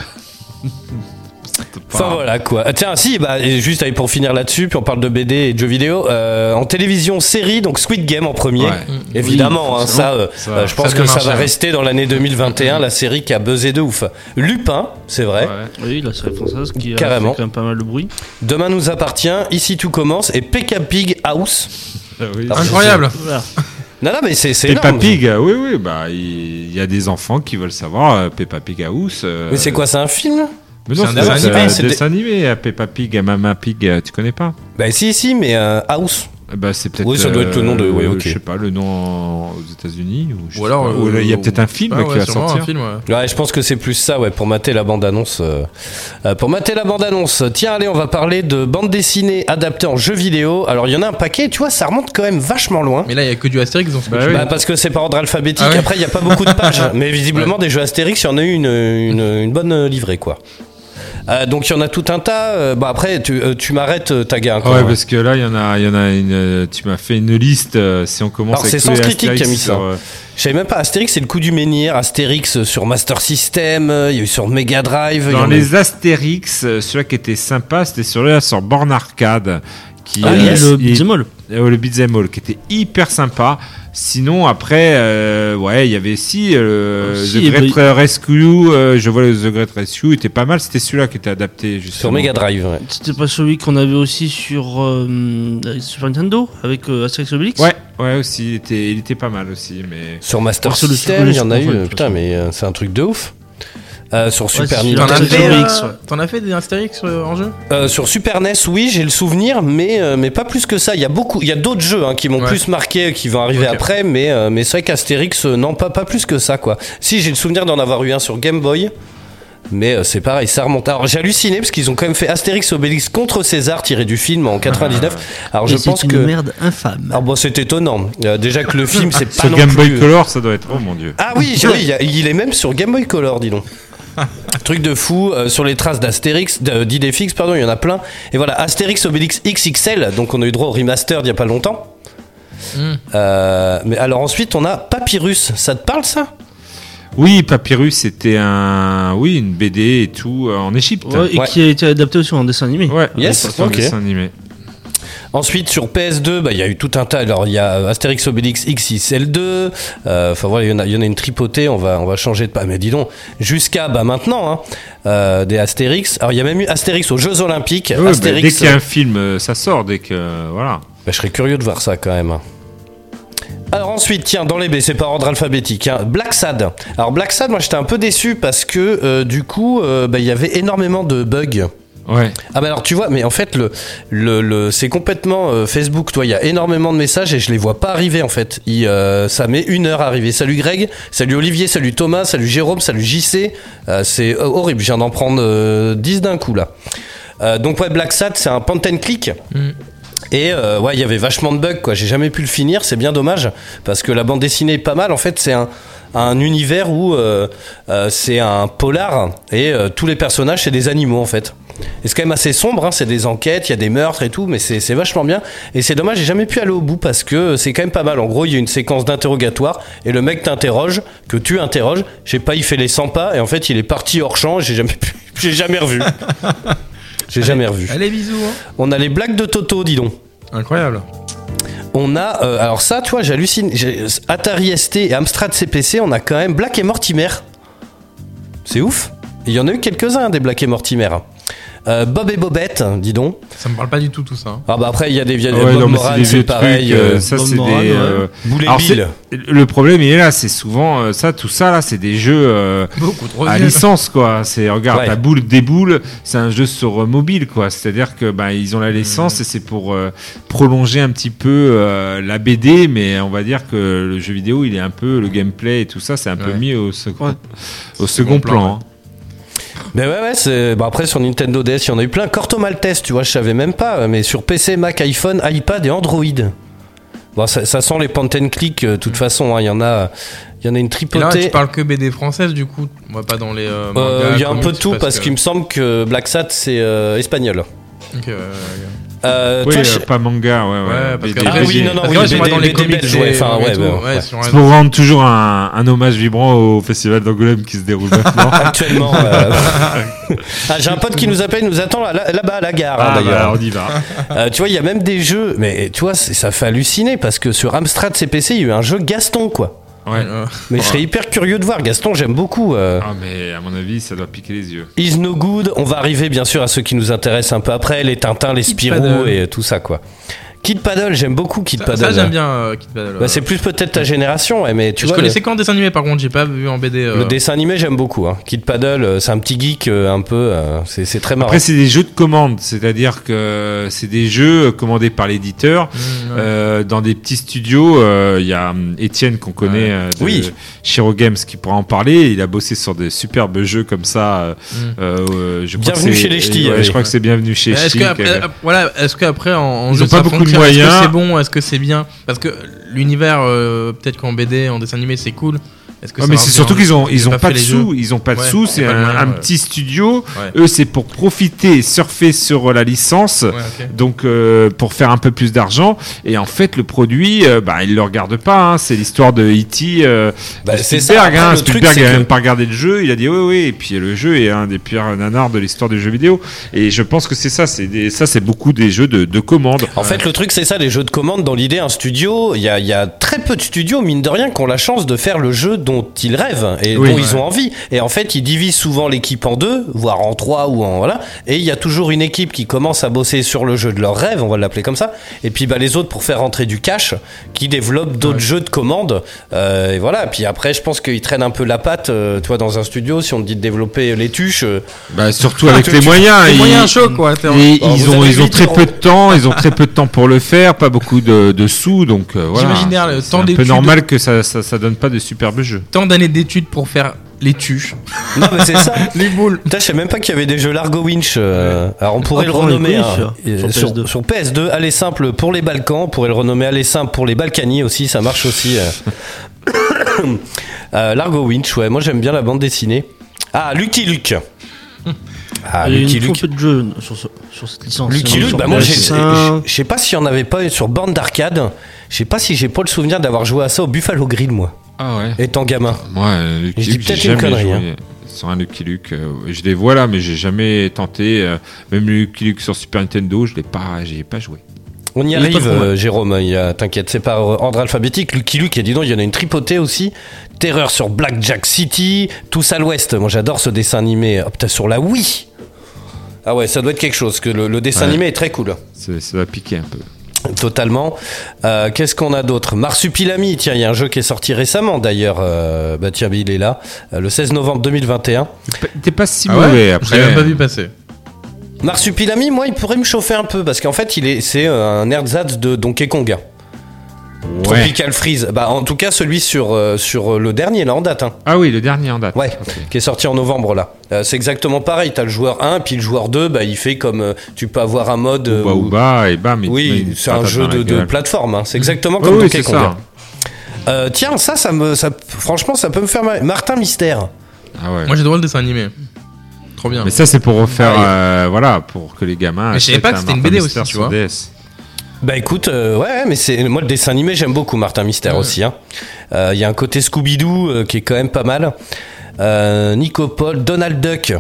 Speaker 5: [laughs] top
Speaker 4: Enfin
Speaker 5: un.
Speaker 4: voilà quoi. Ah, Tiens, si, bah, et juste allez, pour finir là-dessus, puis on parle de BD et de jeux vidéo. euh, en télévision, série, donc Squid Game en premier.
Speaker 5: Ouais.
Speaker 4: Évidemment,
Speaker 5: Oui,
Speaker 4: hein,
Speaker 5: forcément.
Speaker 4: ça, euh,
Speaker 5: Ça,
Speaker 4: euh, je
Speaker 7: ça
Speaker 4: pense
Speaker 7: a
Speaker 4: que
Speaker 7: bien
Speaker 4: ça va
Speaker 7: marché.
Speaker 4: rester dans l'année 2021, la série qui a buzzé de ouf. Lupin, c'est vrai.
Speaker 5: Ouais.
Speaker 6: Oui, la série française qui a fait
Speaker 4: Carrément.
Speaker 6: quand même pas mal de bruit.
Speaker 4: Demain nous appartient, ici tout commence, et Pekka Pig House.
Speaker 5: Ah oui.
Speaker 4: Ah,
Speaker 7: Incroyable.
Speaker 6: Voilà.
Speaker 4: Non, non, mais c'est c'est
Speaker 5: Peppa
Speaker 4: énorme.
Speaker 5: Pig, euh, oui, oui, bah, il il y a des enfants qui veulent savoir euh, Peppa Pig House. euh,
Speaker 4: Mais c'est quoi, c'est un film
Speaker 5: Mais non,
Speaker 7: C'est un
Speaker 5: c'est
Speaker 7: dessin
Speaker 5: un
Speaker 7: animé,
Speaker 5: dessin,
Speaker 4: c'est des-
Speaker 5: animé, euh, Peppa Pig, euh, Mama Pig, euh, tu connais pas
Speaker 4: Bah si, si, mais euh, House.
Speaker 5: Eh ben, c'est peut-être. euh,
Speaker 4: Oui, ça doit être le nom de- oui, ok.
Speaker 5: Je sais pas, le nom en- aux États-Unis ou, je
Speaker 7: Ou
Speaker 5: sais
Speaker 7: alors,
Speaker 5: pas. Ou
Speaker 7: euh,
Speaker 5: il y a
Speaker 7: ou-
Speaker 5: peut-être un film
Speaker 7: Ah ouais,
Speaker 5: qui va
Speaker 7: sûrement
Speaker 5: sortir.
Speaker 7: un film, ouais.
Speaker 4: Ouais, je pense que c'est plus ça, ouais, pour mater la bande-annonce. euh, euh, pour mater la bande-annonce, tiens, allez, on va parler de bande dessinée adaptée en jeu vidéo. Alors, il y en a un paquet, tu vois, ça remonte quand même vachement loin.
Speaker 7: Mais là, il y a que du Astérix dans ce
Speaker 5: Bah
Speaker 7: que tu
Speaker 5: oui.
Speaker 4: Bah, parce que c'est par ordre alphabétique,
Speaker 7: Ah ouais.
Speaker 4: après, il n'y a pas beaucoup de pages. mais visiblement, des jeux Astérix, il y en a eu une, une, une bonne euh, livrée, quoi. Euh, donc, il y en a tout un tas. euh, bah, après, tu, euh, tu m'arrêtes, euh, ta gueule.
Speaker 5: Ah ouais, parce que là, il y en a, il y en a une. euh, Tu m'as fait une liste. euh, si on commence
Speaker 4: Alors,
Speaker 5: avec
Speaker 4: c'est
Speaker 5: tous
Speaker 4: Sens
Speaker 5: les
Speaker 4: Critique qui a
Speaker 5: Astérix
Speaker 4: mis ça.
Speaker 5: sur, euh,
Speaker 4: Je savais même pas, Astérix, c'est le coup du menhir. Astérix sur Master System, euh, il y a eu sur Mega Drive. il y
Speaker 5: Dans
Speaker 4: en a eu-
Speaker 5: les Astérix, euh, celui qui était sympa, c'était celui-là sur Born Arcade. Qui,
Speaker 6: Ah, il y a
Speaker 5: euh,
Speaker 6: le
Speaker 5: il-
Speaker 6: beat'em all.
Speaker 5: Euh, le Beat'em All, qui était hyper sympa. Sinon, après, euh, ouais, il y avait si, euh,
Speaker 6: Ah, Si,
Speaker 5: The
Speaker 6: et
Speaker 5: Great
Speaker 6: puis-
Speaker 5: Rescue, euh, je vois le The Great Rescue, était pas mal, c'était celui-là qui était adapté,
Speaker 4: Sur
Speaker 5: justement.
Speaker 4: Mega Drive, ouais.
Speaker 6: C'était pas celui qu'on avait aussi sur euh, Super Nintendo avec euh, Asterix et Obélix
Speaker 5: Ouais, ouais, aussi, il était, il était pas mal aussi, mais.
Speaker 4: Sur Master
Speaker 6: Parce que le
Speaker 4: System, il y en a
Speaker 6: chocolat, je comprends,
Speaker 4: eu.
Speaker 6: de toute
Speaker 4: Putain,
Speaker 6: façon.
Speaker 4: mais euh, c'est un truc de ouf. Euh, sur Super
Speaker 6: c'est
Speaker 4: Nintendo.
Speaker 7: T'en as,
Speaker 6: Astérix
Speaker 7: fait,
Speaker 6: Obélix,
Speaker 7: euh,
Speaker 6: ouais.
Speaker 7: t'en as fait des Astérix euh, en jeu
Speaker 4: Euh, sur Super NES, oui, j'ai le souvenir, mais euh, mais pas plus que ça. Il y a beaucoup, il y a d'autres jeux hein, qui m'ont
Speaker 7: Ouais.
Speaker 4: plus marqué, qui vont arriver
Speaker 7: Ok.
Speaker 4: après, mais euh, mais c'est vrai qu'Astérix, euh, non, pas pas plus que ça, quoi. Si j'ai le souvenir d'en avoir eu un sur Game Boy. Mais euh, c'est pareil, ça remonte. Alors j'ai halluciné parce qu'ils ont quand même fait Astérix Obélix contre César tiré du film en 99.
Speaker 7: Ah.
Speaker 4: Alors
Speaker 6: Et
Speaker 4: je
Speaker 6: c'est
Speaker 4: pense
Speaker 6: une
Speaker 4: que. Ah,
Speaker 6: merde infâme.
Speaker 4: Alors bon, c'est étonnant. Euh, déjà
Speaker 5: [laughs]
Speaker 4: que le film, c'est pas.
Speaker 5: Sur
Speaker 4: non
Speaker 5: Game Boy
Speaker 4: plus- euh,
Speaker 5: Color, ça doit être. Oh mon dieu.
Speaker 4: Ah oui, j'ai- oui, il y a- il est même sur Game Boy Color, dis
Speaker 5: [laughs]
Speaker 4: donc. Truc de fou, euh, sur les traces d'Astérix, d'- d'Idéfix, pardon, il y en a plein. Et voilà, Astérix Obélix XXL, donc on a eu droit au remaster il n'y a pas longtemps.
Speaker 5: Hmm.
Speaker 7: Mm.
Speaker 4: Euh, mais alors ensuite, on a Papyrus, ça te parle ça
Speaker 5: Oui, Papyrus, c'était un. Oui, une BD et tout, euh, en Égypte.
Speaker 6: Ouais, et
Speaker 4: Ouais.
Speaker 6: qui a été adapté aussi en dessin animé.
Speaker 5: Ouais,
Speaker 4: Yes,
Speaker 5: c'est un
Speaker 4: ok.
Speaker 5: dessin animé.
Speaker 4: Ensuite, sur PS2, bah, il y a eu tout un tas. Alors, il y a Astérix Obélix X6L2. euh, Enfin, voilà, il y en a- il y, en a une tripotée. On va, on va changer de pas. Mais dis donc, jusqu'à bah, maintenant, hein, euh, des Astérix. Alors, il y a même eu Astérix aux Jeux Olympiques.
Speaker 5: Ouais, bah,
Speaker 4: Astérix,
Speaker 5: dès qu'il y a
Speaker 4: euh,
Speaker 5: un film, euh, ça sort. Dès que. euh, voilà.
Speaker 4: bah, je serais curieux de voir ça quand même. hein. Alors ensuite, tiens, dans les B, c'est par ordre alphabétique. hein. Black Sad. Alors Black Sad, moi j'étais un peu déçu parce que euh, du coup, euh, bah, il y avait énormément de bugs.
Speaker 5: Ouais.
Speaker 4: Ah bah alors tu vois, mais en fait, le, le, le- c'est complètement euh, Facebook, toi, il y a énormément de messages et je les vois pas arriver en fait. Il, euh, ça met une heure à arriver. Salut Greg, salut Olivier, salut Thomas, salut Jérôme, salut JC. Euh, c'est euh, horrible, je viens d'en prendre euh, 10 d'un coup là. Euh, donc ouais, Black Sad, c'est un point and click. Et euh, ouais, il y avait vachement de bugs, quoi. J'ai jamais pu le finir, c'est bien dommage, parce que la bande dessinée est pas mal. En fait, c'est un, un univers où euh, euh, c'est un polar, et euh, tous les personnages, c'est des animaux, en fait. Et c'est quand même assez sombre, hein, c'est des enquêtes, il y a des meurtres et tout, mais c'est c'est vachement bien. Et c'est dommage, j'ai jamais pu aller au bout, parce que c'est quand même pas mal. En gros, il y a une séquence d'interrogatoire, et le mec t'interroge, que tu interroges, je sais pas, il fait les 100 pas, et en fait, il est parti hors champ, et j'ai jamais, pu- [laughs] j'ai jamais revu. J'ai jamais revu.
Speaker 7: Allez, bisous. hein.
Speaker 4: On a les blagues de Toto, dis donc.
Speaker 7: Incroyable.
Speaker 4: On a, euh, alors ça, tu vois, j'hallucine. J'ai- Atari ST et Amstrad CPC, on a quand même Black et Mortimer. C'est ouf. Il y en a eu quelques-uns, des Black et Mortimer. Euh, Bob et Bobette, dis donc.
Speaker 7: Ça me parle pas du tout tout
Speaker 4: [laughs]
Speaker 7: ça. hein.
Speaker 4: Ah bah après, il y a des vieilles.
Speaker 5: Ouais,
Speaker 4: Bob
Speaker 5: non, mais
Speaker 4: Moran,
Speaker 5: des
Speaker 4: c'est
Speaker 5: vieux
Speaker 4: pareil.
Speaker 5: trucs, euh,
Speaker 4: euh,
Speaker 5: ça,
Speaker 4: Bob
Speaker 5: c'est
Speaker 4: Moran,
Speaker 5: des.
Speaker 4: ouais.
Speaker 5: euh,
Speaker 4: Boulet
Speaker 5: alors,
Speaker 4: Bill.
Speaker 5: c'est- Le problème, il est là. C'est souvent euh, ça, tout ça là, c'est des jeux euh,
Speaker 7: Beaucoup trop
Speaker 5: à
Speaker 7: vieux.
Speaker 5: licence quoi. C'est regarde,
Speaker 4: Ouais.
Speaker 5: la boule déboule. C'est un jeu sur euh, mobile quoi. C'est-à-dire que bah, ils ont
Speaker 4: Mhm.
Speaker 5: la licence et c'est pour euh, prolonger un petit peu euh, la BD, mais on va dire que le jeu vidéo, il est un peu le gameplay et tout ça, c'est un peu
Speaker 7: Ouais.
Speaker 5: mis au second, au second plan.
Speaker 7: plan,
Speaker 5: hein.
Speaker 4: Mais ouais, ouais, c'est. Bah après, sur Nintendo DS, il y en a eu plein. Corto Maltese, tu vois, je savais même pas. Mais sur PC, Mac, iPhone, iPad et Android. Bon, ça, ça sent les Pantene Click, de toute façon. hein, Il y en a. Il y en a une
Speaker 7: Et là,
Speaker 4: tripotée.
Speaker 7: tu parles que BD française, du coup. On va pas dans les. euh,
Speaker 4: Euh,
Speaker 7: mangas,
Speaker 4: Il y a un
Speaker 7: comics,
Speaker 4: peu de tout parce,
Speaker 7: que-
Speaker 4: qu'il me semble que Black Sat c'est euh, espagnol.
Speaker 7: Ok, ouais, ouais, ouais.
Speaker 4: Euh,
Speaker 5: Oui,
Speaker 4: toi,
Speaker 5: euh,
Speaker 4: je-
Speaker 5: pas manga, ouais, ouais.
Speaker 7: Ouais, parce
Speaker 5: BD.
Speaker 7: que-
Speaker 4: Ah oui, non, non,
Speaker 7: Parce que
Speaker 4: oui,
Speaker 7: moi,
Speaker 4: BD,
Speaker 7: j'ai moi, dans les
Speaker 4: BD,
Speaker 7: comics,
Speaker 4: ouais,
Speaker 7: j'ai-
Speaker 4: enfin,
Speaker 7: et
Speaker 4: ouais,
Speaker 7: tout,
Speaker 4: bah,
Speaker 7: ouais,
Speaker 4: ouais.
Speaker 7: sur
Speaker 5: C'est
Speaker 7: un-
Speaker 5: pour rendre toujours un, un hommage vibrant au festival d'Angoulême qui se
Speaker 4: [laughs]
Speaker 5: déroule maintenant. [laughs]
Speaker 4: actuellement. euh, ah, J'ai un pote qui nous appelle, il nous attend là- là- là-bas à la gare hein,
Speaker 5: Ah, bah,
Speaker 4: d'ailleurs.
Speaker 5: on y va.
Speaker 4: Euh, tu vois, il y a même des jeux, mais tu vois, c'est- ça fait halluciner parce que sur Amstrad CPC, il y a eu un jeu Gaston quoi.
Speaker 5: Ouais.
Speaker 7: Euh,
Speaker 4: Mais je serais hyper curieux de voir. Gaston, j'aime beaucoup. euh.
Speaker 5: Ah, mais à mon avis, ça doit piquer les yeux.
Speaker 4: Is No Good, on va arriver bien sûr à ceux qui nous intéressent un peu après, les Tintins, les
Speaker 7: Kid
Speaker 4: Spirou
Speaker 7: Paddle.
Speaker 4: et tout ça quoi. Kid Paddle, j'aime beaucoup Kid
Speaker 7: Ça,
Speaker 4: Paddle.
Speaker 7: ça, j'aime bien euh, Kid Paddle.
Speaker 4: Bah, c'est plus peut-être ta génération, ouais, mais tu
Speaker 7: je
Speaker 4: vois. le-
Speaker 7: connaissais qu'en dessin animé, par contre, j'ai pas vu en BD. euh,
Speaker 4: Le dessin animé, j'aime beaucoup. Hein. Kid Paddle, euh, c'est un petit geek euh, un peu. euh, c'est c'est très marrant.
Speaker 5: Après, c'est des jeux de commande, c'est-à-dire que c'est des jeux euh, commandés par l'éditeur.
Speaker 7: Mm, ouais.
Speaker 5: euh, dans des petits studios, euh, il y a hum, Étienne qu'on connaît, euh, de
Speaker 4: Oui.
Speaker 5: Shiro Games, qui pourra en parler. Il a bossé sur des superbes jeux comme ça. euh, euh, je crois que
Speaker 4: Mm. Bienvenue
Speaker 5: c'est-
Speaker 4: chez les ch'tis,
Speaker 5: ouais,
Speaker 4: oui.
Speaker 5: Je crois que c'est bienvenu chez les
Speaker 7: Est-ce
Speaker 5: ch'tis.
Speaker 7: que après,
Speaker 5: que-
Speaker 7: euh, voilà, est-ce qu'après en, en
Speaker 5: Ils
Speaker 7: jeu
Speaker 5: ont pas
Speaker 7: ça
Speaker 5: beaucoup de
Speaker 7: fonctionne Est-ce
Speaker 5: moyens.
Speaker 7: que c'est bon Est-ce que c'est bien Parce que l'univers, euh, peut-être qu'en BD, en dessin animé, c'est cool. Est-ce que
Speaker 5: Ouais,
Speaker 7: ça
Speaker 5: mais
Speaker 7: marche
Speaker 5: c'est surtout
Speaker 7: bien
Speaker 5: qu'ils ont ils ont
Speaker 7: pas
Speaker 5: pas,
Speaker 7: fait
Speaker 5: de
Speaker 7: les
Speaker 5: sous, ils ont pas de
Speaker 7: Ouais,
Speaker 5: sous,
Speaker 7: c'est
Speaker 5: c'est
Speaker 7: pas le
Speaker 5: un,
Speaker 7: moyen,
Speaker 5: un
Speaker 7: ouais.
Speaker 5: petit studio.
Speaker 7: Ouais.
Speaker 5: Eux, c'est pour profiter, surfer sur la licence.
Speaker 7: Ouais, ok.
Speaker 5: Donc euh, pour faire un peu plus d'argent et en fait le produit euh, bah il le regarde pas hein. c'est l'histoire de E.T. euh,
Speaker 4: Bah,
Speaker 5: de
Speaker 4: c'est
Speaker 5: Spielberg
Speaker 4: ça. Après,
Speaker 5: hein.
Speaker 4: le
Speaker 5: Spielberg
Speaker 4: truc,
Speaker 5: il a
Speaker 4: c'est
Speaker 5: même
Speaker 4: que-
Speaker 5: pas regardé le jeu il a dit oui oui et puis le jeu est un des pires nanars de l'histoire du jeu vidéo et je pense que c'est ça c'est des- ça c'est beaucoup des jeux de, de commande
Speaker 4: En fait, le truc, c'est ça, les jeux de commande, dans l'idée, un studio, il y a, il y a très peu de studios, mine de rien, qui ont la chance de faire le jeu dont ils rêvent et
Speaker 5: Oui.
Speaker 4: dont
Speaker 5: Ouais.
Speaker 4: ils ont envie. Et en fait, ils divisent souvent l'équipe en deux, voire en trois ou en. Voilà. Et il y a toujours une équipe qui commence à bosser sur le jeu de leur rêve, on va l'appeler comme ça. Et puis, bah, les autres, pour faire rentrer du cash, qui développent d'autres jeux de commande. Euh, et voilà. Puis après, je pense qu'ils traînent un peu la patte, euh, toi, dans un studio, si on te dit de développer les tuches. euh,
Speaker 5: bah, surtout avec
Speaker 7: Ah,
Speaker 4: tu-
Speaker 5: les
Speaker 4: tu-
Speaker 5: moyens
Speaker 7: Les
Speaker 5: ils-
Speaker 7: moyens chauds, quoi. t'es en- Bah,
Speaker 5: Et
Speaker 4: Alors, vous
Speaker 5: ils ont,
Speaker 4: avez
Speaker 5: ils ont
Speaker 4: huit
Speaker 5: très
Speaker 4: ans.
Speaker 5: peu de temps, ils ont très peu de temps pour le faire, pas beaucoup de, de sous, donc euh, voilà.
Speaker 7: J'imagine bien le
Speaker 5: C'est
Speaker 7: temps
Speaker 5: un peu
Speaker 7: d'études.
Speaker 5: normal que ça, ça, ça donne pas de superbes jeux.
Speaker 7: Tant d'années d'études pour faire les tuches.
Speaker 4: Non, mais c'est ça.
Speaker 7: [laughs] Les boules.
Speaker 4: Putain, je sais même pas qu'il y avait des jeux Largo Winch. euh, Alors on pourrait
Speaker 6: Ah,
Speaker 4: le
Speaker 6: pour les
Speaker 4: renommer
Speaker 6: Winch,
Speaker 4: hein,
Speaker 6: sur
Speaker 4: euh, sur,
Speaker 6: PS2.
Speaker 4: sur PS2, Aller simple pour les Balkans, on pourrait le renommer Aller simple pour les Balkany aussi, ça marche aussi. euh. [coughs] Euh, Largo Winch, ouais, moi j'aime bien la bande dessinée. Ah, Lucky Luke. Ah,
Speaker 6: Il y a
Speaker 4: Lucky
Speaker 6: eu trop
Speaker 4: Luke.
Speaker 6: peu de jeux sur, ce- sur cette licence.
Speaker 4: Lucky
Speaker 6: Euh,
Speaker 4: Luke,
Speaker 6: sur
Speaker 4: bah moi j'ai- j'ai-
Speaker 6: PS1.
Speaker 4: je sais pas s'il y en avait pas sur bande d'arcade. Je sais pas si j'ai pas le souvenir d'avoir joué à ça au Buffalo Grill, moi,
Speaker 5: Ah ouais.
Speaker 4: étant gamin.
Speaker 5: Moi, euh, Lucky
Speaker 4: Je dis
Speaker 5: Luke, j'ai
Speaker 4: peut-être une
Speaker 5: jamais
Speaker 4: connerie, hein.
Speaker 5: joué sur un Lucky Luke. euh, je les vois là, mais j'ai jamais tenté. euh, même le Lucky Luke sur Super Nintendo, je l'ai pas, j'y ai pas joué.
Speaker 4: On y
Speaker 6: Il est pas
Speaker 4: arrive,
Speaker 6: trop mal.
Speaker 4: euh, Jérôme. il y a- T'inquiète, c'est par euh, ordre alphabétique. Lucky Luke, et dis donc, il y en a une tripotée aussi. Terreur sur Blackjack City, tous à l'ouest. Moi, j'adore ce dessin animé. Oh, putain, sur la Wii. Ah ouais, ça doit être quelque chose. Que le, le dessin
Speaker 5: Ouais.
Speaker 4: animé est très cool.
Speaker 5: C'est- Ça va piquer un peu.
Speaker 4: Totalement. Euh, Qu'est-ce qu'on a d'autre Marsupilami, tiens, il y a un jeu qui est sorti récemment d'ailleurs. Euh, bah tiens, il est là. Euh, le 16 novembre 2021.
Speaker 5: T'es pas si
Speaker 7: Ah ouais mauvais, après. Je l'ai même pas vu passer.
Speaker 4: Marsupilami, moi, il pourrait me chauffer un peu parce qu'en fait, il est, c'est euh, un ersatz de Donkey Kong. Tropical Freeze. Bah, en tout cas, celui sur, euh, sur le dernier, là, en date.
Speaker 5: Ah oui, le dernier en date.
Speaker 4: Ouais, qui est sorti en novembre, là. Euh, c'est exactement pareil. T'as le joueur 1, puis le joueur 2, bah, il fait comme. euh, tu peux avoir un mode. euh,
Speaker 5: Ouba
Speaker 4: où-
Speaker 5: ouba et bam. il te met
Speaker 4: oui,
Speaker 5: une
Speaker 4: c'est un
Speaker 5: patate
Speaker 4: jeu
Speaker 5: dans la
Speaker 4: de, de
Speaker 5: gueule.
Speaker 4: plateforme. hein. C'est exactement
Speaker 5: Mm. Oui,
Speaker 4: comme
Speaker 5: oui,
Speaker 4: Donkey
Speaker 5: c'est
Speaker 4: Kong. hein.
Speaker 5: ça.
Speaker 4: Euh, tiens, ça, ça me, ça, franchement, ça peut me faire mal. Martin Mystère.
Speaker 5: Ah ouais.
Speaker 7: Moi j'ai droit le dessin animé. Trop bien.
Speaker 5: Mais ça, c'est pour
Speaker 7: Ah,
Speaker 5: refaire, euh, voilà, pour que les gamins.
Speaker 7: Mais je savais
Speaker 5: achètent
Speaker 7: pas que
Speaker 5: un
Speaker 7: c'était une
Speaker 5: Martin
Speaker 7: BD
Speaker 5: Mystère
Speaker 7: aussi, tu
Speaker 5: sur
Speaker 7: vois.
Speaker 5: DS.
Speaker 4: Bah écoute, euh, ouais, mais c'est moi le dessin animé j'aime beaucoup Martin Mystère aussi. hein. Euh, Il y a un côté Scooby-Doo euh, qui est quand même pas mal. Euh, Nicopole, Donald Duck.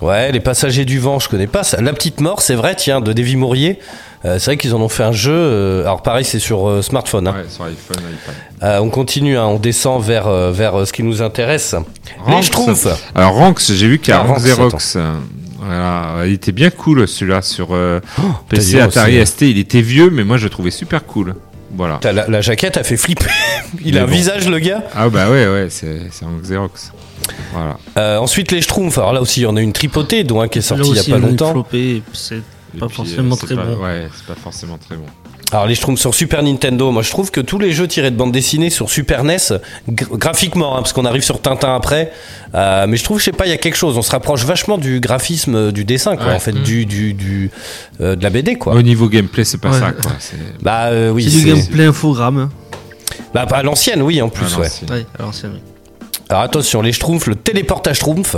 Speaker 4: Ouais, les passagers du vent, je connais pas ça. La petite mort, c'est vrai, tiens, de Davy Mourier. Euh, c'est vrai qu'ils en ont fait un jeu. euh, alors pareil, c'est sur euh, smartphone. hein.
Speaker 5: Ouais, sur iPhone, iPad.
Speaker 4: Euh, on continue, hein, on descend vers euh, vers euh, ce qui nous intéresse. Les
Speaker 5: Ranx.
Speaker 4: Schtroumpfs.
Speaker 5: Alors Ranx, j'ai vu qu'il y a
Speaker 4: Ah,
Speaker 5: Ranx
Speaker 4: Ranx,
Speaker 5: et Rox. Euh, voilà, il était bien cool celui-là sur euh,
Speaker 4: t'as
Speaker 5: PC,
Speaker 4: dit
Speaker 5: Atari
Speaker 4: Oh, aussi. hein.
Speaker 5: ST. Il était vieux, mais moi je le trouvais super cool. Voilà.
Speaker 4: T'as La, la jaquette a fait flipper.
Speaker 5: [laughs]
Speaker 4: Il
Speaker 5: Mais
Speaker 4: a un
Speaker 5: bon.
Speaker 4: visage, le gars.
Speaker 5: Ah bah ouais, ouais, c'est c'est Ranx et Rox. Voilà.
Speaker 4: Euh, ensuite, les Schtroumpfs. Alors là aussi, il y en a une tripotée, dont un qui est sorti il y a pas longtemps.
Speaker 6: Flopé, c'est
Speaker 5: Et
Speaker 6: pas
Speaker 5: puis,
Speaker 6: forcément
Speaker 5: euh, c'est
Speaker 6: très
Speaker 5: pas-
Speaker 6: bon.
Speaker 5: Ouais, c'est pas forcément très bon.
Speaker 4: Alors les Schtroumpfs sur Super Nintendo, moi je trouve que tous les jeux tirés de bande dessinée sur Super NES, gra- graphiquement, hein, parce qu'on arrive sur Tintin après, euh, mais je trouve, je sais pas, il y a quelque chose, on se rapproche vachement du graphisme euh, du dessin, quoi,
Speaker 5: Ouais.
Speaker 4: en fait, du, du, du euh, de la BD, quoi.
Speaker 5: Au niveau gameplay, c'est pas
Speaker 6: Ouais.
Speaker 5: ça quoi. C'est
Speaker 4: Bah euh, oui,
Speaker 6: c'est du
Speaker 4: c'est-
Speaker 6: gameplay infogramme. hein.
Speaker 4: Bah à l'ancienne, oui, en plus,
Speaker 5: Ah, non,
Speaker 4: ouais.
Speaker 5: si.
Speaker 6: Ouais, alors c'est vrai.
Speaker 4: Alors attention, les Schtroumpfs, le téléportage Schtroumpf,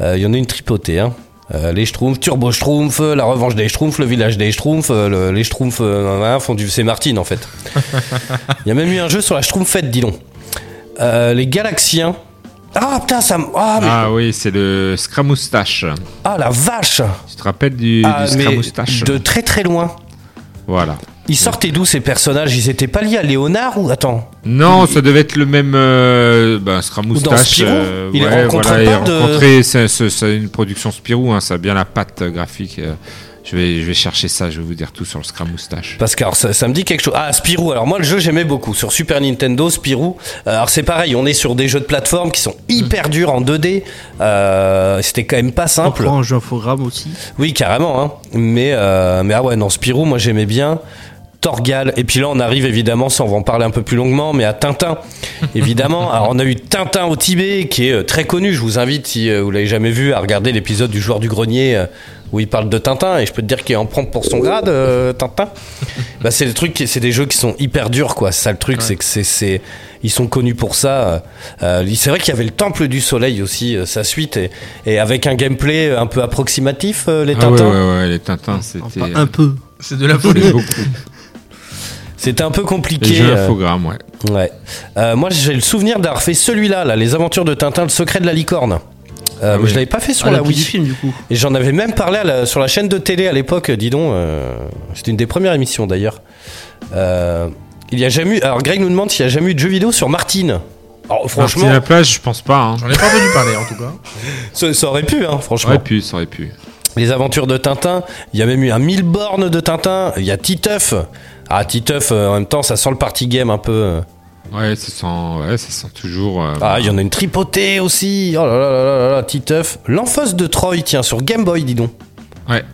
Speaker 4: euh, il y en a une tripotée, hein. Euh, les Schtroumpfs, Turbo Schtroumpf, euh, la revanche des Schtroumpfs, le village des Schtroumpfs, euh, le- les Schtroumpfs euh, hein, font du c'est Martine en [laughs] fait. Il y a même eu un jeu sur la Schtroumpfette, dis donc. Euh, les Galaxiens. Ah putain, ça me. Ah, mais-
Speaker 5: Ah oui, c'est le Scramoustache.
Speaker 4: ah, la vache
Speaker 5: Tu te rappelles du,
Speaker 4: Ah,
Speaker 5: du
Speaker 4: mais
Speaker 5: Scramoustache
Speaker 4: De très très loin.
Speaker 5: Voilà.
Speaker 4: Ils sortaient d'où ces personnages Ils étaient pas liés à Léonard ou. Attends.
Speaker 5: Non, ça devait être le même euh,
Speaker 4: Ou
Speaker 5: ben,
Speaker 4: dans
Speaker 5: Scramoustache.
Speaker 4: Spirou
Speaker 5: euh,
Speaker 4: Il les
Speaker 5: ouais,
Speaker 4: rencontre
Speaker 5: voilà,
Speaker 4: pas
Speaker 5: il
Speaker 4: de-
Speaker 5: rencontrait- c'est- c'est- c'est une production Spirou, hein, ça a bien la patte graphique. euh, Je vais, je vais chercher ça, je vais vous dire tout sur le Scramoustache.
Speaker 4: Parce que alors, ça, ça me dit quelque chose. Ah, Spirou. Alors moi, le jeu, j'aimais beaucoup. Sur Super Nintendo, Spirou. Euh, Alors c'est pareil, on est sur des jeux de plateforme qui sont hyper durs en 2D. Euh, C'était quand même pas simple.
Speaker 6: Encore un jeu infogramme aussi.
Speaker 4: Oui, carrément. Hein. Mais, euh, mais ah ouais, non, Spirou, moi j'aimais bien. Torgal. Et puis là, on arrive évidemment, ça on va en parler un peu plus longuement, mais à Tintin. Évidemment. Alors on a eu Tintin au Tibet, qui est euh, très connu. Je vous invite, si euh, vous l'avez jamais vu, à regarder l'épisode du joueur du grenier euh, où il parle de Tintin. Et je peux te dire qu'il en prend pour son grade, euh, Tintin. Bah, c'est des trucs, qui- c'est des jeux qui sont hyper durs, quoi. C'est ça le truc, c'est que c'est, c'est, ils sont connus pour ça. Euh, c'est vrai qu'il y avait le Temple du Soleil aussi, euh, sa suite, et, et avec un gameplay un peu approximatif, euh, les
Speaker 5: Ah ouais,
Speaker 4: Tintins.
Speaker 5: ouais, ouais, les Tintins, c'était euh,
Speaker 6: Enfin, un peu.
Speaker 7: C'est de la
Speaker 5: c'était
Speaker 7: folie.
Speaker 5: beaucoup.
Speaker 4: [laughs] C'était un peu
Speaker 5: Les
Speaker 4: compliqué.
Speaker 5: jeux
Speaker 4: euh,
Speaker 5: infogrammes, ouais.
Speaker 4: ouais. Euh, moi, j'ai le souvenir d'avoir fait celui-là, là, les aventures de Tintin, le secret de la licorne. Euh,
Speaker 5: Ah
Speaker 4: mais
Speaker 5: oui.
Speaker 4: je l'avais pas fait sur
Speaker 6: Ah,
Speaker 4: la
Speaker 6: le petit
Speaker 4: Wii.
Speaker 6: film du coup.
Speaker 4: Et j'en avais même parlé à la- sur la chaîne de télé à l'époque, dis donc. euh, C'était une des premières émissions d'ailleurs. Euh, il y a jamais eu. Alors Greg nous demande s'il y a jamais eu de jeux vidéo sur Martine. Alors, franchement,
Speaker 5: Martine la plage, je pense pas. Hein.
Speaker 7: J'en ai pas entendu parler en tout cas.
Speaker 4: ça, ça aurait pu, hein,
Speaker 5: Ça
Speaker 4: franchement.
Speaker 5: aurait pu, ça aurait pu.
Speaker 4: Les aventures de Tintin, il y a même eu un mille bornes de Tintin, il y a Titeuf. Ah, Titeuf, euh, en même temps, ça sent le party game un peu. euh.
Speaker 5: Ouais, ça sent, ouais, ça sent toujours. euh,
Speaker 4: Ah, il y en a une tripotée aussi. Oh là là là là là, là Titeuf. L'enfance de Troy, tiens, sur Game Boy, dis donc.
Speaker 5: Ouais.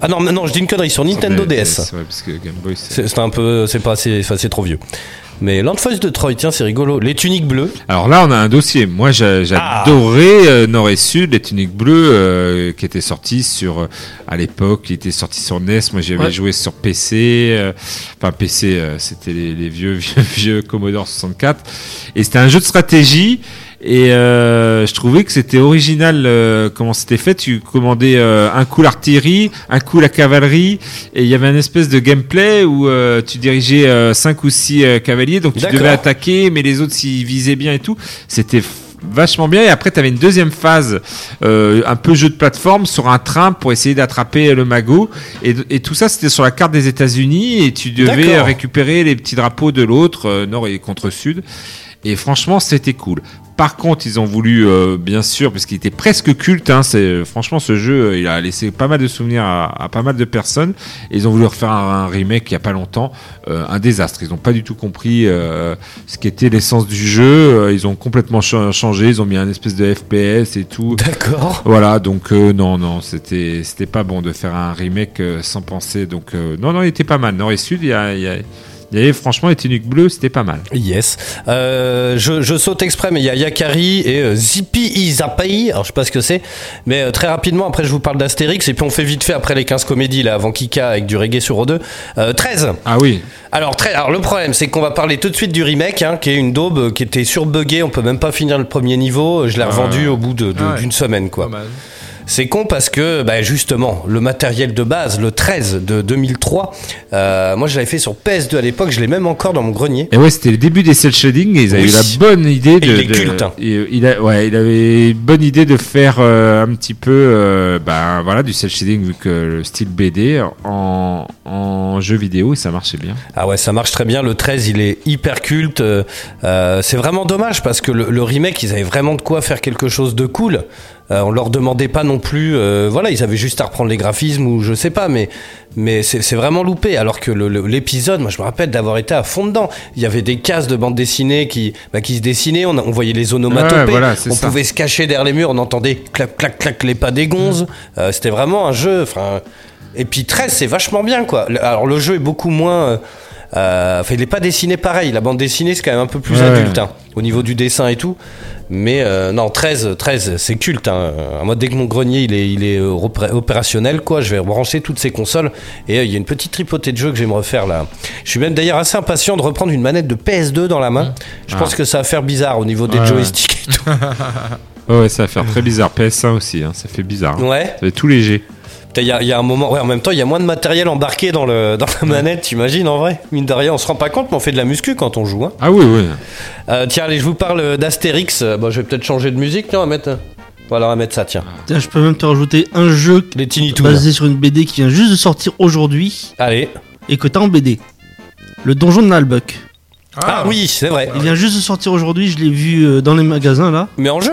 Speaker 4: Ah non, mais non, je dis une connerie, sur Nintendo
Speaker 5: mais-
Speaker 4: DS.
Speaker 5: Ouais, parce que Game Boy, c'est.
Speaker 4: C'est c'est un peu, c'est pas assez, enfin, c'est trop vieux. Mais l'Enfance de Troy, tiens, c'est rigolo. Les tuniques bleues.
Speaker 5: Alors là, on a un dossier. Moi, j'a- j'adorais euh, Nord et Sud, les tuniques bleues, euh, qui étaient sorties sur, euh, à l'époque, qui étaient sorties sur NES. Moi, j'avais
Speaker 6: Ouais.
Speaker 5: joué sur PC. euh, Enfin, PC, euh, c'était les, les vieux, [laughs] vieux, vieux Commodore 64. Et c'était un jeu de stratégie. Et euh, je trouvais que c'était original euh, comment c'était fait. Tu commandais euh, un coup l'artillerie, un coup la cavalerie, et il y avait un espèce de gameplay où euh, tu dirigeais euh, cinq ou six euh, cavaliers, donc tu
Speaker 4: D'accord.
Speaker 5: devais attaquer, mais les autres s'ils visaient bien et tout. C'était f- vachement bien. Et après, tu avais une deuxième phase, euh, un peu jeu de plateforme, sur un train pour essayer d'attraper le magot. Et, et tout ça, c'était sur la carte des États-Unis. Et tu devais
Speaker 4: D'accord.
Speaker 5: récupérer les petits drapeaux de l'autre, euh, nord et contre sud. Et franchement, c'était cool. Par contre, ils ont voulu, euh, bien sûr, parce qu'il était presque culte. hein, c'est franchement ce jeu, euh, il a laissé pas mal de souvenirs à, à pas mal de personnes. Et ils ont voulu refaire un, un remake il y a pas longtemps, euh, un désastre. Ils n'ont pas du tout compris euh, ce qu'était l'essence du jeu. Euh, Ils ont complètement cha- changé. Ils ont mis un espèce de FPS et tout.
Speaker 4: D'accord.
Speaker 5: Voilà, donc euh, non, non, c'était c'était pas bon de faire un remake euh, sans penser. Donc euh, non, non, il était pas mal. Nord et Sud, il y a, il y a- il y avait franchement les tenues bleues, c'était pas mal.
Speaker 4: Yes. Euh, je, je saute exprès, mais il y a Yakari et euh, Zippy Izapai. Alors, je sais pas ce que c'est. Mais euh, très rapidement, après, je vous parle d'Astérix. Et puis, on fait vite fait après les 15 comédies, là, avant Kika avec du reggae sur O2. Euh, 13.
Speaker 5: Ah oui.
Speaker 4: Alors, très, alors, le problème, c'est qu'on va parler tout de suite du remake, hein, qui est une daube euh, qui était surbuggée. On peut même pas finir le premier niveau. Je l'ai revendu au bout de- de- d'une
Speaker 7: Ah ouais.
Speaker 4: semaine, quoi.
Speaker 7: mal.
Speaker 4: C'est con parce que, bah, justement, le matériel de base, le 13 de 2003, euh, moi je l'avais fait sur PS2 à l'époque, je l'ai même encore dans mon grenier.
Speaker 5: Et ouais, c'était le début des cel shading et ils avaient
Speaker 4: Oui.
Speaker 5: eu la bonne idée
Speaker 4: Et
Speaker 5: de.
Speaker 4: il est
Speaker 5: de-
Speaker 4: culte, hein.
Speaker 5: et- il a, ouais, il avait une bonne idée de faire euh, un petit peu, euh, ben voilà, du cel shading vu que le style BD en, en jeu vidéo et ça marchait bien.
Speaker 4: Ah ouais, ça marche très bien. Le 13, il est hyper culte. Euh, euh, c'est vraiment dommage parce que le, le remake, ils avaient vraiment de quoi faire quelque chose de cool. Euh, on leur demandait pas non plus. euh, voilà, ils avaient juste à reprendre les graphismes ou je sais pas, mais mais c'est c'est vraiment loupé. Alors que le- le- l'épisode, moi je me rappelle d'avoir été à fond dedans. Il y avait des cases de bande dessinée qui bah, qui se dessinaient. On, on voyait les onomatopées.
Speaker 5: Ouais, voilà, c'est
Speaker 4: on
Speaker 5: ça.
Speaker 4: pouvait se cacher derrière les murs. On entendait clac clac clac les pas des gonzes.
Speaker 5: Mm.
Speaker 4: Euh, C'était vraiment un jeu. Enfin. Et puis 13, c'est vachement bien, quoi. Le- Alors, le jeu est beaucoup moins. euh, euh, Enfin, il n'est pas dessiné pareil. La bande dessinée, c'est quand même un peu plus
Speaker 5: Ouais.
Speaker 4: adulte, hein, au niveau du dessin et tout. Mais euh, non, 13, 13 c'est culte. Hein. Euh, Moi, dès que mon grenier il est, il est euh, opé- opérationnel, quoi, je vais brancher toutes ces consoles. Et euh, il y a une petite tripotée de jeux que je vais me refaire là. Je suis même d'ailleurs assez impatient de reprendre une manette de PS2 dans la main. Je
Speaker 5: Ah.
Speaker 4: pense que ça va faire bizarre au niveau des
Speaker 5: Ouais.
Speaker 4: joysticks
Speaker 5: [laughs]
Speaker 4: et tout.
Speaker 5: Ouais, ouais, ça va faire très [laughs] bizarre. PS1 aussi, hein, ça fait bizarre. hein.
Speaker 4: Ouais.
Speaker 5: Ça fait tout léger.
Speaker 4: Putain, Il y, a- il y a un moment, ouais, en même temps, il y a moins de matériel embarqué dans, le, dans la manette, t'imagines en vrai Mine de rien, on se rend pas compte, mais on fait de la muscu quand on joue. hein.
Speaker 5: Ah oui, oui.
Speaker 4: Euh, tiens, allez, je vous parle d'Astérix. Euh, Bon, je vais peut-être changer de musique, non, on va mettre. Voilà, on va mettre ça, tiens.
Speaker 6: Tiens, je peux même te rajouter un jeu
Speaker 4: Les Tiny Toons.
Speaker 6: basé sur une BD qui vient juste de sortir aujourd'hui
Speaker 4: Allez.
Speaker 6: et que t'as en BD. Le donjon de Nalbuck.
Speaker 4: Ah, oui, c'est vrai.
Speaker 6: Il vient juste de sortir aujourd'hui, je l'ai vu euh, dans les magasins là.
Speaker 4: Mais en jeu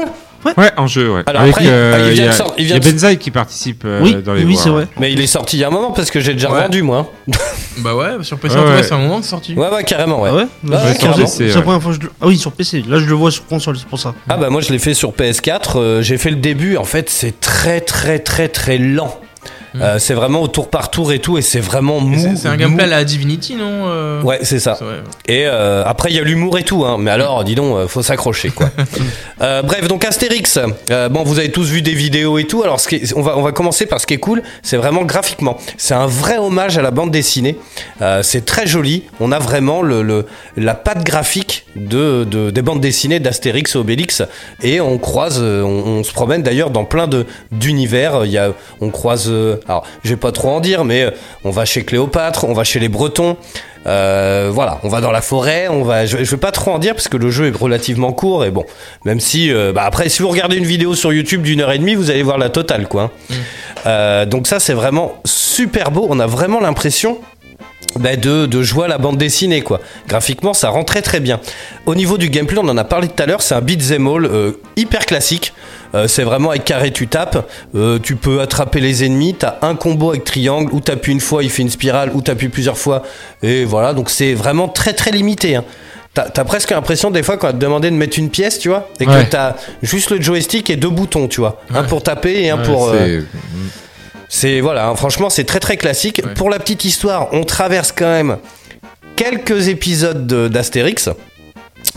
Speaker 5: Ouais, en jeu, ouais.
Speaker 4: Alors
Speaker 5: Avec,
Speaker 4: après,
Speaker 5: euh,
Speaker 4: ah, il
Speaker 5: il y
Speaker 4: vient de
Speaker 5: a,
Speaker 4: sortir- il
Speaker 5: il y
Speaker 4: vient
Speaker 5: a
Speaker 4: de-
Speaker 5: Benzaï qui participe euh,
Speaker 6: Oui,
Speaker 5: dans les
Speaker 6: oui,
Speaker 5: voix.
Speaker 6: c'est vrai.
Speaker 4: Mais il est sorti il y a un moment parce que j'ai déjà
Speaker 7: Ouais.
Speaker 4: vendu, moi. hein.
Speaker 7: Bah ouais, sur PC,
Speaker 5: Ouais,
Speaker 7: ouais,
Speaker 5: ouais.
Speaker 7: c'est un moment de sortie.
Speaker 4: Ouais, ouais, carrément, ouais.
Speaker 6: Ah ouais
Speaker 4: Ouais,
Speaker 5: Ouais, sur
Speaker 4: carrément.
Speaker 5: PC,
Speaker 6: C'est
Speaker 5: ouais.
Speaker 6: la première fois que je le... Ah oui, sur PC. Là, je le vois sur console, c'est pour ça.
Speaker 4: Ah bah moi je l'ai fait sur PS4, euh, j'ai fait le début, en fait c'est très très très très lent. Euh, c'est vraiment au tour par tour et tout, et c'est vraiment mou.
Speaker 7: Hmm. C'est c'est un
Speaker 4: mou.
Speaker 7: gameplay à la Divinity, non euh
Speaker 4: Ouais, c'est ça.
Speaker 7: C'est vrai.
Speaker 4: Et euh, après, il y a l'humour et tout, hein. mais alors, dis donc, euh, faut s'accrocher, quoi. Euh, bref, donc Astérix, Euh, bon, vous avez tous vu des vidéos et tout, alors ce qui est- on, va, on va commencer par ce qui est cool, c'est vraiment graphiquement. C'est un vrai hommage à la bande dessinée, Euh, c'est très joli, on a vraiment le, le- la patte graphique de, de- des bandes dessinées d'Astérix et Obélix, et on croise, euh, on, on se promène d'ailleurs dans plein de d'univers, Il y a- on croise, euh, alors je vais pas trop en dire, mais euh, on va chez Cléopâtre, on va chez les Bretons, euh, voilà, on va dans la forêt, on va. Je, je vais pas trop en dire parce que le jeu est relativement court et bon, même si, euh, bah après, si vous regardez une vidéo sur YouTube d'une heure et demie, vous allez voir la totale quoi. hein. Euh, donc ça, c'est vraiment super beau. On a vraiment l'impression. bah, de, de jouer à la bande dessinée quoi. Graphiquement ça rend très très bien. Au niveau du gameplay on en a parlé tout à l'heure, c'est un beat'em all euh, hyper classique. Euh, c'est vraiment avec carré tu tapes, Euh, tu peux attraper les ennemis, t'as un combo avec triangle, ou t'appuies une fois il fait une spirale, ou t'appuies plusieurs fois, et voilà, donc c'est vraiment très très limité. hein. T'as t'as presque l'impression des fois qu'on va te demander de mettre une pièce, tu vois, et
Speaker 5: Ouais.
Speaker 4: que t'as juste le joystick et deux boutons, tu vois, un pour taper et un
Speaker 5: Ouais,
Speaker 4: pour... euh,
Speaker 5: c'est-
Speaker 4: c'est voilà, hein, franchement, c'est très très classique.
Speaker 7: Ouais.
Speaker 4: Pour la petite histoire, on traverse quand même quelques épisodes de- d'Astérix.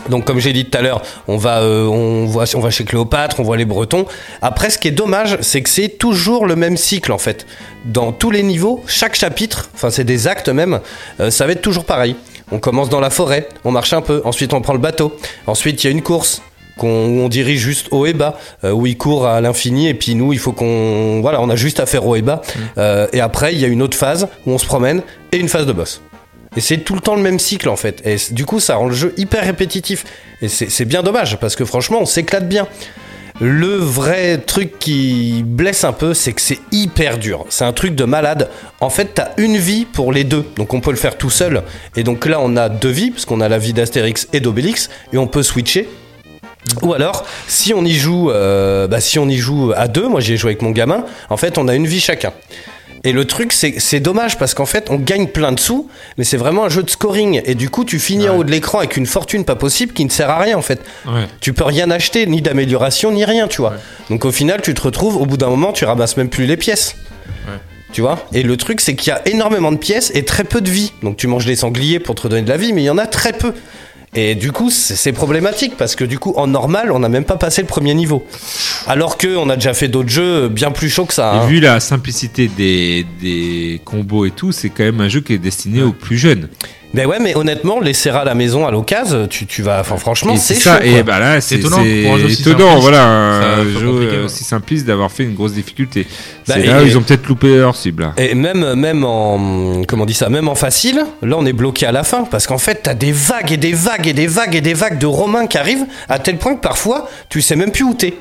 Speaker 4: Donc comme j'ai dit tout à l'heure, on va euh, on voit on va chez Cléopâtre, on voit les Bretons. Après ce qui est dommage, c'est que c'est toujours le même cycle en fait. Dans tous les niveaux, chaque chapitre, enfin c'est des actes même, euh, ça va être toujours pareil. On commence dans la forêt, on marche un peu, ensuite on prend le bateau, ensuite il y a une course qu'on où on dirige juste haut et bas, euh, où il court à l'infini et puis nous il faut qu'on voilà on a juste à faire haut et bas. Euh, et après il y a une autre phase où on se promène et une phase de boss. Et c'est tout le temps le même cycle en fait. Et c- du coup, ça rend le jeu hyper répétitif. Et c'est c'est bien dommage parce que franchement, on s'éclate bien. Le vrai truc qui blesse un peu, c'est que c'est hyper dur. C'est un truc de malade. En fait, t'as une vie pour les deux. Donc on peut le faire tout seul. Et donc là, on a deux vies, parce qu'on a la vie d'Astérix et d'Obélix. Et on peut switcher. Ou alors, si on y joue, euh, bah, si on y joue à deux, moi j'y ai joué avec mon gamin. En fait, on a une vie chacun. Et le truc, c'est c'est dommage parce qu'en fait, on gagne plein de sous, mais c'est vraiment un jeu de scoring. Et du coup, tu finis en haut de l'écran avec une fortune pas possible qui ne sert à rien en fait.
Speaker 5: Ouais.
Speaker 4: Tu peux rien acheter, ni d'amélioration, ni rien, tu vois. Donc au final, tu te retrouves, au bout d'un moment, tu ramasses même plus les pièces. Tu vois Et le truc, c'est qu'il y a énormément de pièces et très peu de vie. Donc tu manges des sangliers pour te donner de la vie, mais il y en a très peu. Et du coup, c'est c'est problématique parce que du coup, en normal, on n'a même pas passé le premier niveau. Alors que on a déjà fait d'autres jeux bien plus chauds que ça. hein.
Speaker 5: Et vu la simplicité des, des combos et tout, c'est quand même un jeu qui est destiné aux plus jeunes.
Speaker 4: Ben ouais, mais honnêtement, les serras à la maison à l'occasion, tu, tu vas. Enfin, franchement,
Speaker 5: Et
Speaker 4: c'est chaud.
Speaker 5: ça,
Speaker 4: quoi.
Speaker 5: et bah là, c'est étonnant, étonnant voilà, un jeu euh, aussi simpliste d'avoir fait une grosse difficulté.
Speaker 4: Bah,
Speaker 5: c'est
Speaker 4: et-
Speaker 5: là où
Speaker 4: et-
Speaker 5: ils ont peut-être loupé leur cible. là.
Speaker 4: Et même, même en, comment on dit ça, même en facile, là on est bloqué à la fin parce qu'en fait t'as des vagues et des vagues et des vagues et des vagues de Romains qui arrivent à tel point que parfois tu sais même plus où t'es.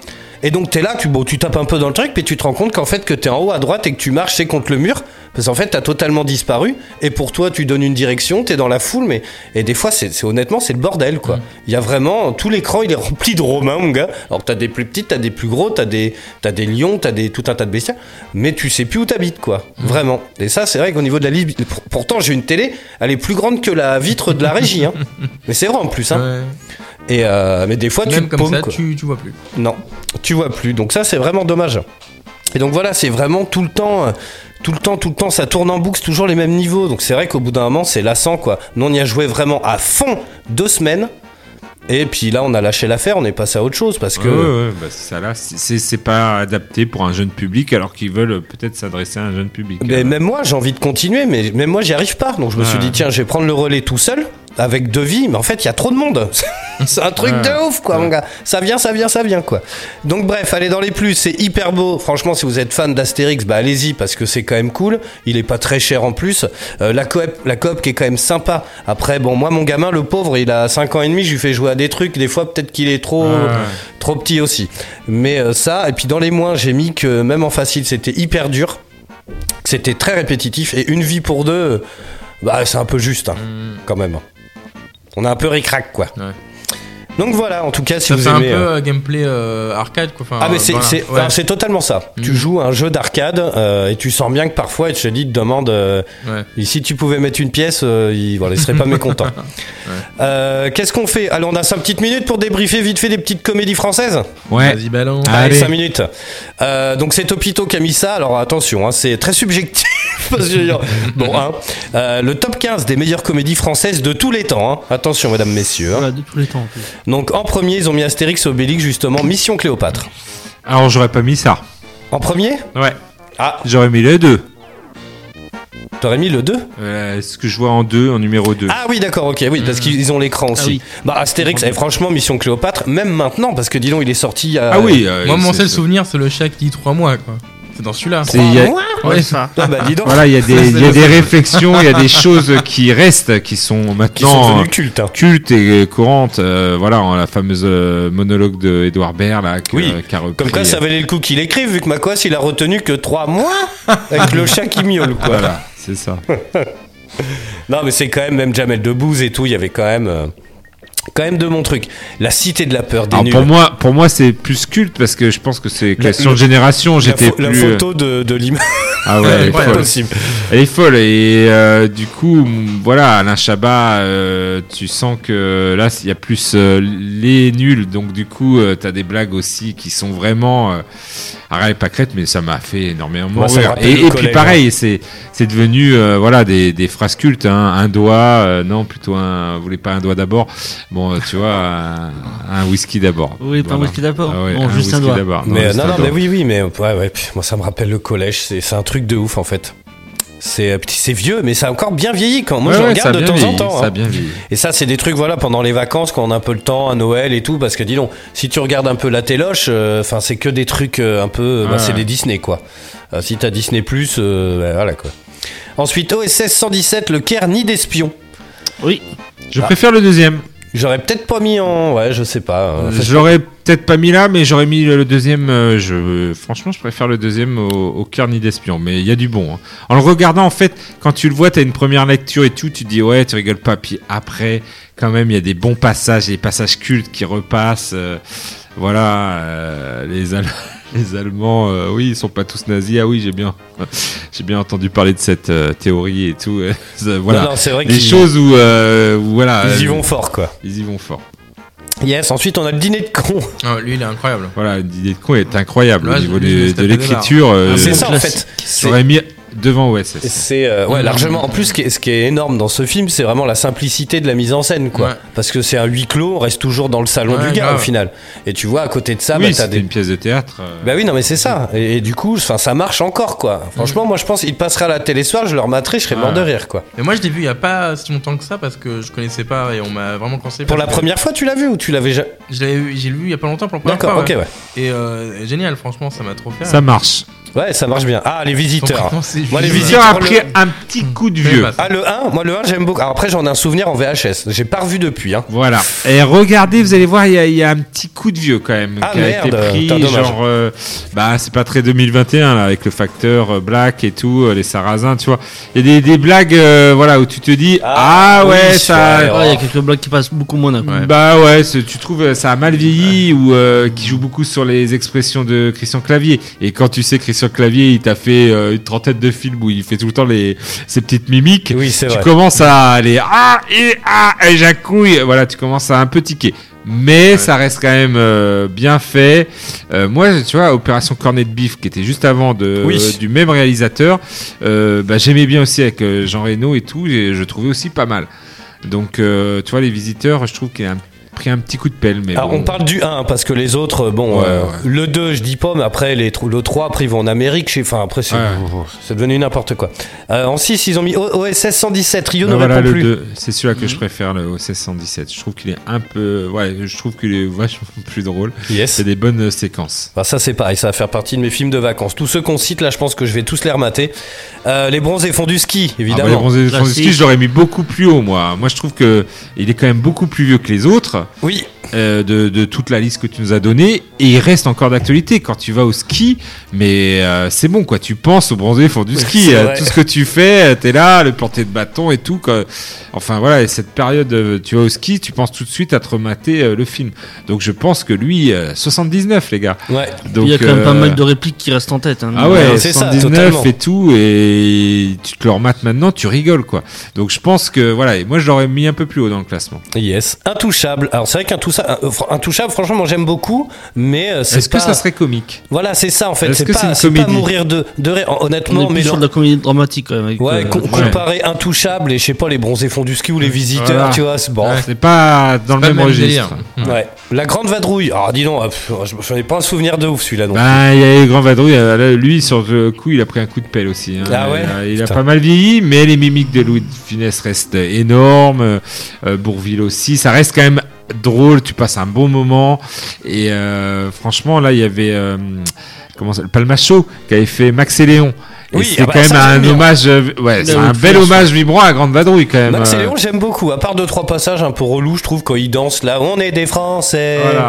Speaker 4: Et donc t'es là, tu, bon, tu tapes un peu dans le truc, puis tu te rends compte qu'en fait que t'es en haut à droite et que tu marches, c'est contre le mur, parce qu'en fait t'as totalement disparu, et pour toi tu donnes une direction, t'es dans la foule, mais et des fois c'est c'est- honnêtement c'est le bordel
Speaker 7: Mm.
Speaker 4: quoi. Il y a vraiment, tout l'écran il est rempli de Romains mon gars, alors t'as des plus petites, t'as des plus gros, t'as des, t'as des lions, t'as des, tout un tas de bestiaires, mais tu sais plus où t'habites quoi,
Speaker 7: Mm.
Speaker 4: vraiment. Et ça c'est vrai qu'au niveau de la libre, pour- pourtant j'ai une télé, elle est plus grande que la vitre de la régie,
Speaker 7: [laughs]
Speaker 4: hein. mais c'est vrai en plus hein. Et euh, mais des fois tu
Speaker 7: Même
Speaker 4: te
Speaker 7: comme
Speaker 4: paumes,
Speaker 7: ça,
Speaker 4: quoi.
Speaker 7: tu, tu vois plus.
Speaker 4: Non, tu vois plus. Donc ça, c'est vraiment dommage. Et donc voilà, c'est vraiment tout le temps, euh, tout le temps, tout le temps, ça tourne en boucle, c'est toujours les mêmes niveaux. Donc c'est vrai qu'au bout d'un moment, c'est lassant, quoi. Nous, on y a joué vraiment à fond deux semaines. Et puis là, on a lâché l'affaire, on est passé à autre chose parce que.
Speaker 5: Ouais, ouais, ouais, bah, c'est ça là, c'est- c'est c'est pas adapté pour un jeune public alors qu'ils veulent peut-être s'adresser à un jeune public.
Speaker 4: Mais Ben, même moi, j'ai envie de continuer, mais même moi, j'y arrive pas. Donc je me
Speaker 5: Ouais.
Speaker 4: suis dit, tiens, je vais prendre le relais tout seul, avec deux vies, mais en fait, il y a trop de monde. [laughs] c'est un truc
Speaker 5: Ouais.
Speaker 4: de ouf, quoi, mon gars. Ça vient, ça vient, ça vient, quoi. Donc bref, allez dans les plus, c'est hyper beau. Franchement, si vous êtes fan d'Astérix, bah allez-y, parce que c'est quand même cool. Il est pas très cher en plus. Euh, la, coop, la coop qui est quand même sympa. Après, bon, moi, mon gamin, le pauvre, il a 5 ans et demi, je lui fais jouer à des trucs. Des fois, peut-être qu'il est trop trop,
Speaker 5: Ouais.
Speaker 4: trop petit aussi. Mais euh, ça, et puis dans les moins, j'ai mis que même en facile, c'était hyper dur, que c'était très répétitif, et une vie pour deux, euh, bah c'est un peu juste, hein,
Speaker 7: Mm.
Speaker 4: quand même. On a un peu ricrac, quoi. Donc voilà, en tout cas, si
Speaker 7: ça
Speaker 4: vous
Speaker 7: fait
Speaker 4: aimez.
Speaker 7: un
Speaker 5: hein.
Speaker 7: peu
Speaker 4: euh,
Speaker 7: euh, gameplay euh, arcade quoi. Enfin,
Speaker 4: ah mais
Speaker 7: euh,
Speaker 4: c'est
Speaker 7: voilà.
Speaker 4: c'est-
Speaker 7: Ouais. Mm.
Speaker 4: alors, c'est totalement ça. Tu joues à un jeu d'arcade euh, et tu sens bien que parfois il te dit, te demande, euh, et si tu pouvais mettre une pièce, euh, il, voilà, il serait pas
Speaker 7: [laughs]
Speaker 4: mécontent. Euh, Qu'est-ce qu'on fait Alors on a 5 petites minutes pour débriefer vite fait des petites comédies françaises.
Speaker 5: Ouais.
Speaker 7: Vas-y, balance.
Speaker 4: Allez, 5 minutes. Euh, donc c'est Topito qui a mis ça. Alors attention, hein, c'est très subjectif. [laughs] parce que, bon, hein, euh, le top 15 des meilleures comédies françaises de tous les temps. hein. Attention, mesdames, messieurs. hein.
Speaker 6: de tous les temps. en plus.
Speaker 4: Donc en premier, ils ont mis Astérix et Obélix, justement, Mission Cléopâtre.
Speaker 5: Alors j'aurais pas mis ça.
Speaker 4: En premier
Speaker 5: Ouais.
Speaker 4: Ah.
Speaker 5: J'aurais mis les deux.
Speaker 4: T'aurais mis le 2
Speaker 5: Ce Euh, que je vois en deux, en numéro 2.
Speaker 4: Ah oui, d'accord, ok, oui, parce qu'ils ont l'écran aussi.
Speaker 5: oui.
Speaker 4: Bah Astérix, et franchement, Mission Cléopâtre, même maintenant, parce que dis donc, il est sorti il y a-
Speaker 3: Ah
Speaker 5: euh,
Speaker 7: Moi, mon seul souvenir, c'est le chat qui dit 3 mois quoi. C'est dans celui-là.
Speaker 4: C'est- il y a-
Speaker 7: Ouais, ça.
Speaker 4: Ah bah dis [laughs] donc.
Speaker 5: Voilà, il y a des, il y a
Speaker 7: le
Speaker 5: des
Speaker 7: seul.
Speaker 5: réflexions, il y a des choses qui restent, qui sont maintenant
Speaker 4: sont devenues
Speaker 5: euh,
Speaker 4: cultes, hein.
Speaker 5: cultes et courantes. euh, voilà, hein, la fameuse euh, monologue de Edouard Baird, là, que-
Speaker 4: Oui.
Speaker 5: qu'a repris,
Speaker 4: Comme quoi, ça
Speaker 5: euh,
Speaker 4: valait le coup qu'il écrive, vu que Macquas, il a retenu que 3 mois avec le chat qui miaule, quoi.
Speaker 5: Voilà, c'est ça.
Speaker 4: Non, Ah, mais c'est quand même, même Jamel Debbouze et tout, il y avait quand même. euh, quand même de mon truc. La cité de la peur des
Speaker 5: Alors
Speaker 4: nuls.
Speaker 5: Ah, pour moi, pour moi, c'est plus culte parce que je pense que c'est
Speaker 4: La-
Speaker 5: question
Speaker 4: le-
Speaker 5: de génération.
Speaker 4: la
Speaker 5: J'étais
Speaker 4: pho- la,
Speaker 5: plus. euh,
Speaker 4: photo de, de
Speaker 5: [laughs]
Speaker 4: l'image.
Speaker 5: Ah ouais, elle est
Speaker 4: Pas
Speaker 5: folle.
Speaker 4: possible.
Speaker 5: Elle est folle. Et euh, du coup, m- voilà, Alain Chabat, euh, tu sens que là, il y a plus euh, les nuls. Donc, du coup, euh, t'as des blagues aussi qui sont vraiment. Euh, Arrête, pas crête, mais ça m'a fait énormément
Speaker 4: Moi, ça me
Speaker 5: rire.
Speaker 4: rappelle le
Speaker 5: Et, et puis,
Speaker 4: collège,
Speaker 5: pareil, c'est c'est devenu euh, voilà, des, des phrases cultes. hein. Un doigt, euh, non, plutôt un. Vous voulez pas un doigt d'abord Bon, euh, tu vois, un, un whisky d'abord.
Speaker 6: Oui, pas un whisky d'abord.
Speaker 5: Ah ouais,
Speaker 6: Bon, juste un
Speaker 5: whisky
Speaker 6: doigt.
Speaker 5: d'abord.
Speaker 4: Mais euh,
Speaker 5: juste
Speaker 4: non,
Speaker 5: un
Speaker 4: non,
Speaker 5: doigt.
Speaker 4: mais oui, oui, mais ouais, ouais. puis moi, ça me rappelle le collège. C'est c'est un truc de ouf, en fait. C'est euh, petit- c'est vieux, mais ça a encore bien vieilli quand moi
Speaker 5: Ouais,
Speaker 4: je
Speaker 5: ouais, ça a
Speaker 4: regarde de temps
Speaker 5: bien
Speaker 4: en
Speaker 5: vieilli,
Speaker 4: temps.
Speaker 5: ça a
Speaker 4: hein.
Speaker 5: bien vieilli.
Speaker 4: Et ça, c'est des trucs, voilà, pendant les vacances, quand on a un peu le temps, à Noël et tout, parce que dis donc, si tu regardes un peu la téloche, euh, enfin, c'est que des trucs euh, un peu. bah,
Speaker 5: Ouais,
Speaker 4: c'est
Speaker 5: ouais.
Speaker 4: des Disney, quoi. Euh, si t'as Disney, euh, bah, voilà, quoi. Ensuite, OSS 117, le Caire, ni d'espions.
Speaker 6: Oui.
Speaker 5: Je préfère le deuxième.
Speaker 4: J'aurais peut-être pas mis en. Ouais, je sais pas. euh,
Speaker 5: Je l'aurais peut-être pas mis là, mais j'aurais mis le le deuxième. euh, Je... Franchement, je préfère le deuxième au, au Carni d'Espion, mais il y a du bon. hein. En le regardant, en fait, quand tu le vois, t'as une première lecture et tout, tu te dis ouais, tu rigoles pas. Puis après, quand même, il y a des bons passages, des passages cultes qui repassent. euh, Voilà, euh, les, Al- [laughs] les Allemands, euh, oui, ils sont pas tous nazis. Ah oui, j'ai bien, [laughs] j'ai bien entendu parler de cette euh, théorie et tout. [laughs] euh, voilà,
Speaker 4: Non, non, c'est vrai
Speaker 5: des
Speaker 4: qu'ils-
Speaker 5: choses où, euh, où, voilà,
Speaker 4: Ils y
Speaker 5: euh,
Speaker 4: vont fort, quoi.
Speaker 5: Ils y vont fort.
Speaker 4: Yes, ensuite on a le dîner de con. [laughs]
Speaker 7: lui, il est incroyable.
Speaker 5: Voilà, l'idée de con est incroyable
Speaker 7: Ouais,
Speaker 5: au niveau
Speaker 7: je- je
Speaker 5: de, de
Speaker 7: laisse taper
Speaker 5: l'écriture.
Speaker 7: des barres.
Speaker 5: euh,
Speaker 4: C'est ça, en fait.
Speaker 5: J'aurais mis devant OSS.
Speaker 4: C'est euh, ouais,
Speaker 5: Mmh.
Speaker 4: largement. En plus, ce qui, est, ce qui est énorme dans ce film, c'est vraiment la simplicité de la mise en scène, quoi. Parce que c'est un huis clos, on reste toujours dans le salon
Speaker 5: Ouais,
Speaker 4: du gars
Speaker 5: grave.
Speaker 4: au final. Et tu vois, à côté de ça,
Speaker 5: oui,
Speaker 4: bah, t'as
Speaker 5: c'était
Speaker 4: des.
Speaker 5: une pièce de théâtre. euh,
Speaker 4: Bah oui, non, mais c'est ça. Et, et du coup, enfin, ça marche encore, quoi. Franchement, moi, je pense, il passerait à la télé soir, je le rematerai, je serais mort de rire, quoi.
Speaker 7: Mais moi, je l'ai vu il y a pas si longtemps que ça parce que je connaissais pas et on m'a vraiment conseillé.
Speaker 4: Pour
Speaker 7: parce
Speaker 4: la
Speaker 7: que
Speaker 4: première fois, tu l'as vu ou tu l'avais jamais
Speaker 7: Je l'avais vu, j'ai lu il y a pas longtemps pour la première
Speaker 4: D'accord,
Speaker 7: fois.
Speaker 4: ok,
Speaker 7: Et euh, génial, franchement, ça m'a trop fait.
Speaker 5: Ça marche.
Speaker 4: Ouais, ça marche bien. Ah, les visiteurs.
Speaker 7: Franchement, c'est
Speaker 4: Moi, les
Speaker 7: juste-
Speaker 4: visiteurs.
Speaker 7: Visiteurs a pris
Speaker 5: un petit coup de
Speaker 7: vieux.
Speaker 4: Ah, le 1, moi, le 1, j'aime beaucoup. Alors, après, j'en ai un souvenir en VHS. J'ai pas revu depuis. Hein.
Speaker 5: Voilà. Et regardez, vous allez voir, il y, a- il y a un petit coup de vieux quand même
Speaker 4: Ah,
Speaker 5: qui
Speaker 4: merde,
Speaker 5: a été
Speaker 4: t'as
Speaker 5: pris.
Speaker 4: dommage.
Speaker 5: Genre, euh, bah, c'est pas très 2021 là, avec le facteur euh, black et tout, euh, les sarrasins, tu vois. Il y a des, des blagues, euh, voilà, où tu te dis, ah, ouais, ça.
Speaker 6: Ouais, Il y a quelques blocs qui passent beaucoup moins d'un coup.
Speaker 5: Bah ouais, c'est- tu trouves euh, ça a mal vieilli ou euh, qui joue beaucoup sur les expressions de Christian Clavier. Et quand tu sais que Christian Clavier, il t'a fait euh, une trentaine de films où il fait tout le temps les ses petites mimiques.
Speaker 4: Oui, c'est
Speaker 5: Tu
Speaker 4: vrai.
Speaker 5: commences à aller ah et ah et j'accouille. Voilà, tu commences à un peu tiquer. Mais ça reste quand même euh, bien fait. Euh, moi, tu vois, Opération Cornet de Bif, qui était juste avant de, euh,
Speaker 4: Oui.
Speaker 5: du même réalisateur, euh, bah, j'aimais bien aussi avec euh, Jean Reno et tout, et je trouvais aussi pas mal. Donc, euh, tu vois, les visiteurs, je trouve qu'il a un- pris un petit coup de pelle. Mais
Speaker 4: Alors,
Speaker 5: bon.
Speaker 4: Ah, on parle du 1 parce que les autres, bon,
Speaker 5: Ouais,
Speaker 4: euh,
Speaker 5: ouais.
Speaker 4: le 2, je dis pas, mais après, les, trou- le 3, après, ils vont en Amérique. chez- Enfin, après, c'est c'est devenu n'importe quoi. Euh, en 6, ils ont mis O- OSS 117. Rio
Speaker 5: Bah,
Speaker 4: ne
Speaker 5: voilà,
Speaker 4: répond
Speaker 5: le
Speaker 4: plus. Mm.
Speaker 5: 2, c'est celui-là que je préfère, le OC 117. Je trouve qu'il est un peu. Ouais, je trouve qu'il est vachement [laughs] plus drôle. C'est des bonnes euh, séquences.
Speaker 4: Bah, ça, c'est pareil, ça va faire partie de mes films de vacances. Tous ceux qu'on cite, là, je pense que je vais tous les remater. Euh, les bronzés font du ski, évidemment.
Speaker 5: Ah bah, les bronzés de Francis Ski, je l'aurais mis beaucoup plus haut, moi. Moi, je trouve que il est quand même beaucoup plus vieux que les autres. euh,
Speaker 4: Oui.
Speaker 5: de, de toute la liste que tu nous as donnée. Et il reste encore d'actualité quand tu vas au ski. Mais euh, c'est bon, quoi. Tu penses aux bronzés font du
Speaker 4: Oui,
Speaker 5: ski.
Speaker 4: c'est
Speaker 5: Euh,
Speaker 4: vrai.
Speaker 5: Tout ce que tu fais, euh, t'es là, le porter de bâton et tout. quoi. Enfin, voilà. Et cette période, euh, tu vas au ski, tu penses tout de suite à te remater euh, le film. Donc, je pense que lui, euh, 79, les gars.
Speaker 4: Ouais.
Speaker 5: Donc,
Speaker 6: il y a quand même pas
Speaker 5: euh,
Speaker 6: mal de répliques qui restent en tête. hein.
Speaker 5: ah ouais,
Speaker 6: c'est ça,
Speaker 5: 79
Speaker 6: totalement.
Speaker 5: et tout, et tu te le remates maintenant, tu rigoles quoi. Donc je pense que voilà, et moi je l'aurais mis un peu plus haut dans le classement.
Speaker 4: Yes. Intouchable. Alors, c'est vrai qu'intouchable, intouchable, franchement, moi, j'aime beaucoup, mais euh, c'est
Speaker 5: Est-ce que
Speaker 4: pas-
Speaker 5: ça serait comique
Speaker 4: Voilà, c'est ça en fait.
Speaker 5: Est-ce
Speaker 4: C'est
Speaker 5: que c'est
Speaker 4: pas,
Speaker 5: une
Speaker 4: c'est pas
Speaker 5: comédie
Speaker 4: mourir de, de rire. En-
Speaker 6: On
Speaker 4: Honnêtement,
Speaker 6: est plus
Speaker 4: mais
Speaker 6: sur de la comédie dramatique quand même. avec,
Speaker 4: ouais,
Speaker 6: euh,
Speaker 4: com-
Speaker 6: ouais.
Speaker 4: comparer Intouchable et je sais pas, les bronzés fondus ski ou les visiteurs,
Speaker 5: Voilà.
Speaker 4: tu vois, c'est bon.
Speaker 5: Ouais, C'est pas dans le
Speaker 4: pas
Speaker 5: même,
Speaker 4: le même
Speaker 5: registre.
Speaker 4: Ouais. La grande vadrouille. Alors dis donc, euh, pff, je- j'en ai pas un souvenir de ouf celui-là non plus.
Speaker 5: Bah, il y a les grands vadrouilles, euh, là, lui sur le coup il a pris un coup de pelle aussi. hein.
Speaker 4: Ah ouais
Speaker 5: Euh, Il a
Speaker 4: Putain.
Speaker 5: pas mal vieilli, mais les mimiques de Louis de Funès restent énormes, euh, Bourvil aussi, ça reste quand même drôle, tu passes un bon moment, et euh, franchement là il y avait... euh, Comment ça, le Palmacho qui avait fait Max et Léon. Et
Speaker 4: Oui,
Speaker 5: c'était
Speaker 4: ah bah,
Speaker 5: quand même
Speaker 4: ça, j'aime
Speaker 5: un
Speaker 4: bien.
Speaker 5: hommage, euh, ouais,
Speaker 4: Le
Speaker 5: c'est
Speaker 4: Louis
Speaker 5: un
Speaker 4: de
Speaker 5: bel
Speaker 4: Funès,
Speaker 5: hommage vibrant à Grande Vadrouille quand même.
Speaker 4: Max et
Speaker 5: euh.
Speaker 4: Léon, j'aime beaucoup. À part deux trois passages un peu relous, je trouve quand ils dansent là, on est des Français.
Speaker 5: Voilà.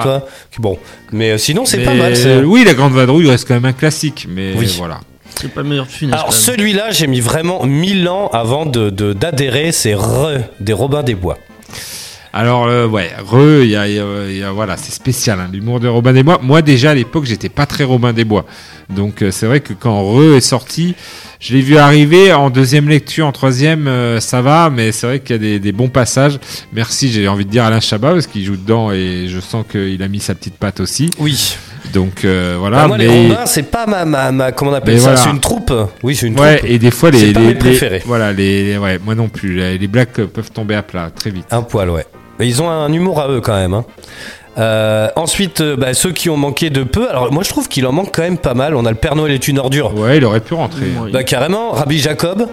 Speaker 4: tu vois. Bon, mais euh, sinon c'est
Speaker 5: Mais,
Speaker 4: pas mal. c'est-
Speaker 5: euh, Oui, la Grande Vadrouille reste quand même un classique, mais
Speaker 4: Oui.
Speaker 5: voilà.
Speaker 6: C'est pas le meilleur film.
Speaker 4: Alors
Speaker 6: quand même.
Speaker 4: celui-là, j'ai mis vraiment 1000 ans avant de de- d'adhérer. c'est Re des Robins des Bois.
Speaker 5: Alors euh, ouais, re, il y a, il y a- il y a- voilà, c'est spécial hein, l'humour de Robin des Bois. Moi déjà à l'époque, j'étais pas très Robin des Bois, donc euh, c'est vrai que quand re est sorti, je l'ai vu arriver en deuxième lecture, en troisième, euh, ça va, mais c'est vrai qu'il y a des, des bons passages. Merci, j'ai envie de dire Alain Chabat parce qu'il joue dedans et je sens qu'il a mis sa petite patte aussi.
Speaker 4: Oui.
Speaker 5: Donc euh, voilà,
Speaker 4: Bah, moi,
Speaker 5: mais
Speaker 4: les Robins, c'est pas ma, ma, ma- comment on appelle
Speaker 5: Mais
Speaker 4: ça
Speaker 5: voilà.
Speaker 4: C'est une troupe. Oui, c'est une
Speaker 5: ouais,
Speaker 4: troupe.
Speaker 5: et des fois les,
Speaker 4: C'est pas
Speaker 5: les-
Speaker 4: mes
Speaker 5: les-
Speaker 4: préférés.
Speaker 5: voilà les ouais, moi non plus, les, les blagues peuvent tomber à plat très vite.
Speaker 4: Un poil, ouais. Mais ils ont un humour à eux quand même. hein. Euh, ensuite, euh, bah, ceux qui ont manqué de peu. Alors, moi, je trouve qu'il en manque quand même pas mal. On a le Père Noël est une ordure.
Speaker 5: Ouais, il aurait pu rentrer.
Speaker 4: Bah, carrément. Rabbi Jacob.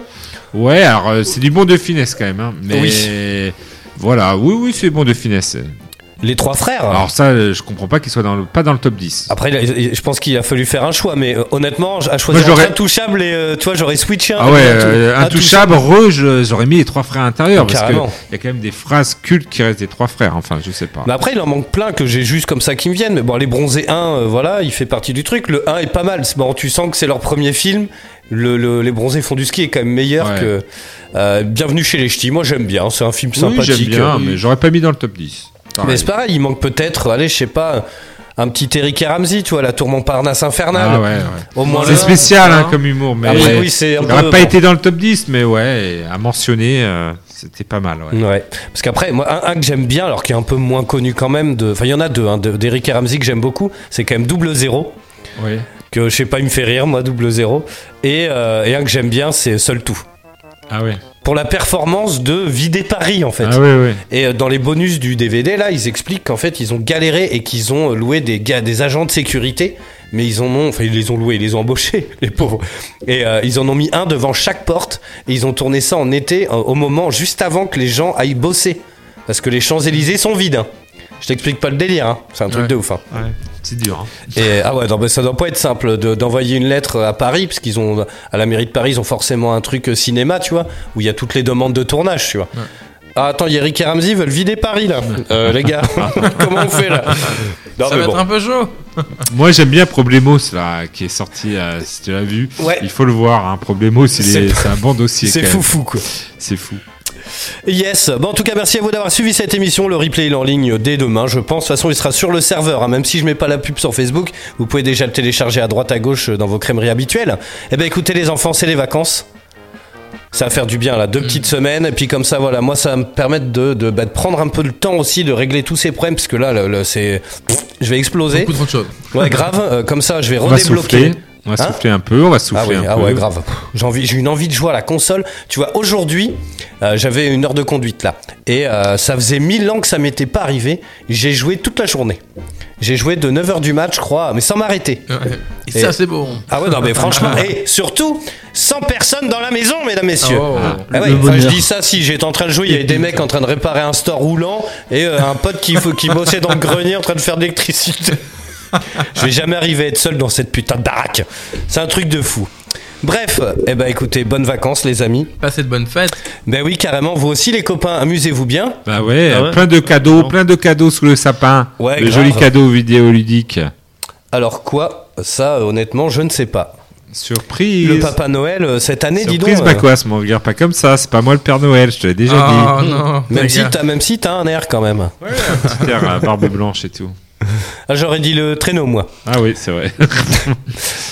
Speaker 5: Ouais, alors euh, c'est du bon de finesse quand même. hein, mais
Speaker 4: Oui.
Speaker 5: voilà, oui, oui, c'est bon de finesse.
Speaker 4: Les trois frères
Speaker 5: Alors ça, euh, je comprends pas qu'il soit dans le, pas dans le top 10.
Speaker 4: Après, il a- il- je pense qu'il a fallu faire un choix, mais euh, honnêtement, à
Speaker 5: Moi,
Speaker 4: choisir
Speaker 5: j'aurais-
Speaker 4: entre Intouchable et. euh, tu vois, j'aurais switché un.
Speaker 5: Ah ouais,
Speaker 4: un tou-
Speaker 5: euh, intouchable, re, je- j'aurais mis les trois frères intérieurs parce qu'il
Speaker 4: Carrément.
Speaker 5: y a quand même des phrases cultes qui restent des trois frères. Enfin, je sais pas.
Speaker 4: Mais après, il en manque plein que j'ai juste comme ça qui me viennent. Mais bon, les bronzés 1, euh, voilà, il fait partie du truc. Le 1 est pas mal. C'est marrant, tu sens que c'est leur premier film. Le, le- les bronzés font du ski est quand même meilleur
Speaker 5: Ouais.
Speaker 4: que. euh, Bienvenue chez les ch'tis. Moi, j'aime bien. C'est un film
Speaker 5: oui,
Speaker 4: sympathique.
Speaker 5: j'aime bien,
Speaker 4: Euh,
Speaker 5: mais j'aurais pas mis dans le top 10. Pareil.
Speaker 4: Mais c'est pareil, il manque peut-être, allez, je sais pas, un petit Eric et Ramsey, tu vois, la tour Montparnasse infernale.
Speaker 5: Ah ouais, ouais.
Speaker 4: Au moins
Speaker 5: c'est
Speaker 4: là.
Speaker 5: spécial hein, comme humour, mais
Speaker 4: Après, oui, c'est un
Speaker 5: il
Speaker 4: peu-
Speaker 5: n'aurait pas
Speaker 4: bon.
Speaker 5: été dans le top 10, mais ouais, à mentionner, euh, c'était pas mal. Ouais.
Speaker 4: Ouais. Parce qu'après, moi, un, un que j'aime bien, alors qui est un peu moins connu quand même, de- enfin, il y en a deux, hein, de- d'Eric et Ramsey que j'aime beaucoup, c'est quand même Double Zéro.
Speaker 5: Ouais.
Speaker 4: Que je sais pas, il me fait rire, moi, Double Zéro. Et, euh, et un que j'aime bien, c'est Seul Tout.
Speaker 5: Ah ouais.
Speaker 4: Pour la performance de Vider Paris, en fait.
Speaker 5: Ah ouais, ouais.
Speaker 4: Et euh, dans les bonus du DVD, là, ils expliquent qu'en fait, ils ont galéré et qu'ils ont euh, loué des, gars, des agents de sécurité, mais ils en ont, enfin, ils les ont loués, ils les ont embauchés, [laughs] les pauvres. Et euh, ils en ont mis un devant chaque porte, et ils ont tourné ça en été, euh, au moment juste avant que les gens aillent bosser. Parce que les Champs-Élysées sont vides. hein. Je t'explique pas le délire, hein. c'est un truc
Speaker 5: Ouais.
Speaker 4: de ouf. hein.
Speaker 5: Ouais, c'est dur. hein.
Speaker 4: Et, ah ouais, non, bah, ça doit pas être simple de- d'envoyer une lettre à Paris, parce qu'ils ont, à la mairie de Paris, ils ont forcément un truc euh, cinéma, tu vois, où il y a toutes les demandes de tournage, tu vois. Ah, attends, il y a Rick et Ramsey ils veulent vider Paris, là. Euh, les gars, [laughs] comment on fait, là Non,
Speaker 7: Ça
Speaker 4: mais
Speaker 7: va
Speaker 4: bon.
Speaker 7: être un peu chaud.
Speaker 5: Moi, j'aime bien Problemos là, qui est sorti. euh, si tu l'as vu,
Speaker 4: Ouais.
Speaker 5: il faut le voir. Hein. Problemos, il
Speaker 4: C'est
Speaker 5: est-
Speaker 4: pas-
Speaker 5: c'est un bon dossier.
Speaker 4: c'est
Speaker 5: quand même.
Speaker 4: foufou, quoi.
Speaker 5: C'est fou.
Speaker 4: Yes, bon en tout cas merci à vous d'avoir suivi cette émission, le replay il est en ligne dès demain je pense, de toute façon il sera sur le serveur, hein. même si je mets pas la pub sur Facebook, vous pouvez déjà le télécharger à droite à gauche euh, dans vos crèmeries habituelles. Eh ben écoutez les enfants, c'est les vacances. Ça va faire du bien là, deux petites semaines et puis comme ça voilà, moi ça va me permettre de, de, bah, de prendre un peu le temps aussi de régler tous ces problèmes parce que là le- le- c'est je vais exploser.
Speaker 7: Beaucoup trop de choses.
Speaker 4: Ouais grave, euh, comme ça je vais
Speaker 5: On va
Speaker 4: redébloquer.
Speaker 5: souffler. On va
Speaker 4: Hein
Speaker 5: souffler un peu. On va souffler
Speaker 4: Ah oui,
Speaker 5: un
Speaker 4: ah
Speaker 5: peu.
Speaker 4: ouais, grave. J'ai envie, j'ai une envie de jouer à la console. Tu vois, aujourd'hui, euh, j'avais une heure de conduite là, et euh, ça faisait mille ans que ça m'était pas arrivé. J'ai joué toute la journée. J'ai joué de 9h du match, je crois, mais sans m'arrêter.
Speaker 7: Ouais. Et
Speaker 4: Et-
Speaker 7: ça, c'est bon.
Speaker 4: Ah ouais, non, mais franchement, et surtout, 100 personnes dans la maison, mesdames, messieurs.
Speaker 7: Oh.
Speaker 4: Ah ouais,
Speaker 6: Le
Speaker 4: enfin, je
Speaker 6: bonheur.
Speaker 4: dis ça si j'étais en train de jouer, il y avait des mecs en train de réparer un store roulant et euh, un pote qui, qui bossait dans le grenier en train de faire de l'électricité. [laughs] Je vais jamais arriver à être seul dans cette putain de baraque. C'est un truc de fou. Bref, eh ben écoutez, bonnes vacances les amis.
Speaker 7: Passez de bonnes fêtes.
Speaker 4: Ben oui, carrément, vous aussi les copains, amusez-vous bien.
Speaker 5: Bah ouais,
Speaker 6: Ah ouais.
Speaker 5: plein de cadeaux, plein de cadeaux sous le sapin.
Speaker 4: Ouais,
Speaker 5: de
Speaker 4: grave.
Speaker 5: jolis cadeaux vidéoludiques.
Speaker 4: Alors quoi Ça, euh, honnêtement, je ne sais pas.
Speaker 5: Surprise.
Speaker 4: Le Papa Noël, euh, cette année, dis
Speaker 5: Surprise,
Speaker 4: donc. euh,
Speaker 5: Bacos, mais on regarde pas comme ça. C'est pas moi le Père Noël, je te l'ai déjà
Speaker 6: Ah.
Speaker 7: Oh non.
Speaker 4: même,
Speaker 7: les
Speaker 4: si
Speaker 7: gars.
Speaker 4: t'as, même si t'as un air quand même.
Speaker 5: dit. Petit air à euh, barbe blanche et tout.
Speaker 4: Ah, J'aurais dit le traîneau, moi.
Speaker 5: Ah oui, c'est vrai.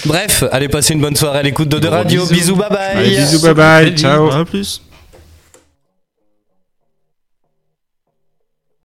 Speaker 4: Bref, allez passer une bonne soirée à l'écoute de, de
Speaker 7: Gros
Speaker 4: Radio.
Speaker 7: bisous.
Speaker 4: Bisous, bye bye.
Speaker 5: Allez, bisous, bye bye, ciao.
Speaker 6: À plus.